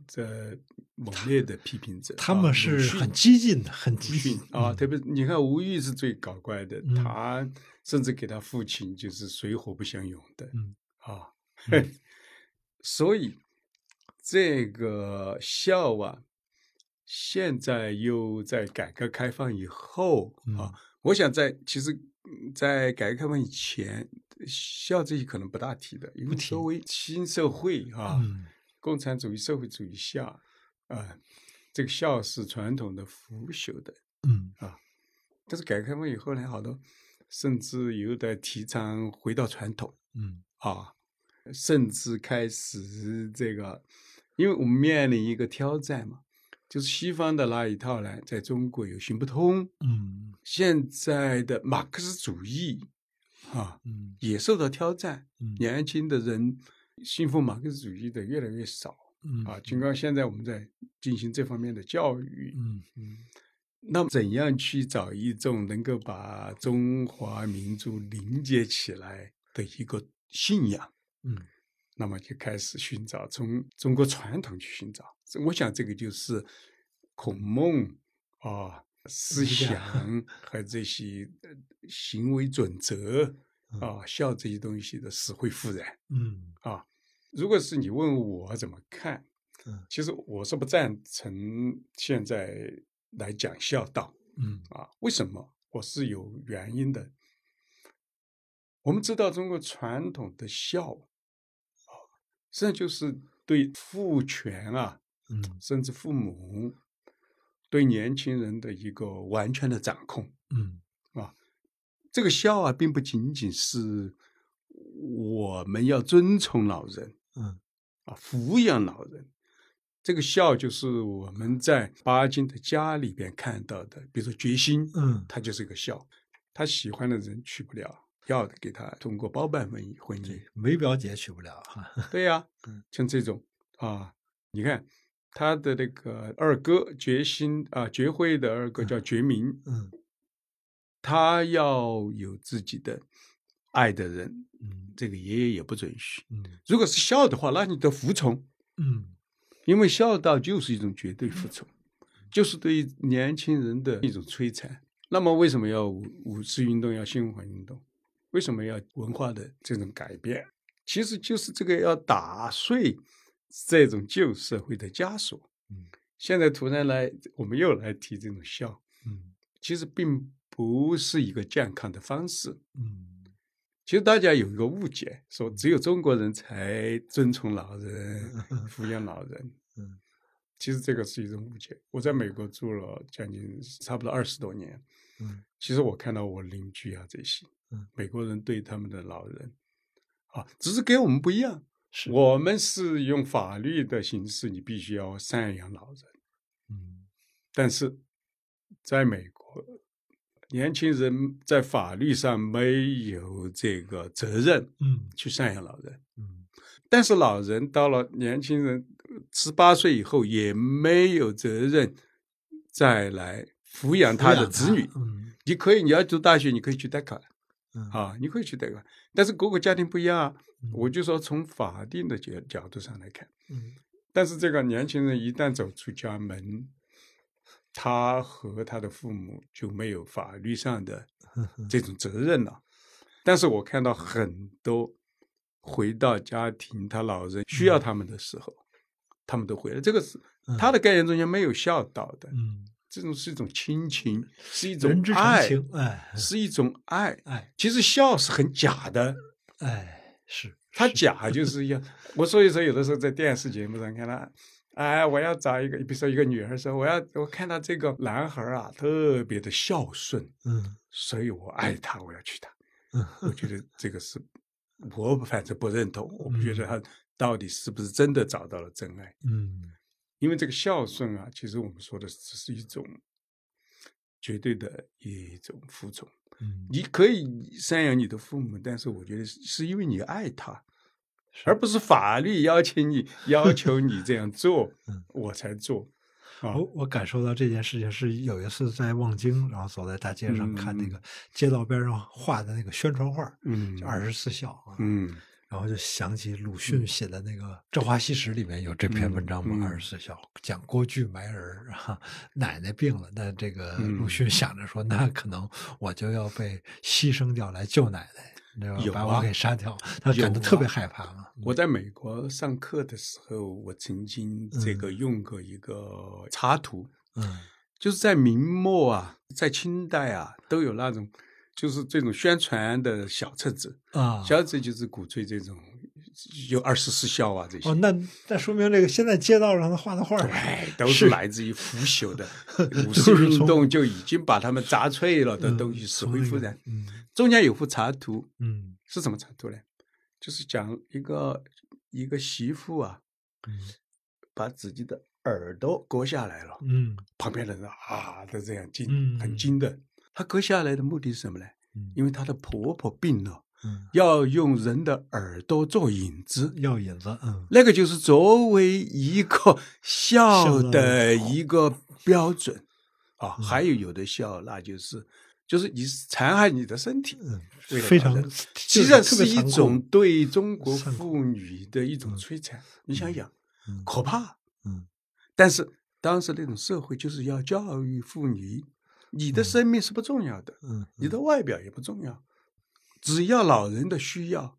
Speaker 1: 的猛烈的批评者。
Speaker 2: 他
Speaker 1: 啊
Speaker 2: 们
Speaker 1: 鲁
Speaker 2: 是
Speaker 1: 迅
Speaker 2: 很激进的，很
Speaker 1: 鲁
Speaker 2: 激
Speaker 1: 迅
Speaker 2: 进
Speaker 1: 啊，
Speaker 2: 嗯
Speaker 1: 特别是你看吴玉是最搞怪的，
Speaker 2: 嗯
Speaker 1: 他甚至给他父亲就是水火不相容的，
Speaker 2: 嗯
Speaker 1: 啊，
Speaker 2: 嗯
Speaker 1: 所以这个孝啊，现在又在改革开放以后啊，
Speaker 2: 嗯
Speaker 1: 我想在其实，嗯在改革开放以前，孝这些可能不大提的，因为
Speaker 2: 提
Speaker 1: 作为新社会啊，
Speaker 2: 嗯
Speaker 1: 共产主义社会主义下啊、这个孝是传统的腐朽的，
Speaker 2: 嗯
Speaker 1: 但是改革开放以后呢，好多甚至有的提倡回到传统
Speaker 2: 嗯
Speaker 1: 啊，甚至开始这个，因为我们面临一个挑战嘛，就是西方的那一套呢，在中国又行不通，
Speaker 2: 嗯
Speaker 1: 现在的马克思主义啊
Speaker 2: 嗯
Speaker 1: 也受到挑战，
Speaker 2: 嗯
Speaker 1: 年轻的人信奉马克思主义的越来越少。
Speaker 2: 嗯
Speaker 1: 啊，尽管现在我们在进行这方面的教育，
Speaker 2: 嗯嗯
Speaker 1: 那么怎样去找一种能够把中华民族凝结起来的一个信仰？
Speaker 2: 嗯
Speaker 1: 那么就开始寻找从中国传统去寻找。我想这个就是孔孟啊思
Speaker 2: 思想 *laughs*
Speaker 1: 想和这些呃行为准则
Speaker 2: 嗯
Speaker 1: 啊孝这些东西的死灰复燃。
Speaker 2: 嗯
Speaker 1: 如果是你问我怎么看，
Speaker 2: 嗯
Speaker 1: 其实我是不赞成现在来讲孝道
Speaker 2: 嗯
Speaker 1: 啊。为什么？我是有原因的。我们知道中国传统的孝啊，实际上就是对父权啊，
Speaker 2: 嗯
Speaker 1: 甚至父母对年轻人的一个完全的掌控。
Speaker 2: 嗯
Speaker 1: 这个孝啊，并不仅仅是我们要遵从老人，
Speaker 2: 嗯
Speaker 1: 啊，抚养老人。这个孝就是我们在巴金的家里边看到的，比如说决心，
Speaker 2: 嗯
Speaker 1: 他就是一个孝，他喜欢的人娶不了，要的给他通过包办婚姻婚姻。
Speaker 2: 梅表姐娶不了哈，
Speaker 1: 对呀、
Speaker 2: *laughs* 嗯
Speaker 1: 像这种啊，你看他的那个二哥决心啊，决会的二哥叫决明，
Speaker 2: 嗯
Speaker 1: 他要有自己的爱的人，
Speaker 2: 嗯
Speaker 1: 这个爷爷也不准许。
Speaker 2: 嗯
Speaker 1: 如果是孝的话，那你得服从，
Speaker 2: 嗯
Speaker 1: 因为孝道就是一种绝对服从，就是对年轻人的一种摧残。那么，为什么要五五四运动，要新文化运动？为什么要文化的这种改变？其实就是这个要打碎这种旧社会的枷锁。
Speaker 2: 嗯，
Speaker 1: 现在突然来，我们又来提这种孝，
Speaker 2: 嗯
Speaker 1: 其实并不是一个健康的方式。
Speaker 2: 嗯
Speaker 1: 其实大家有一个误解，说只有中国人才尊崇老
Speaker 2: *laughs*
Speaker 1: 人、抚养老人。
Speaker 2: 嗯，
Speaker 1: 其实这个是一种误解。我在美国住了将近差不多二十多年，
Speaker 2: 嗯
Speaker 1: 其实我看到我邻居啊这些，
Speaker 2: 嗯，
Speaker 1: 美国人对他们的老人，啊，只是跟我们不一样，
Speaker 2: 是
Speaker 1: 我们是用法律的形式，你必须要赡养老人，
Speaker 2: 嗯
Speaker 1: 但是在美国，年轻人在法律上没有这个责任。
Speaker 2: 嗯
Speaker 1: 去赡养老人。
Speaker 2: 嗯
Speaker 1: 但是老人到了年轻人十八岁以后，也没有责任再来抚养他的子女。
Speaker 2: 嗯
Speaker 1: 你可以，你要读大学，你可以去贷款
Speaker 2: 嗯
Speaker 1: 啊，你可以去贷款。但是各个家庭不一样啊，
Speaker 2: 嗯
Speaker 1: 我就说从法定的角角度上来看，
Speaker 2: 嗯
Speaker 1: 但是这个年轻人一旦走出家门，他和他的父母就没有法律上
Speaker 2: *laughs*
Speaker 1: 的
Speaker 2: 呵呵
Speaker 1: 这种责任了。但是我看到很多回到家庭，他老人需要他们的时候，他们都回来。这个是
Speaker 2: 嗯
Speaker 1: 他的概念中间没有孝道的，
Speaker 2: 嗯
Speaker 1: 这种是一种亲情，是一种
Speaker 2: 人之常
Speaker 1: 爱，
Speaker 2: 情哎
Speaker 1: 是一种爱。
Speaker 2: 哎
Speaker 1: 其实孝是很假的，
Speaker 2: 哎是
Speaker 1: 他假就是要我，所以说有的时候在电视节目上看他，哎，我要找一个，比如说一个女孩说，我要我看到这个男孩啊，特别的孝顺，
Speaker 2: 嗯
Speaker 1: 所以我爱他，我要娶她。
Speaker 2: 嗯
Speaker 1: 我觉得这个是，我反正不认同，我不觉得他到底是不是真的找到了真爱。
Speaker 2: 嗯
Speaker 1: 因为这个孝顺啊，其实我们说的只是一种绝对的一种服从。
Speaker 2: 嗯
Speaker 1: 你可以赡养你的父母，但是我觉得是是因为你爱他，
Speaker 2: *laughs*
Speaker 1: 而不是法律要求你要求你这样做
Speaker 2: 嗯，
Speaker 1: 我才做。啊
Speaker 2: 哦我我感受到这件事情是有一次在望京，然后走在大街上
Speaker 1: 嗯
Speaker 2: 看
Speaker 1: 嗯
Speaker 2: 那个街道边上画的那个宣传画，
Speaker 1: 嗯
Speaker 2: 就二十四孝啊，
Speaker 1: 嗯
Speaker 2: 然后就想起鲁迅写的那个《振华西史》里面有这篇文章
Speaker 1: 嗯
Speaker 2: 嘛，
Speaker 1: 嗯
Speaker 2: 二十四孝讲郭巨埋儿，啊，奶奶病了，那这个
Speaker 1: 嗯
Speaker 2: 鲁迅想着说，那可能我就要被牺牲掉来救奶奶，你知道吧
Speaker 1: 有啊
Speaker 2: 把我给杀掉，他感到
Speaker 1: 有啊
Speaker 2: 特别害怕嘛。
Speaker 1: 我在美国上课的时候，我曾经这个用过一个插图，
Speaker 2: 嗯
Speaker 1: 就是在明末啊，在清代啊，都有那种就是这种宣传的小册子，
Speaker 2: 啊，
Speaker 1: 小册子就是鼓吹这种有二十四孝啊这些。
Speaker 2: 哦，那那说明这个现在街道上他画的画儿，
Speaker 1: 哎，都是
Speaker 2: 是
Speaker 1: 来自于腐朽
Speaker 2: *laughs*
Speaker 1: 的五
Speaker 2: 都
Speaker 1: 四
Speaker 2: 是
Speaker 1: 运
Speaker 2: 从
Speaker 1: 动就已经把他们砸碎了的
Speaker 2: 嗯
Speaker 1: 东西死
Speaker 2: 从
Speaker 1: 灰
Speaker 2: 那
Speaker 1: 复
Speaker 2: 个
Speaker 1: 燃。
Speaker 2: 嗯
Speaker 1: 中间有幅插图，
Speaker 2: 嗯
Speaker 1: 是什么插图呢？就是讲一个一个媳妇啊，
Speaker 2: 嗯
Speaker 1: 把自己的耳朵割下来了，
Speaker 2: 嗯
Speaker 1: 旁边的人啊都这样惊，
Speaker 2: 嗯
Speaker 1: 很惊的。她割下来的目的是什么呢？
Speaker 2: 嗯
Speaker 1: 因为她的婆婆病了，
Speaker 2: 嗯，
Speaker 1: 要用人的耳朵做引子，
Speaker 2: 药引子，嗯
Speaker 1: 那个就是作为一个孝
Speaker 2: 孝
Speaker 1: 的
Speaker 2: 的
Speaker 1: 一个标准啊。
Speaker 2: 嗯
Speaker 1: 还有有的孝，那就是就是你残害你的身体，
Speaker 2: 嗯，
Speaker 1: 为了
Speaker 2: 非
Speaker 1: 保
Speaker 2: 常
Speaker 1: 证，
Speaker 2: 其
Speaker 1: 实际上是一种对中国
Speaker 2: 残酷
Speaker 1: 妇女的一种
Speaker 2: 嗯
Speaker 1: 摧残。你想想，
Speaker 2: 嗯
Speaker 1: 可怕。
Speaker 2: 嗯
Speaker 1: 但是当时那种社会就是要教育妇女，你的生命是不重要的，
Speaker 2: 嗯，
Speaker 1: 你的外表也不重要，只要老人的需要，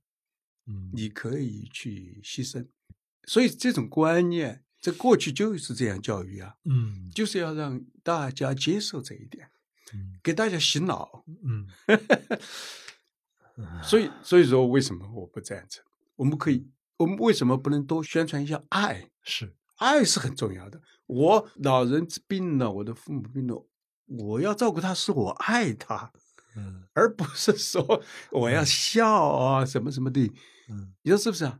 Speaker 2: 嗯
Speaker 1: 你可以去牺牲。所以这种观念，在过去就是这样教育啊，
Speaker 2: 嗯
Speaker 1: 就是要让大家接受这一点，
Speaker 2: 嗯
Speaker 1: 给大家洗脑。
Speaker 2: 嗯
Speaker 1: 嗯所以，所以说为什么我不赞成？我们可以，我们为什么不能多宣传一下爱？
Speaker 2: *laughs* 是
Speaker 1: 爱是很重要的。我老人病了，我的父母病了，我要照顾他，是我爱他，
Speaker 2: 嗯
Speaker 1: 而不是说我要笑啊什么什么的。
Speaker 2: 嗯
Speaker 1: 你说是不是啊？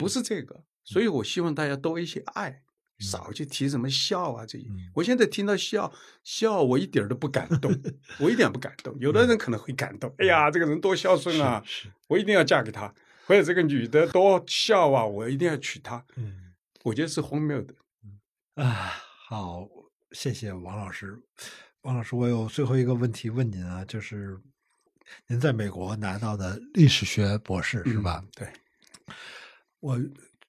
Speaker 1: 不是这个，所以我希望大家多一些爱，
Speaker 2: 嗯
Speaker 1: 少去提什么笑啊这些
Speaker 2: 嗯。
Speaker 1: 我现在听到笑笑，我一点儿都不感
Speaker 2: *laughs*
Speaker 1: 动，我一点不感动。有的人可能会感动，哎呀，这个人多孝顺啊，
Speaker 2: 嗯是
Speaker 1: 我一定要嫁给他，或者这个女的多孝啊，我一定要娶她。
Speaker 2: 嗯
Speaker 1: 我觉得是荒谬的。
Speaker 2: 啊好，谢谢王老师，王老师，我有最后一个问题问您啊，就是您在美国拿到的历史学博士是吧？
Speaker 1: 嗯？对，
Speaker 2: 我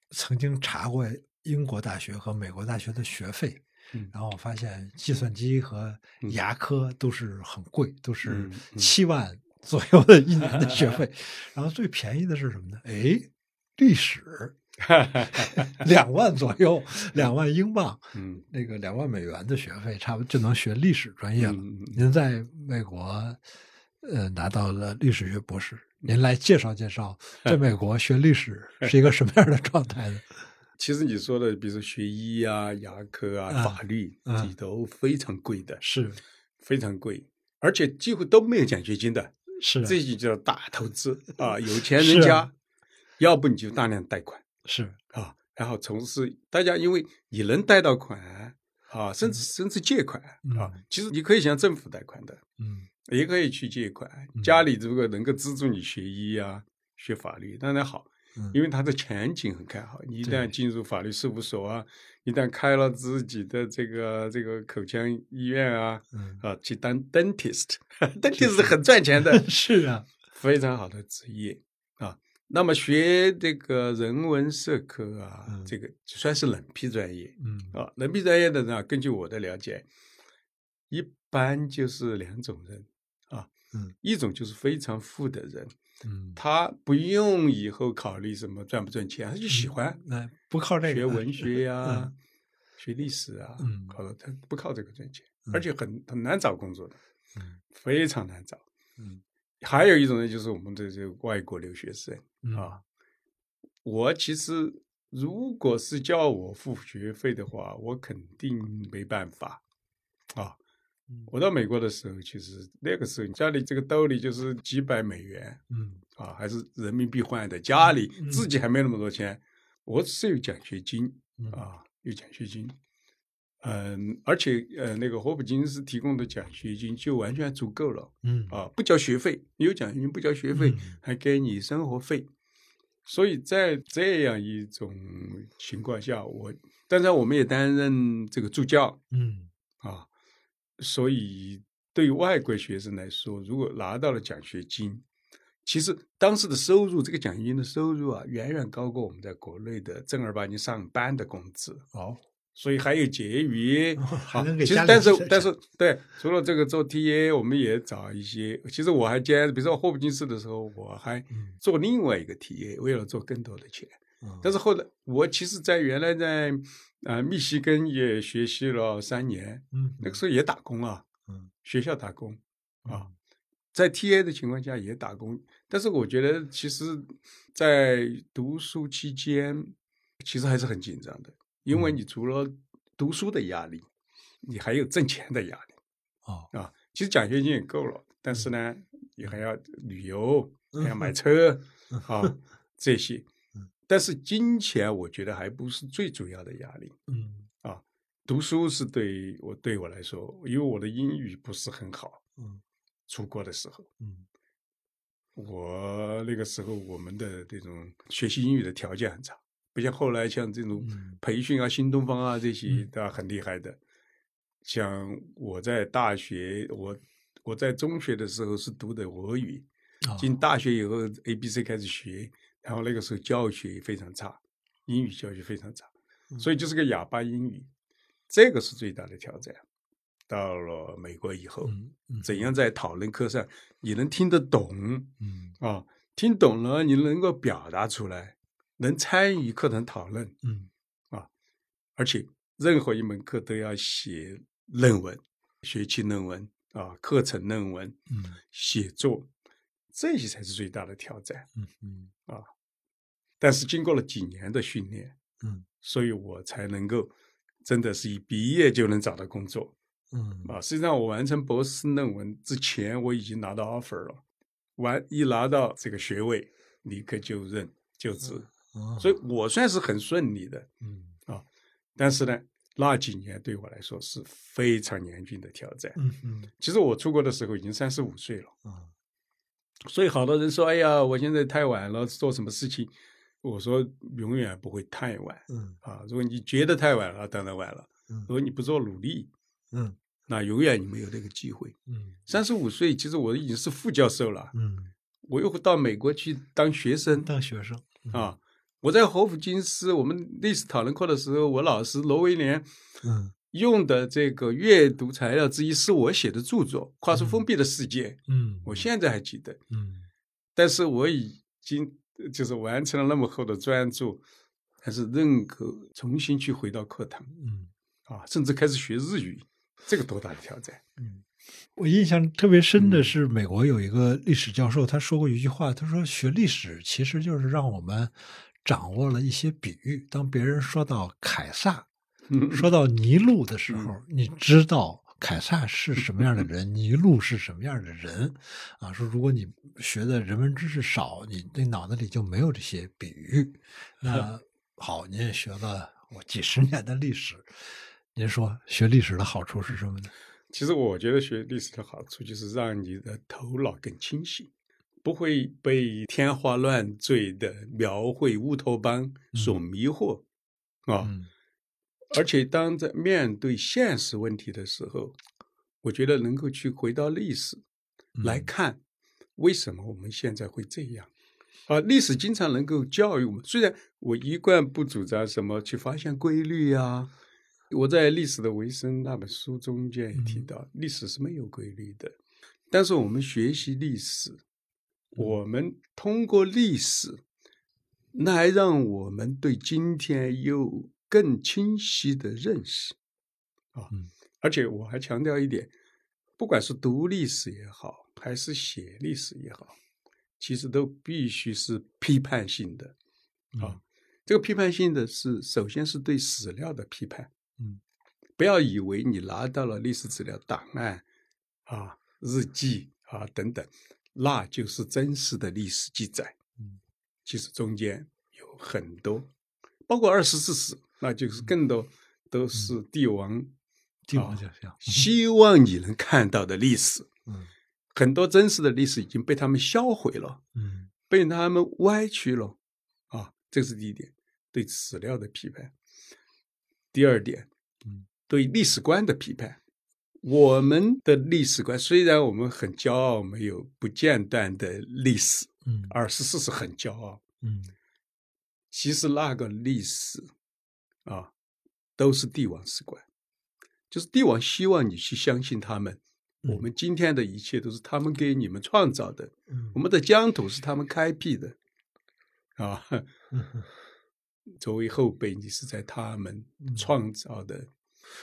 Speaker 2: 曾经查过英国大学和美国大学的学费，
Speaker 1: 嗯
Speaker 2: 然后我发现计算机和
Speaker 1: 嗯
Speaker 2: 牙科都是很贵，都是
Speaker 1: 嗯嗯
Speaker 2: 七万左右的一年的
Speaker 1: *laughs*
Speaker 2: 学费。然后最便宜的是什么呢？哎，
Speaker 1: *laughs*
Speaker 2: 历史两万左右，两万英镑，
Speaker 1: 嗯，
Speaker 2: 那个两万美元的学费，差不多就能学历史专业了。
Speaker 1: 嗯嗯嗯
Speaker 2: 您在美国呃拿到了历史学博士，您来介绍
Speaker 1: *laughs*
Speaker 2: 介绍，在美国学历史是一个什么样的状
Speaker 1: *laughs*
Speaker 2: 态呢？
Speaker 1: 其实你说的，比如说学医啊、牙科啊、
Speaker 2: 啊
Speaker 1: 法律，
Speaker 2: 啊
Speaker 1: 这都非常贵的，
Speaker 2: 是
Speaker 1: 非常贵，而且几乎都没有奖学金的，
Speaker 2: 是
Speaker 1: 这就叫大投
Speaker 2: *laughs*
Speaker 1: 资啊！有钱人
Speaker 2: 是
Speaker 1: 家
Speaker 2: 啊，
Speaker 1: 要不你就大量贷款
Speaker 2: 是
Speaker 1: 啊，然后从事大家因为你能贷到款啊，甚至甚至借款啊
Speaker 2: 嗯，
Speaker 1: 其实你可以向政府贷款的，
Speaker 2: 嗯
Speaker 1: 也可以去借款。
Speaker 2: 嗯
Speaker 1: 家里如果能够资助你学医啊、学法律，当然好，
Speaker 2: 嗯
Speaker 1: 因为它的前景很看好。你一旦
Speaker 2: 对
Speaker 1: 进入法律事务所啊，一旦开了自己的这个这个口腔医院啊， *laughs*
Speaker 2: 嗯，
Speaker 1: 啊，去当 *laughs* dentist，dentist 很赚钱的
Speaker 2: 是啊
Speaker 1: 非常好的职业啊。那么学这个人文社科啊，
Speaker 2: 嗯
Speaker 1: 这个就算是冷僻专业
Speaker 2: 嗯
Speaker 1: 啊。冷僻专业的呢，根据我的了解，一般就是两种人啊，
Speaker 2: 嗯，
Speaker 1: 一种就是非常富的人，
Speaker 2: 嗯
Speaker 1: 他不用以后考虑什么赚不赚钱，他就喜欢
Speaker 2: 嗯那不靠这个 *laughs*
Speaker 1: 学文学呀、
Speaker 2: 嗯
Speaker 1: 学历史啊，
Speaker 2: 嗯
Speaker 1: 考了他不靠这个赚钱，
Speaker 2: 嗯
Speaker 1: 而且很很难找工作的，
Speaker 2: 嗯
Speaker 1: 非常难找。
Speaker 2: 嗯
Speaker 1: 还有一种人就是我们的这个外国留学生
Speaker 2: 嗯
Speaker 1: 啊。我其实如果是叫我付学费的话，我肯定没办法啊。
Speaker 2: 嗯
Speaker 1: 我到美国的时候，其实那个时候家里这个兜里就是几百美元
Speaker 2: 嗯
Speaker 1: 啊，还是人民币换的，家里
Speaker 2: 嗯
Speaker 1: 自己还没那么多钱，我是有奖学金
Speaker 2: 嗯
Speaker 1: 啊，有奖学金。嗯，而且呃，那个霍普金斯提供的奖学金就完全足够了。
Speaker 2: 嗯
Speaker 1: 啊，不交学费，有奖学金不交学费，
Speaker 2: 嗯
Speaker 1: 还给你生活费。所以在这样一种情况下，我当然，我们也担任这个助教
Speaker 2: 嗯
Speaker 1: 啊，所以对于外国学生来说，如果拿到了奖学金，其实当时的收入，这个奖学金的收入啊，远远高过我们在国内的正儿八经上班的工资。
Speaker 2: 哦，
Speaker 1: 所以还有结余，
Speaker 2: 还
Speaker 1: 啊
Speaker 2: 能给
Speaker 1: 其
Speaker 2: 家
Speaker 1: 实
Speaker 2: 里
Speaker 1: 但是
Speaker 2: 省
Speaker 1: 但是对，除了这个做 TA，我们也找一些。其实我还兼，比如说霍普金斯的时候，我还
Speaker 2: 嗯
Speaker 1: 做另外一个 TA，为了做更多的钱。
Speaker 2: 嗯
Speaker 1: 但是后来，我其实，在原来在呃密西根也学习了三年，
Speaker 2: 嗯
Speaker 1: 那个时候也打工啊，
Speaker 2: 嗯
Speaker 1: 学校打工啊，在 TA 的情况下也打工，但是我觉得其实，在读书期间，其实还是很紧张的，因为
Speaker 2: 嗯
Speaker 1: 你除了读书的压力，你还有挣钱的压力
Speaker 2: 哦
Speaker 1: 啊。其实奖学金也够了，但是呢，你还要旅游，还要买
Speaker 2: 嗯
Speaker 1: 车啊这些
Speaker 2: *laughs* 嗯。
Speaker 1: 但是金钱，我觉得还不是最主要的压力。
Speaker 2: 嗯
Speaker 1: 读书是对我对我来说，因为我的英语不是很好，
Speaker 2: 嗯
Speaker 1: 出国的时候，
Speaker 2: 嗯
Speaker 1: 我那个时候我们的这种学习英语的条件很差，不像后来像这种
Speaker 2: 嗯
Speaker 1: 培训啊、新东方啊这些
Speaker 2: 嗯，
Speaker 1: 啊很厉害的。像我在大学，我我在中学的时候是读的俄语，
Speaker 2: 哦
Speaker 1: 进大学以后 A B C 开始学，然后那个时候教学非常差，英语教学非常差，所
Speaker 2: 嗯
Speaker 1: 以就是个哑巴英语，这个是最大的挑战。到了美国以后，
Speaker 2: 嗯嗯
Speaker 1: 怎样在讨论课上你能听得懂
Speaker 2: 嗯
Speaker 1: 啊？听懂了，你能够表达出来，能参与课堂讨论，
Speaker 2: 嗯
Speaker 1: 而且任何一门课都要写论文、学期论文啊、课程论文、
Speaker 2: 嗯
Speaker 1: 写作，这些才是最大的挑战。
Speaker 2: 嗯嗯
Speaker 1: 但是经过了几年的训练，
Speaker 2: 嗯，
Speaker 1: 所以我才能够真的是一毕业就能找到工作
Speaker 2: 嗯
Speaker 1: 啊。实际上，我完成博士论文之前，我已经拿到 offer 了，完一拿到这个学位，立刻就任就职，
Speaker 2: 哦
Speaker 1: 所以我算是很顺利的。
Speaker 2: 嗯
Speaker 1: 但是呢，那几年对我来说是非常严峻的挑战。
Speaker 2: 嗯嗯
Speaker 1: 其实我出国的时候已经三十五岁了。
Speaker 2: 啊
Speaker 1: 所以好多人说：“哎呀，我现在太晚了，做什么事情？”我说：“永远不会太晚
Speaker 2: 嗯
Speaker 1: 啊！如果你觉得太晚了，当然晚了；
Speaker 2: 嗯
Speaker 1: 如果你不做努力，
Speaker 2: 嗯
Speaker 1: 那永远你没有这个机会。
Speaker 2: 嗯
Speaker 1: 三十五岁，其实我已经是副教授了，
Speaker 2: 嗯
Speaker 1: 我又到美国去当学生
Speaker 2: 当学生
Speaker 1: 啊。我在霍普金斯，我们历史讨论课的时候，我老师罗威廉
Speaker 2: 嗯
Speaker 1: 用的这个阅读材料之一是我写的著作《跨出封闭的世界》，
Speaker 2: 嗯
Speaker 1: 我现在还记得。
Speaker 2: 嗯
Speaker 1: 但是我已经呃就是完成了那么厚的专注，还是认可重新去回到课堂
Speaker 2: 嗯
Speaker 1: 啊，甚至开始学日语，这个多大的挑
Speaker 2: *laughs*
Speaker 1: 战！
Speaker 2: 嗯，我印象特别深的
Speaker 1: 嗯
Speaker 2: 是，美国有一个历史教授，他说过一句话，他说学历史其实就是让我们掌握了一些比喻。当别人说到凯撒，说到尼禄的时
Speaker 1: 嗯
Speaker 2: 候，你知道凯撒是什么样的人，尼禄是什么样的人啊？说如果你学的人文知识少，你那脑子里就没有这些比喻。
Speaker 1: *laughs*
Speaker 2: 那好，您也学了我几十年的历史，您说学历史的好处是什么呢？
Speaker 1: 其实我觉得学历史的好处就是让你的头脑更清醒，不会被天花乱坠的描绘乌托邦所迷惑、啊。
Speaker 2: 嗯
Speaker 1: 而且当在面对现实问题的时候，我觉得能够去回到历史
Speaker 2: 嗯
Speaker 1: 来看，为什么我们现在会这样。啊，历史经常能够教育我们。虽然我一贯不主张什么去发现规律啊，我在《历史的维生》那本书中间也提到，历史是没有规律的。但是我们学习历史，我们通过历史，那还让我们对今天有更清晰的认识啊
Speaker 2: 嗯！
Speaker 1: 而且我还强调一点，不管是读历史也好，还是写历史也好，其实都必须是批判性的
Speaker 2: 嗯
Speaker 1: 啊。这个批判性的是，首先是对史料的批判。
Speaker 2: 嗯，
Speaker 1: 不要以为你拿到了历史资料档案啊、日记啊等等，那就是真实的历史记载。
Speaker 2: 嗯，
Speaker 1: 其实中间有很多，包括二十四史，那就是更多都是帝王
Speaker 2: 嗯帝王就行。
Speaker 1: 希望你能看到的历史。
Speaker 2: 嗯
Speaker 1: 很多真实的历史已经被他们销毁了，
Speaker 2: 嗯
Speaker 1: 被他们歪曲了，啊，这是第一点，对史料的批判。第二点
Speaker 2: 嗯，
Speaker 1: 对历史观的批判。我们的历史观虽然我们很骄傲，没有不间断的历史，
Speaker 2: 嗯
Speaker 1: 二十四是很骄傲，
Speaker 2: 嗯
Speaker 1: 其实那个历史啊，都是帝王史观，就是帝王希望你去相信他们。
Speaker 2: 嗯
Speaker 1: 我们今天的一切都是他们给你们创造的，
Speaker 2: 嗯
Speaker 1: 我们的疆土是他们开辟的，啊， *laughs* 作为后辈，你是在他们
Speaker 2: 嗯
Speaker 1: 创造的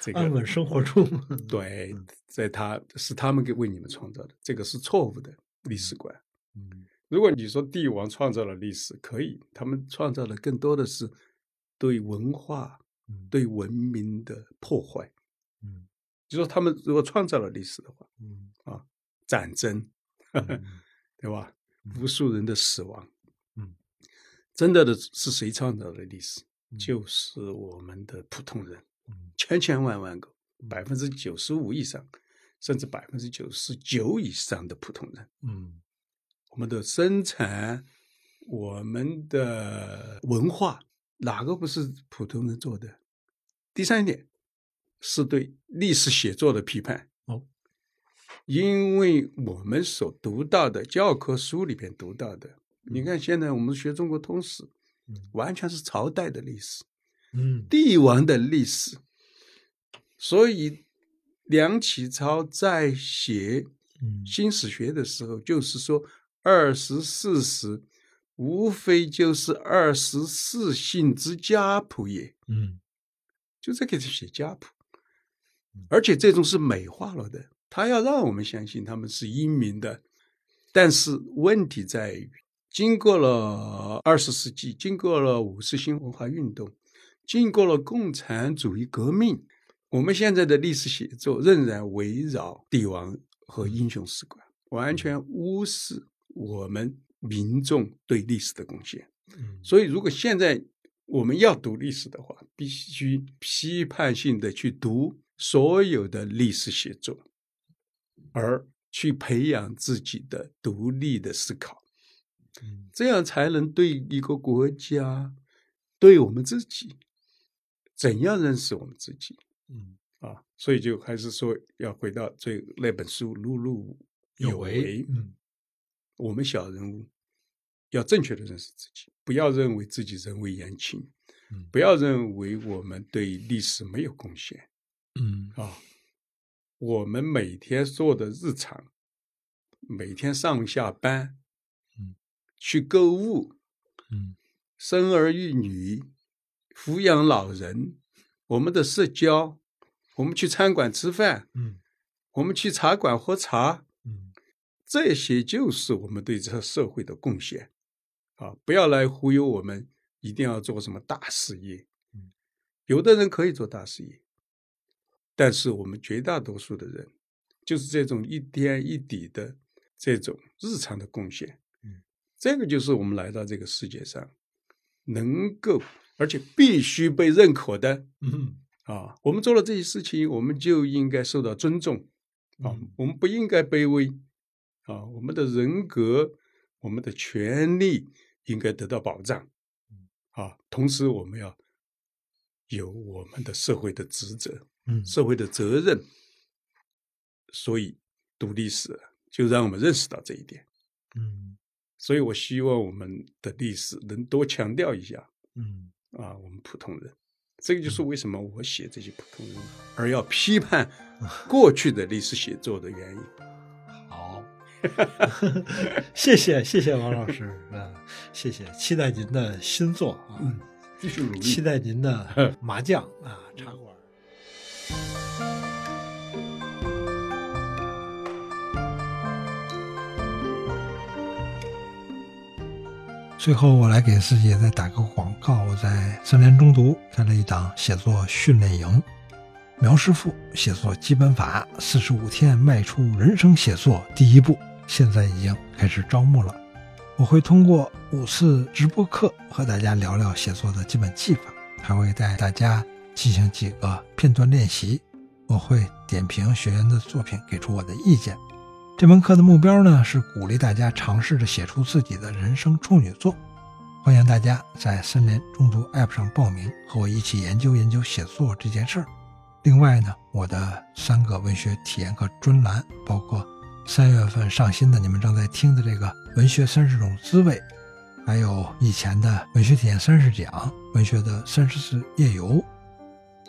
Speaker 1: 这个
Speaker 2: 安稳嗯生活中，
Speaker 1: *laughs* 对，在他是他们给为你们创造的，这个是错误的历史观。
Speaker 2: 嗯
Speaker 1: 如果你说帝王创造了历史，可以，他们创造的更多的是对文化、
Speaker 2: 嗯
Speaker 1: 对文明的破坏。
Speaker 2: 嗯
Speaker 1: 就说他们如果创造了历史的话， *laughs*
Speaker 2: 嗯
Speaker 1: 战争，对吧？无数人的死亡，
Speaker 2: 嗯，
Speaker 1: 真的的是谁创造的历史？
Speaker 2: 嗯
Speaker 1: 就是我们的普通人，
Speaker 2: 嗯
Speaker 1: 千千万万个，
Speaker 2: 嗯
Speaker 1: 百分之九十五以上，甚至百分之九十九以上的普通人。
Speaker 2: 嗯
Speaker 1: 我们的生产，我们的文化，哪个不是普通人做的？第三点是对历史写作的批判。
Speaker 2: 哦，
Speaker 1: 因为我们所读到的教科书里边读到的，你看现在我们学中国通史
Speaker 2: 嗯，
Speaker 1: 完全是朝代的历史、
Speaker 2: 嗯
Speaker 1: 帝王的历史，所以梁启超在写
Speaker 2: 嗯
Speaker 1: 新史学的时候，就是说二十四史无非就是二十四姓之家谱也，
Speaker 2: 嗯
Speaker 1: 就在给他写家谱，而且这种是美化了的，他要让我们相信他们是英明的，但是问题在于，经过了二十世纪，经过了五四新文化运动，经过了共产主义革命，我们现在的历史写作仍然围绕帝王和英雄史观，完全无视我们民众对历史的贡献。
Speaker 2: 嗯
Speaker 1: 所以，如果现在我们要读历史的话，必须批判性的去读所有的历史写作，而去培养自己的独立的思考，
Speaker 2: 嗯
Speaker 1: 这样才能对一个国家、对我们自己，怎样认识我们自己
Speaker 2: 嗯
Speaker 1: 啊？所以，就还是说要回到最那本书《碌碌有为》，
Speaker 2: 嗯
Speaker 1: 我们小人物要正确的认识自己，不要认为自己人微言轻，
Speaker 2: 嗯
Speaker 1: 不要认为我们对历史没有贡献
Speaker 2: 嗯
Speaker 1: 啊。我们每天做的日常，每天上下班，
Speaker 2: 嗯，
Speaker 1: 去购物，
Speaker 2: 嗯
Speaker 1: 生儿育女，抚养老人，我们的社交，我们去餐馆吃饭，
Speaker 2: 嗯
Speaker 1: 我们去茶馆喝茶，
Speaker 2: 嗯
Speaker 1: 这些就是我们对这个社会的贡献啊！不要来忽悠我们一定要做什么大事业
Speaker 2: 嗯。
Speaker 1: 有的人可以做大事业，但是我们绝大多数的人，就是这种一点一滴的这种日常的贡献
Speaker 2: 嗯。
Speaker 1: 这个就是我们来到这个世界上能够而且必须被认可的
Speaker 2: 嗯
Speaker 1: 啊！我们做了这些事情，我们就应该受到尊重。啊
Speaker 2: 嗯，
Speaker 1: 我们不应该卑微啊，我们的人格、我们的权利应该得到保障
Speaker 2: 嗯
Speaker 1: 啊。同时，我们要有我们的社会的职责、
Speaker 2: 嗯
Speaker 1: 社会的责任。所以，读历史就让我们认识到这一点。
Speaker 2: 嗯
Speaker 1: 所以我希望我们的历史能多强调一下
Speaker 2: 嗯
Speaker 1: 啊，我们普通人。这个就是为什么我写这些普通人，而要批判过去的历史写作的原因。
Speaker 2: 好。 *laughs* 谢谢谢谢王老师啊，谢谢，期待您的新作啊，
Speaker 1: 嗯 *laughs* 继续努
Speaker 2: 期待您的麻将啊，茶馆。最后，我来给自己再打个广告。我在三联中读开了一档写作训练营，苗师傅写作基本法四十五天迈出人生写作第一步，现在已经开始招募了。我会通过五次直播课和大家聊聊写作的基本技法，还会带大家进行几个片段练习。我会点评学员的作品，给出我的意见。这门课的目标呢是鼓励大家尝试着写出自己的人生处女作。欢迎大家在森林中读 App 上报名，和我一起研究研究写作这件事儿。另外呢，我的三个文学体验课专栏，包括三月份上新的你们正在听的这个《文学三十种滋味》，还有以前的《文学体验三十讲》、文学的三十次夜游，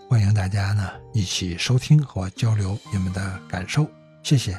Speaker 2: 欢迎大家呢一起收听和交流你们的感受，谢谢。